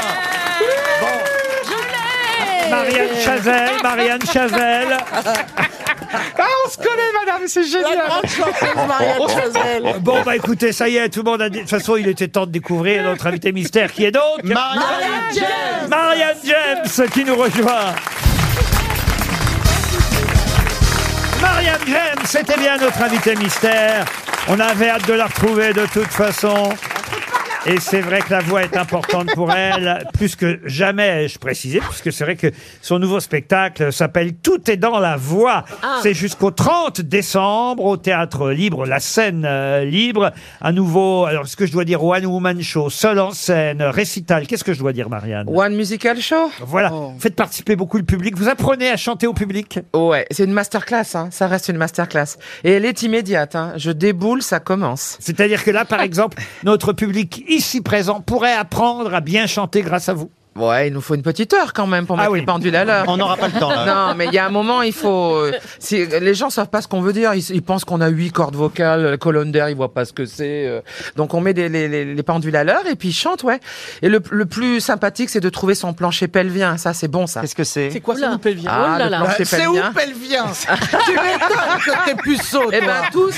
S2: Marianne Chazelle, Marianne Chazelle.
S9: Ah, on se connaît, madame, c'est génial. Oh.
S5: Marianne Chazelle.
S2: Bon, bah écoutez, ça y est, tout le monde a dit. De toute façon, il était temps de découvrir notre invité mystère qui est donc.
S11: Marianne
S2: James Marianne James qui nous rejoint Marianne James, c'était bien notre invité mystère. On avait hâte de la retrouver de toute façon. Et c'est vrai que la voix est importante pour elle, plus que jamais, je précisais, puisque c'est vrai que son nouveau spectacle s'appelle Tout est dans la voix.
S6: Ah.
S2: C'est jusqu'au 30 décembre au Théâtre Libre, la scène euh, libre. Un nouveau, alors ce que je dois dire, One Woman Show, seul en scène, récital. Qu'est-ce que je dois dire, Marianne
S20: One Musical Show Oh,
S2: Voilà, faites participer beaucoup le public. Vous apprenez à chanter au public
S20: Ouais, c'est une masterclass, hein. ça reste une masterclass. Et elle est immédiate, hein. je déboule, ça commence.
S2: C'est-à-dire que là, par exemple, notre public ici présent pourrait apprendre à bien chanter grâce à vous.
S20: Ouais, il nous faut une petite heure quand même pour
S2: Ah
S7: Ah
S20: mettre les pendules à l'heure.
S11: On n'aura pas le temps, là.
S20: Non, mais il y a un moment, il faut. euh, si- les gens savent pas ce qu'on veut dire. Ils, ils pensent qu'on a huit cordes vocales, la colonne d'air, ils voient pas ce que c'est. euh. Donc on met des, les, les- les pendules à l'heure et puis ils chantent, ouais. Et le, le plus sympathique, c'est de trouver son plancher pelvien. Ça, c'est bon, ça.
S11: Qu'est-ce que c'est
S9: C'est quoi ça, nous pévien
S20: Ah,
S9: Oh là
S20: le
S9: là.
S20: plancher
S7: Bah, C'est où
S20: pelvien.
S7: elle vient Tu m'étonnes que t'es puceau,
S20: Eh
S7: toi.
S20: ben tous,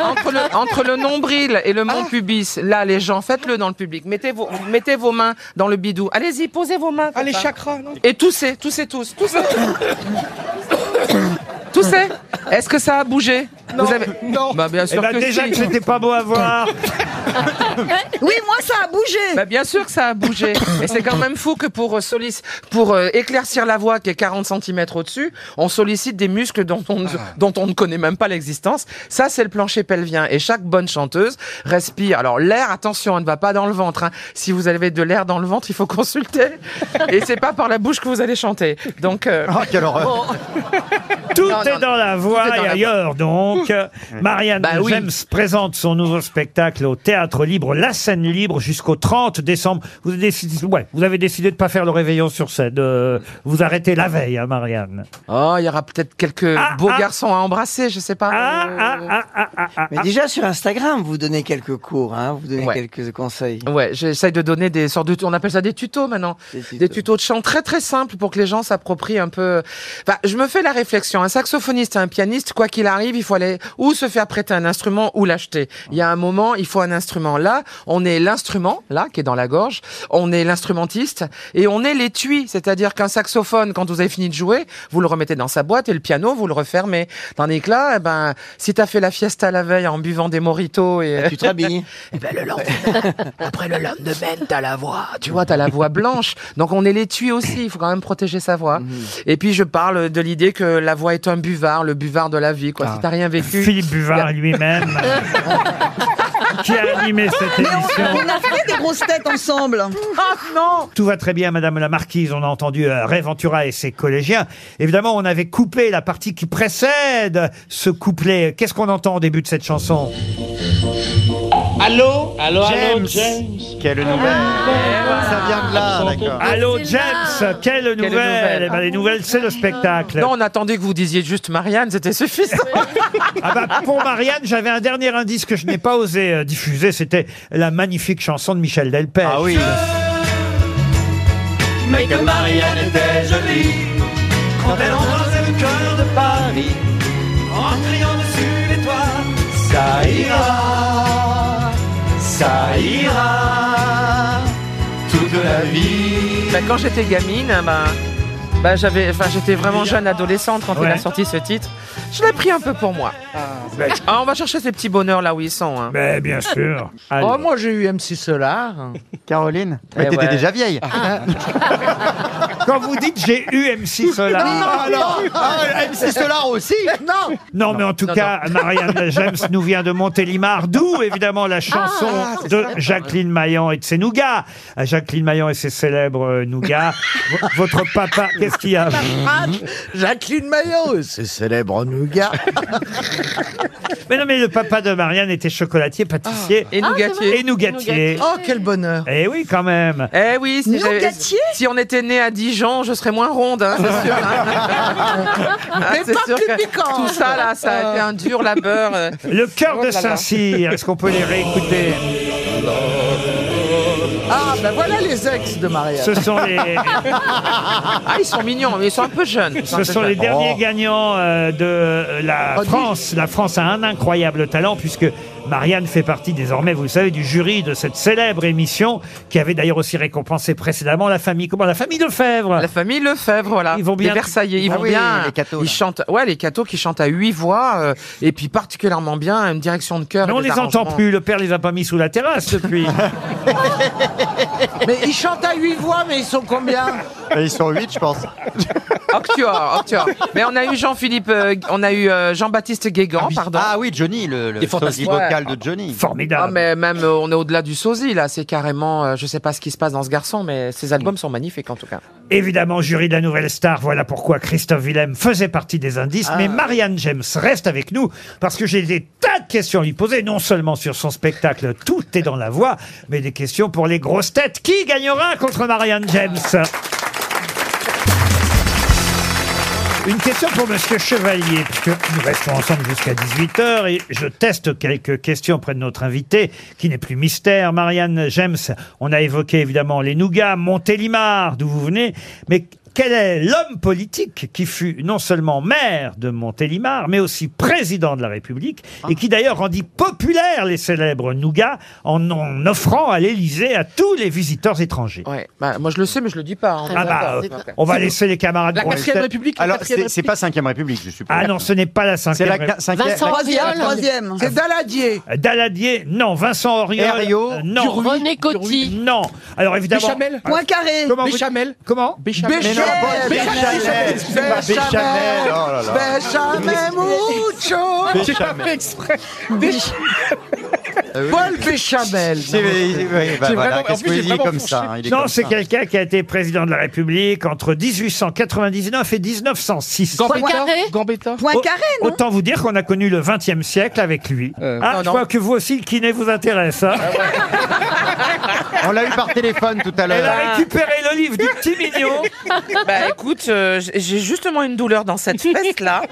S20: entre le, entre le nombril et le mont pubis, là les gens, faites-le dans le public. Mettez vos, mettez vos mains dans le bidou. Allez-y, posez vos mains.
S9: Ah, les
S20: copains.
S9: chakras, non
S20: Et toussez, toussez tous, toussez. toussez. Est-ce que ça a bougé
S9: Non.
S20: Bah bien sûr
S2: Eh ben,
S20: que
S2: déjà
S20: si.
S2: que c'était pas beau à voir.
S20: Oui, moi, ça a bougé. Bah, bien sûr que ça a bougé. Et c'est quand même fou que pour, euh, sollic- pour euh, éclaircir la voix qui est 40 cm au-dessus, on sollicite des muscles dont on, ne- dont on ne connaît même pas l'existence. Ça, c'est le plancher pelvien. Et chaque bonne chanteuse respire. Alors, l'air, attention, on ne va pas dans le ventre. hein. Si vous avez de l'air dans le ventre, il faut consulter. Et c'est pas par la bouche que vous allez chanter. Donc, euh,
S2: Tout
S20: Non,
S2: est
S20: non,
S2: dans la voix
S20: tout est
S2: et
S20: dans la
S2: ailleurs, donc. Marianne
S20: Bah oui.
S2: James présente son nouveau spectacle au Théâtre Libre, La Scène Libre, jusqu'au 30 décembre. Vous avez décidé, ouais, vous avez décidé de pas faire le réveillon sur scène. euh, vous arrêtez la veille, hein, Marianne. Ah,
S20: Oh, il y aura peut-être quelques beaux garçons à embrasser, je sais pas.
S9: ah,
S12: Ah,
S5: Mais déjà sur Instagram, vous donnez quelques cours, hein, vous donnez quelques conseils.
S20: Ouais, j'essaye de donner des sortes de, on appelle ça des tutos maintenant, des tutos, de chant très très simples pour que les gens s'approprient un peu. Enfin, je me fais la réflexion, un saxophoniste, un pianiste, quoi qu'il arrive, il faut aller ou se faire prêter un instrument ou l'acheter. Il y a un moment, il faut un instrument. Là, on est l'instrument, là, qui est dans la gorge, on est l'instrumentiste et on est l'étui, c'est-à-dire qu'un saxophone, quand vous avez fini de jouer, vous le remettez dans sa boîte et le piano, vous le refermez. Tandis que là, eh ben, si t'as fait la fiesta la veille en buvant des moritos et
S5: Ah, tu te rhabilles.
S20: Eh ben, le lendemain, après le lendemain, Ben, t'as la voix. Tu vois, t'as la voix blanche. Donc, on est l'étui aussi. Il faut quand même protéger sa voix. Et puis, je parle de l'idée que la voix est un buvard, le buvard de la vie, quoi. Si t'as rien vécu.
S2: Philippe Buvard lui-même. qui a animé cette émission.
S8: On a fait des grosses têtes ensemble.
S20: Ah non
S2: Tout va très bien, Madame la Marquise. On a entendu euh, Ray Ventura et ses collégiens. Évidemment, on avait coupé la partie qui précède ce couplet. Qu'est-ce qu'on entend au début de cette chanson
S14: Allô Allô, allô,
S2: James.
S14: James Ah,
S2: Quelle
S14: Ça vient de là, d'accord.
S2: Allô, James Quelle nouvelle, Eh ben, Les nouvelles, c'est le spectacle.
S20: Non, on attendait que vous disiez juste Marianne, c'était suffisant.
S2: Ah bah, pour Marianne, j'avais un dernier indice que je n'ai pas osé euh, diffuser. C'était la magnifique chanson de Michel Delpech. Ah oui.
S14: Mais que Marianne était jolie Quand elle embrassait le cœur de Paris En criant dessus les toits Ça ira Ça ira
S20: toute la vie. Bah, quand j'étais gamine, hein, ben, ben, j'avais, enfin, j'étais vraiment jeune adolescente quand il a sorti ce titre. Je l'ai pris un peu pour moi. Ah, on va chercher ces petits bonheurs là où ils sont. hein.
S2: Mais Bah, bien sûr.
S7: Oh, moi j'ai eu MC Solar.
S16: Caroline
S7: Eh
S16: Mais t'étais
S7: ouais.
S16: déjà vieille.
S3: Ah.
S2: Quand vous dites j'ai eu MC Solar.
S16: Ah, non. Ah, MC Solar aussi
S7: Non
S2: Non, mais en tout
S16: Non,
S2: cas,
S16: non.
S2: Marianne James nous vient de Montélimar, d'où évidemment la chanson
S16: Ah, c'est
S2: de
S16: ça.
S2: Jacqueline Maillan et de ses nougats. Ah, Jacqueline Maillan et ses célèbres euh, nougats. V- Votre papa, qu'est-ce qu'il y a
S7: Jacqueline Maillot, c'est célèbre nougat.
S2: Mais non, mais le papa de Marianne était chocolatier, pâtissier.
S20: Et nougatier.
S2: Et nougatier.
S7: Oh, quel bonheur.
S2: Eh oui, quand même.
S20: Eh oui, si, j'avais-
S2: Nougatier
S20: si on était né à Dijon, je serais moins ronde, hein, c'est sûr. hein. Ah,
S7: Mais pas Ah. plus piquante.
S20: tout ça, là, ça a été un dur labeur. euh.
S2: Le cœur
S20: Oh
S2: de
S20: là là.
S2: Saint-Cyr, est-ce qu'on peut les réécouter
S7: Ah, ben voilà les ex de Marianne.
S2: Ce sont les-
S20: Ah, ils sont mignons, mais ils sont un peu jeunes. Ils
S2: Ce
S20: un peu
S2: sont les
S20: jeunes.
S2: derniers gagnants euh, de la France. La France a un incroyable talent puisque Marianne fait partie désormais, vous le savez, du jury de cette célèbre émission qui avait d'ailleurs aussi récompensé précédemment la famille. Comment la famille Lefebvre
S20: La famille Lefebvre, voilà.
S2: Ils vont bien.
S20: Les Versaillais, ils
S2: Ah
S20: vont
S2: oui,
S20: bien.
S2: les cathos,
S20: ils
S2: là.
S20: chantent, ouais, les cathos qui chantent à huit voix, euh, et puis particulièrement bien, une direction de cœur.
S2: Mais
S20: et
S2: on
S20: des
S2: les entend
S20: arrangements.
S2: plus. Le père les a pas mis sous la terrasse depuis.
S7: Mais ils chantent à huit voix, mais ils sont combien
S16: Ils sont 8, je pense.
S20: Octuor, Octuor. Mais on a eu Jean-Philippe, euh, on a eu euh, Jean-Baptiste Guégan, pardon.
S16: Ah oui, Johnny, le, le
S20: Il
S16: sosie
S20: est fantastique.
S16: vocal de Johnny.
S2: Formidable.
S20: Ah, mais même, euh, on est au-delà du sosie, là. C'est carrément, euh, je sais pas ce qui se passe dans ce garçon, mais ses albums sont magnifiques, en tout cas.
S2: Évidemment, jury de la nouvelle star, voilà pourquoi Christophe Willem faisait partie des indices. Mais Marianne James reste avec nous parce que j'ai des tas de questions à lui poser, non seulement sur son spectacle Tout est dans la voix, mais des questions pour les grosses têtes. Qui gagnera contre Marianne James Une question pour Monsieur Chevalier, puisque nous restons ensemble jusqu'à 18h et je teste quelques questions auprès de notre invité, qui n'est plus mystère, Marianne James. On a évoqué évidemment les nougats, Montélimar, d'où vous venez, mais Quel est l'homme politique qui fut non seulement maire de Montélimar, mais aussi président de la République,
S20: Ah.
S2: et qui d'ailleurs rendit populaire les célèbres nougats en, en offrant à l'Élysée à tous les visiteurs étrangers
S20: bah, moi je le sais, mais je le dis pas. hein.
S2: Ah bah,
S20: D'accord.
S2: euh, on va laisser les camarades.
S20: La
S2: pour les
S20: quatrième
S2: têtes.
S20: République, la Alors, quatrième c'est- c'est République.
S11: pas cinquième République, je suppose.
S2: Ah non, ce n'est pas la cinquième.
S11: la
S2: République. Euh,
S11: ca- cinquième- Vincent
S20: Troisième, troisième. C'est Daladier.
S2: Daladier, non. Vincent Auriol,
S11: Herriot.
S2: euh, non.
S11: Duruy.
S2: René Coty, non. Alors évidemment. euh,
S9: Béchamel.
S8: Poincaré.
S2: Comment vous-
S9: Béchamel.
S2: Comment
S9: Béchamel.
S2: Mais non, bon,
S9: Béchamel.
S11: Béchamel, oh là là.
S7: Béchamel, mucho.
S9: J'ai pas fait exprès.
S7: Paul Béchamel.
S11: C'est- oui, oui, bah
S7: C'est
S11: voilà,
S7: vraiment- en
S11: qu'est-ce
S7: plus,
S11: que vous
S7: j'ai
S11: dites
S7: vraiment
S11: comme ça hein, il est
S2: Non,
S11: comme
S2: c'est
S11: ça.
S2: quelqu'un qui a été président de la République entre 1899 et 1906.
S9: Gambetta. Oh.
S2: Au- Autant vous dire qu'on a connu le 20e siècle avec lui. ah,
S11: Euh. non,
S2: je
S11: non.
S2: crois que vous aussi, le kiné vous intéresse. hein.
S11: On l'a eu par téléphone tout à
S2: Elle a
S11: l'heure.
S2: récupéré Bah, le livre du petit mignon.
S20: Bah écoute, euh, j'ai- j'ai justement une douleur dans cette fesse là.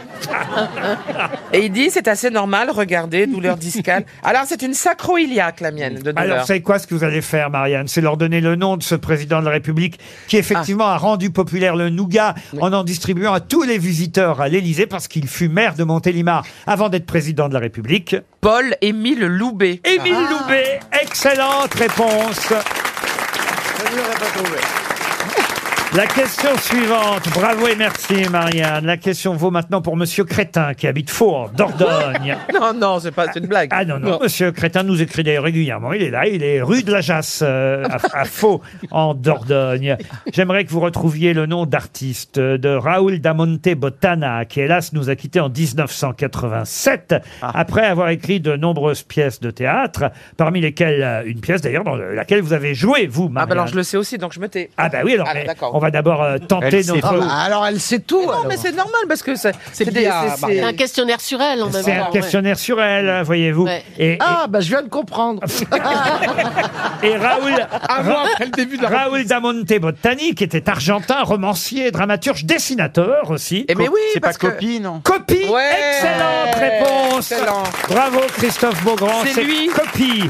S20: Et il dit c'est assez normal, regardez, douleur discale. Alors c'est une sacro-iliaque la mienne de douleur.
S2: Alors, vous savez quoi ce que vous allez faire, Marianne C'est leur donner le nom de ce président de la République
S11: Ah.
S2: qui, effectivement, a rendu populaire le nougat en en distribuant à tous les visiteurs à l'Élysée parce qu'il fut maire de Montélimar avant d'être président de la République.
S20: Paul Émile Loubet. Ah.
S2: Émile Loubet, excellente réponse. La question suivante, bravo et merci Marianne. La question vaut maintenant pour Monsieur Crétin qui habite Faux en Dordogne.
S20: Non, non, c'est pas c'est une blague.
S2: Ah non, non, Monsieur Crétin nous écrit d'ailleurs régulièrement. Il est là, il est rue de la Jasse, euh, à, à Faux, en Dordogne. J'aimerais que vous retrouviez le nom d'artiste euh, de Raoul Damonte Botana, qui hélas nous a quittés en 1987,
S20: Ah.
S2: après avoir écrit de nombreuses pièces de théâtre, parmi lesquelles euh, une pièce d'ailleurs dans laquelle vous avez joué, vous,
S20: Ah
S2: Marianne.
S20: bah alors je le sais aussi, donc je me tais.
S2: Ah bah oui, alors, mais on va d'abord euh, tenter
S11: Elle sait
S2: notre...
S11: tout.
S7: Ah, alors elle sait tout.
S20: Non, mais c'est normal parce que c'est c'est des- c'est- c'est-
S6: C'est un questionnaire sur elle en même temps.
S2: C'est un
S6: ouais.
S2: questionnaire sur elle, voyez-vous.
S6: Ouais.
S2: Et, et-
S7: Ah, bah je viens de comprendre.
S2: et Raoul,
S9: Un mois après le début de la
S2: Raoul Damonte Botani, qui était argentin, romancier, dramaturge, dessinateur aussi.
S20: Eh mais oui,
S11: C'est pas
S20: parce que-
S11: copie, non
S2: Copie,
S20: Ouais.
S2: excellente réponse.
S20: Excellent.
S2: Bravo Christophe Beaugrand,
S20: C'est lui.
S2: Copie.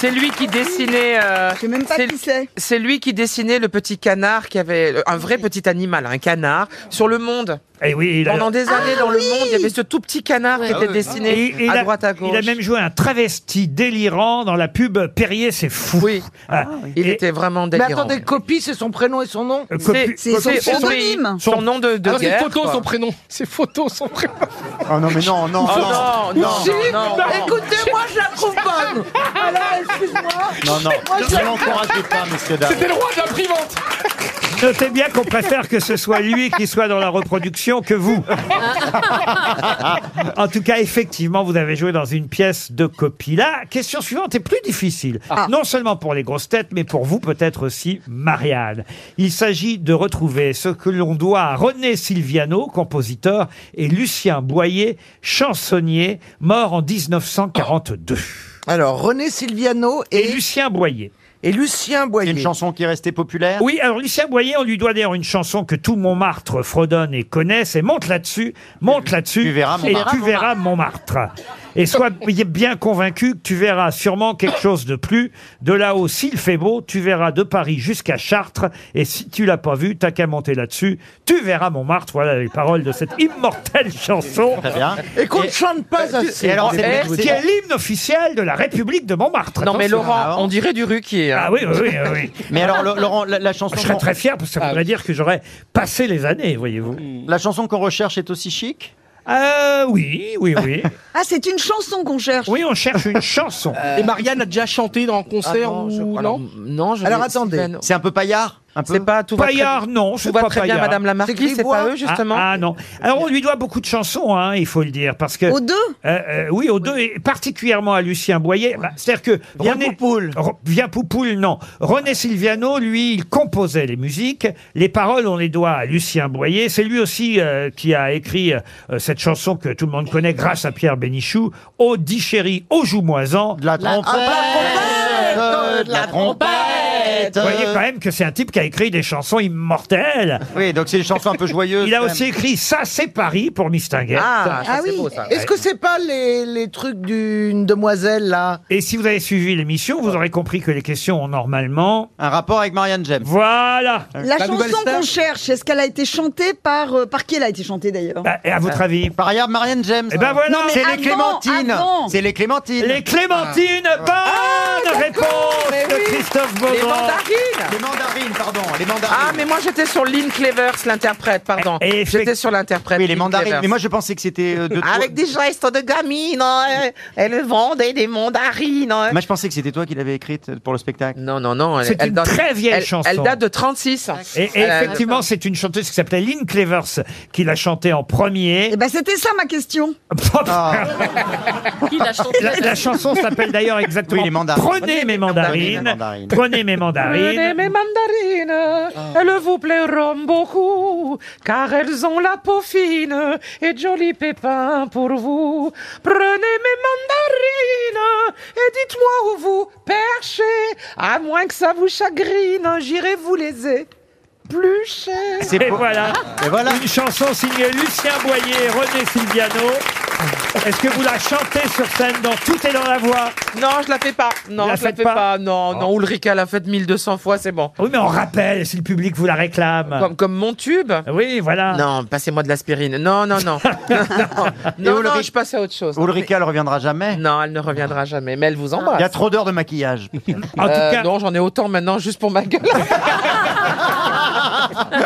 S20: C'est lui qui dessinait. euh,
S8: Je sais même pas
S20: c'est-
S8: qui c'est.
S20: C'est lui qui dessinait le petit canard qui avait un vrai petit animal, un canard, sur le monde.
S2: Et Eh oui, il a,
S20: Pendant des
S8: Ah
S20: années dans le monde, il y avait ce tout petit canard qui
S11: Ah
S20: était
S11: ouais.
S20: dessiné
S2: et- et il
S20: à
S2: a-
S20: droite à
S2: il a
S20: gauche.
S2: même joué un travesti délirant dans la pub Perrier, c'est fou.
S20: Oui.
S2: Ah,
S20: Il
S2: et-
S20: était vraiment
S7: Mais
S20: délirant.
S7: attendez, copie, c'est son prénom et son nom.
S2: euh, copie-
S8: C'est son
S20: C'est
S8: pseudonyme.
S20: son, nom de, de
S9: Ah, c'est
S20: guerre.
S9: photo
S20: quoi.
S9: son prénom. C'est photo son prénom.
S11: Oh non, mais non, non,
S20: Oh
S11: non.
S20: non, non,
S7: Si,
S20: non,
S12: bah,
S20: non.
S7: écoutez, moi je la trouve bonne. Alors, excuse-moi.
S11: Non, non, ne l'encouragez pas, messieurs dames.
S9: C'était le roi de l'imprimante.
S2: Notez bien qu'on préfère que ce soit lui qui soit dans la reproduction que vous. en tout cas, effectivement, vous avez joué dans une pièce de copie. La question suivante est plus difficile. Non seulement pour les grosses têtes, mais pour vous peut-être aussi, Marianne. Il s'agit de retrouver ce que l'on doit à René Silviano, compositeur, et Lucien Boyer, chansonnier, mort en 1942.
S7: Alors, René Silviano
S2: Et
S7: et,
S2: Lucien Boyer.
S7: et Lucien
S11: C'est
S7: Boyer.
S11: une chanson qui est restée populaire
S2: Oui, alors Lucien Boyer, on lui doit d'ailleurs une chanson que tout Montmartre fredonne et connaît, c'est Monte là-dessus, monte là-dessus,
S11: Tu verras
S2: et
S11: Montmartre.
S2: tu verras Montmartre. Et soyez bien convaincu que tu verras sûrement quelque chose de plus. De là-haut, s'il fait beau, tu verras de Paris jusqu'à Chartres. Et si tu l'as pas vu, t'as qu'à monter là-dessus. Tu verras Montmartre. Voilà les paroles de cette immortelle chanson.
S11: Très bien.
S7: Et qu'on ne chante pas assez.
S11: Et alors,
S2: Qui est
S11: c'est-
S2: l'hymne officiel de la République de Montmartre.
S20: Non, mais
S11: Ah,
S20: Laurent,
S11: bon
S20: on dirait du ruquier. hein.
S2: Ah oui, oui, oui. oui.
S11: Mais alors, Lo- Laurent, la, la chanson
S2: Je serais
S11: qu'on-
S2: très fier parce que ça
S20: Ah
S2: voudrait dire que j'aurais passé les années, voyez-vous.
S11: la chanson qu'on recherche est aussi chic
S2: Euh, oui, oui, oui.
S8: Ah, c'est une chanson qu'on cherche.
S2: oui, on cherche une chanson.
S9: Euh. Et Marianne a déjà chanté dans un
S20: Ah
S9: concert
S20: non, je-
S9: ou
S20: alors,
S9: non
S20: non, je-
S7: Alors, attendez.
S20: Sylvain,
S11: C'est un peu paillard Un peu
S20: C'est pas tout va très bien.
S2: Paillard, non, c'est
S20: Tout va
S2: pas
S20: très bien,
S2: Paillard.
S20: Madame la Marquise, c'est pas
S7: Grégoire.
S20: eux, justement.
S2: Ah, ah, non. Alors on lui doit beaucoup de chansons, hein, il faut le dire, parce que
S8: Aux deux
S2: Euh, euh, oui, aux deux, et particulièrement à Lucien Boyer. Bah, C'est-à-dire que
S11: Bien
S2: René-
S11: Poupoule.
S2: Ro- bien Poupoule, non. René Silviano, lui, il composait les musiques. Les paroles, on les doit à Lucien Boyer. C'est lui aussi euh, qui a écrit euh, cette chanson que tout le monde connaît grâce à Pierre Bénichou. Ô dit chéri, ô joumoisant.
S11: Euh, De la trompette
S6: trompette,
S11: De la trompette
S12: Euh,
S2: Vous voyez quand même que c'est un type qui a écrit des chansons immortelles.
S11: Oui, donc c'est une chanson un peu joyeuse.
S2: Il a
S11: quand même.
S2: aussi écrit Ça, c'est Paris pour Mistinguette.
S7: Ah, Est-ce que c'est pas les, les trucs d'une demoiselle, là
S2: Et si vous avez suivi l'émission, vous aurez compris que les questions ont normalement un rapport avec Marianne James. Voilà.
S8: La, chanson qu'on cherche, est-ce qu'elle a été chantée par euh, par qui elle a été chantée d'ailleurs
S11: Bah,
S2: Et à
S9: Euh.
S2: votre avis Par ailleurs, Marianne James. Et ben voilà,
S8: Non, mais
S11: Ah. Eh C'est
S8: avant,
S11: les Clémentines.
S8: avant.
S11: C'est les Clémentines. Ah.
S2: Les Clémentines,
S20: Ah,
S2: bonne réponse de Christophe
S20: Les
S2: Beaugrand.
S20: mandarines
S11: Les mandarines, pardon. Les mandarines. Eh,
S20: Ah, mais moi j'étais sur Lynn Clevers, l'interprète, pardon. J'étais sur l'interprète.
S11: Oui, les
S20: Lynn
S11: mandarines.
S20: Clevers.
S11: Mais moi, je pensais que c'était euh, de toi.
S20: Avec des gestes de gamine, euh, elle vendait des mandarines. euh.
S11: Moi, je pensais que c'était toi qui l'avais écrite pour le spectacle.
S20: Non, non, non.
S2: C'est une très vieille
S20: elle-
S2: chanson.
S20: Elle date de 36.
S2: Et, et effectivement, c'est une chanteuse qui s'appelait Lynn Clevers qui l'a chantée en premier.
S8: Eh ben c'était ça ma question.
S2: la, la chanson s'appelle d'ailleurs exactement Prenez mes mandarines. Prenez
S20: Prenez
S2: mes mandarines.
S20: mes mandarines,
S2: Ah.
S20: elles vous plairont beaucoup, car elles ont la peau fine et de jolis pépins pour vous. Prenez mes mandarines et dites-moi où vous perchez, à moins que ça vous chagrine, j'irai vous les éplucher.
S2: Et voilà. Une chanson signée Lucien Boyer, René Silviano. Est-ce que vous la chantez sur scène dans Tout est dans la voix
S20: Non, je la fais pas. Ah, Non,
S2: Vous la
S20: je la
S2: faites
S20: fais
S2: pas Oh.
S20: pas. Non, non, Ulrika l'a fait 1200 fois, c'est bon.
S2: Oui, mais on rappelle si le public vous la réclame.
S20: Comme, comme mon tube
S2: Oui, voilà.
S20: Non, passez-moi de l'aspirine. Non, non, non. non, non, je passe à autre chose.
S11: Ulrika, elle reviendra jamais.
S20: Non, elle ne reviendra jamais, mais elle vous embrasse.
S11: Il y a trop d'heures de maquillage.
S20: En tout cas... Non, j'en ai autant maintenant juste pour ma gueule.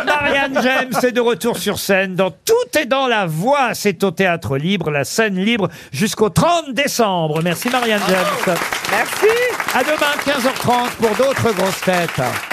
S2: Marianne James est de retour sur scène dans Tout est dans la voix. C'est au théâtre libre, la scène libre jusqu'au 30 décembre. Merci Marianne James.
S20: Merci.
S2: À demain 15h30 pour d'autres grosses têtes.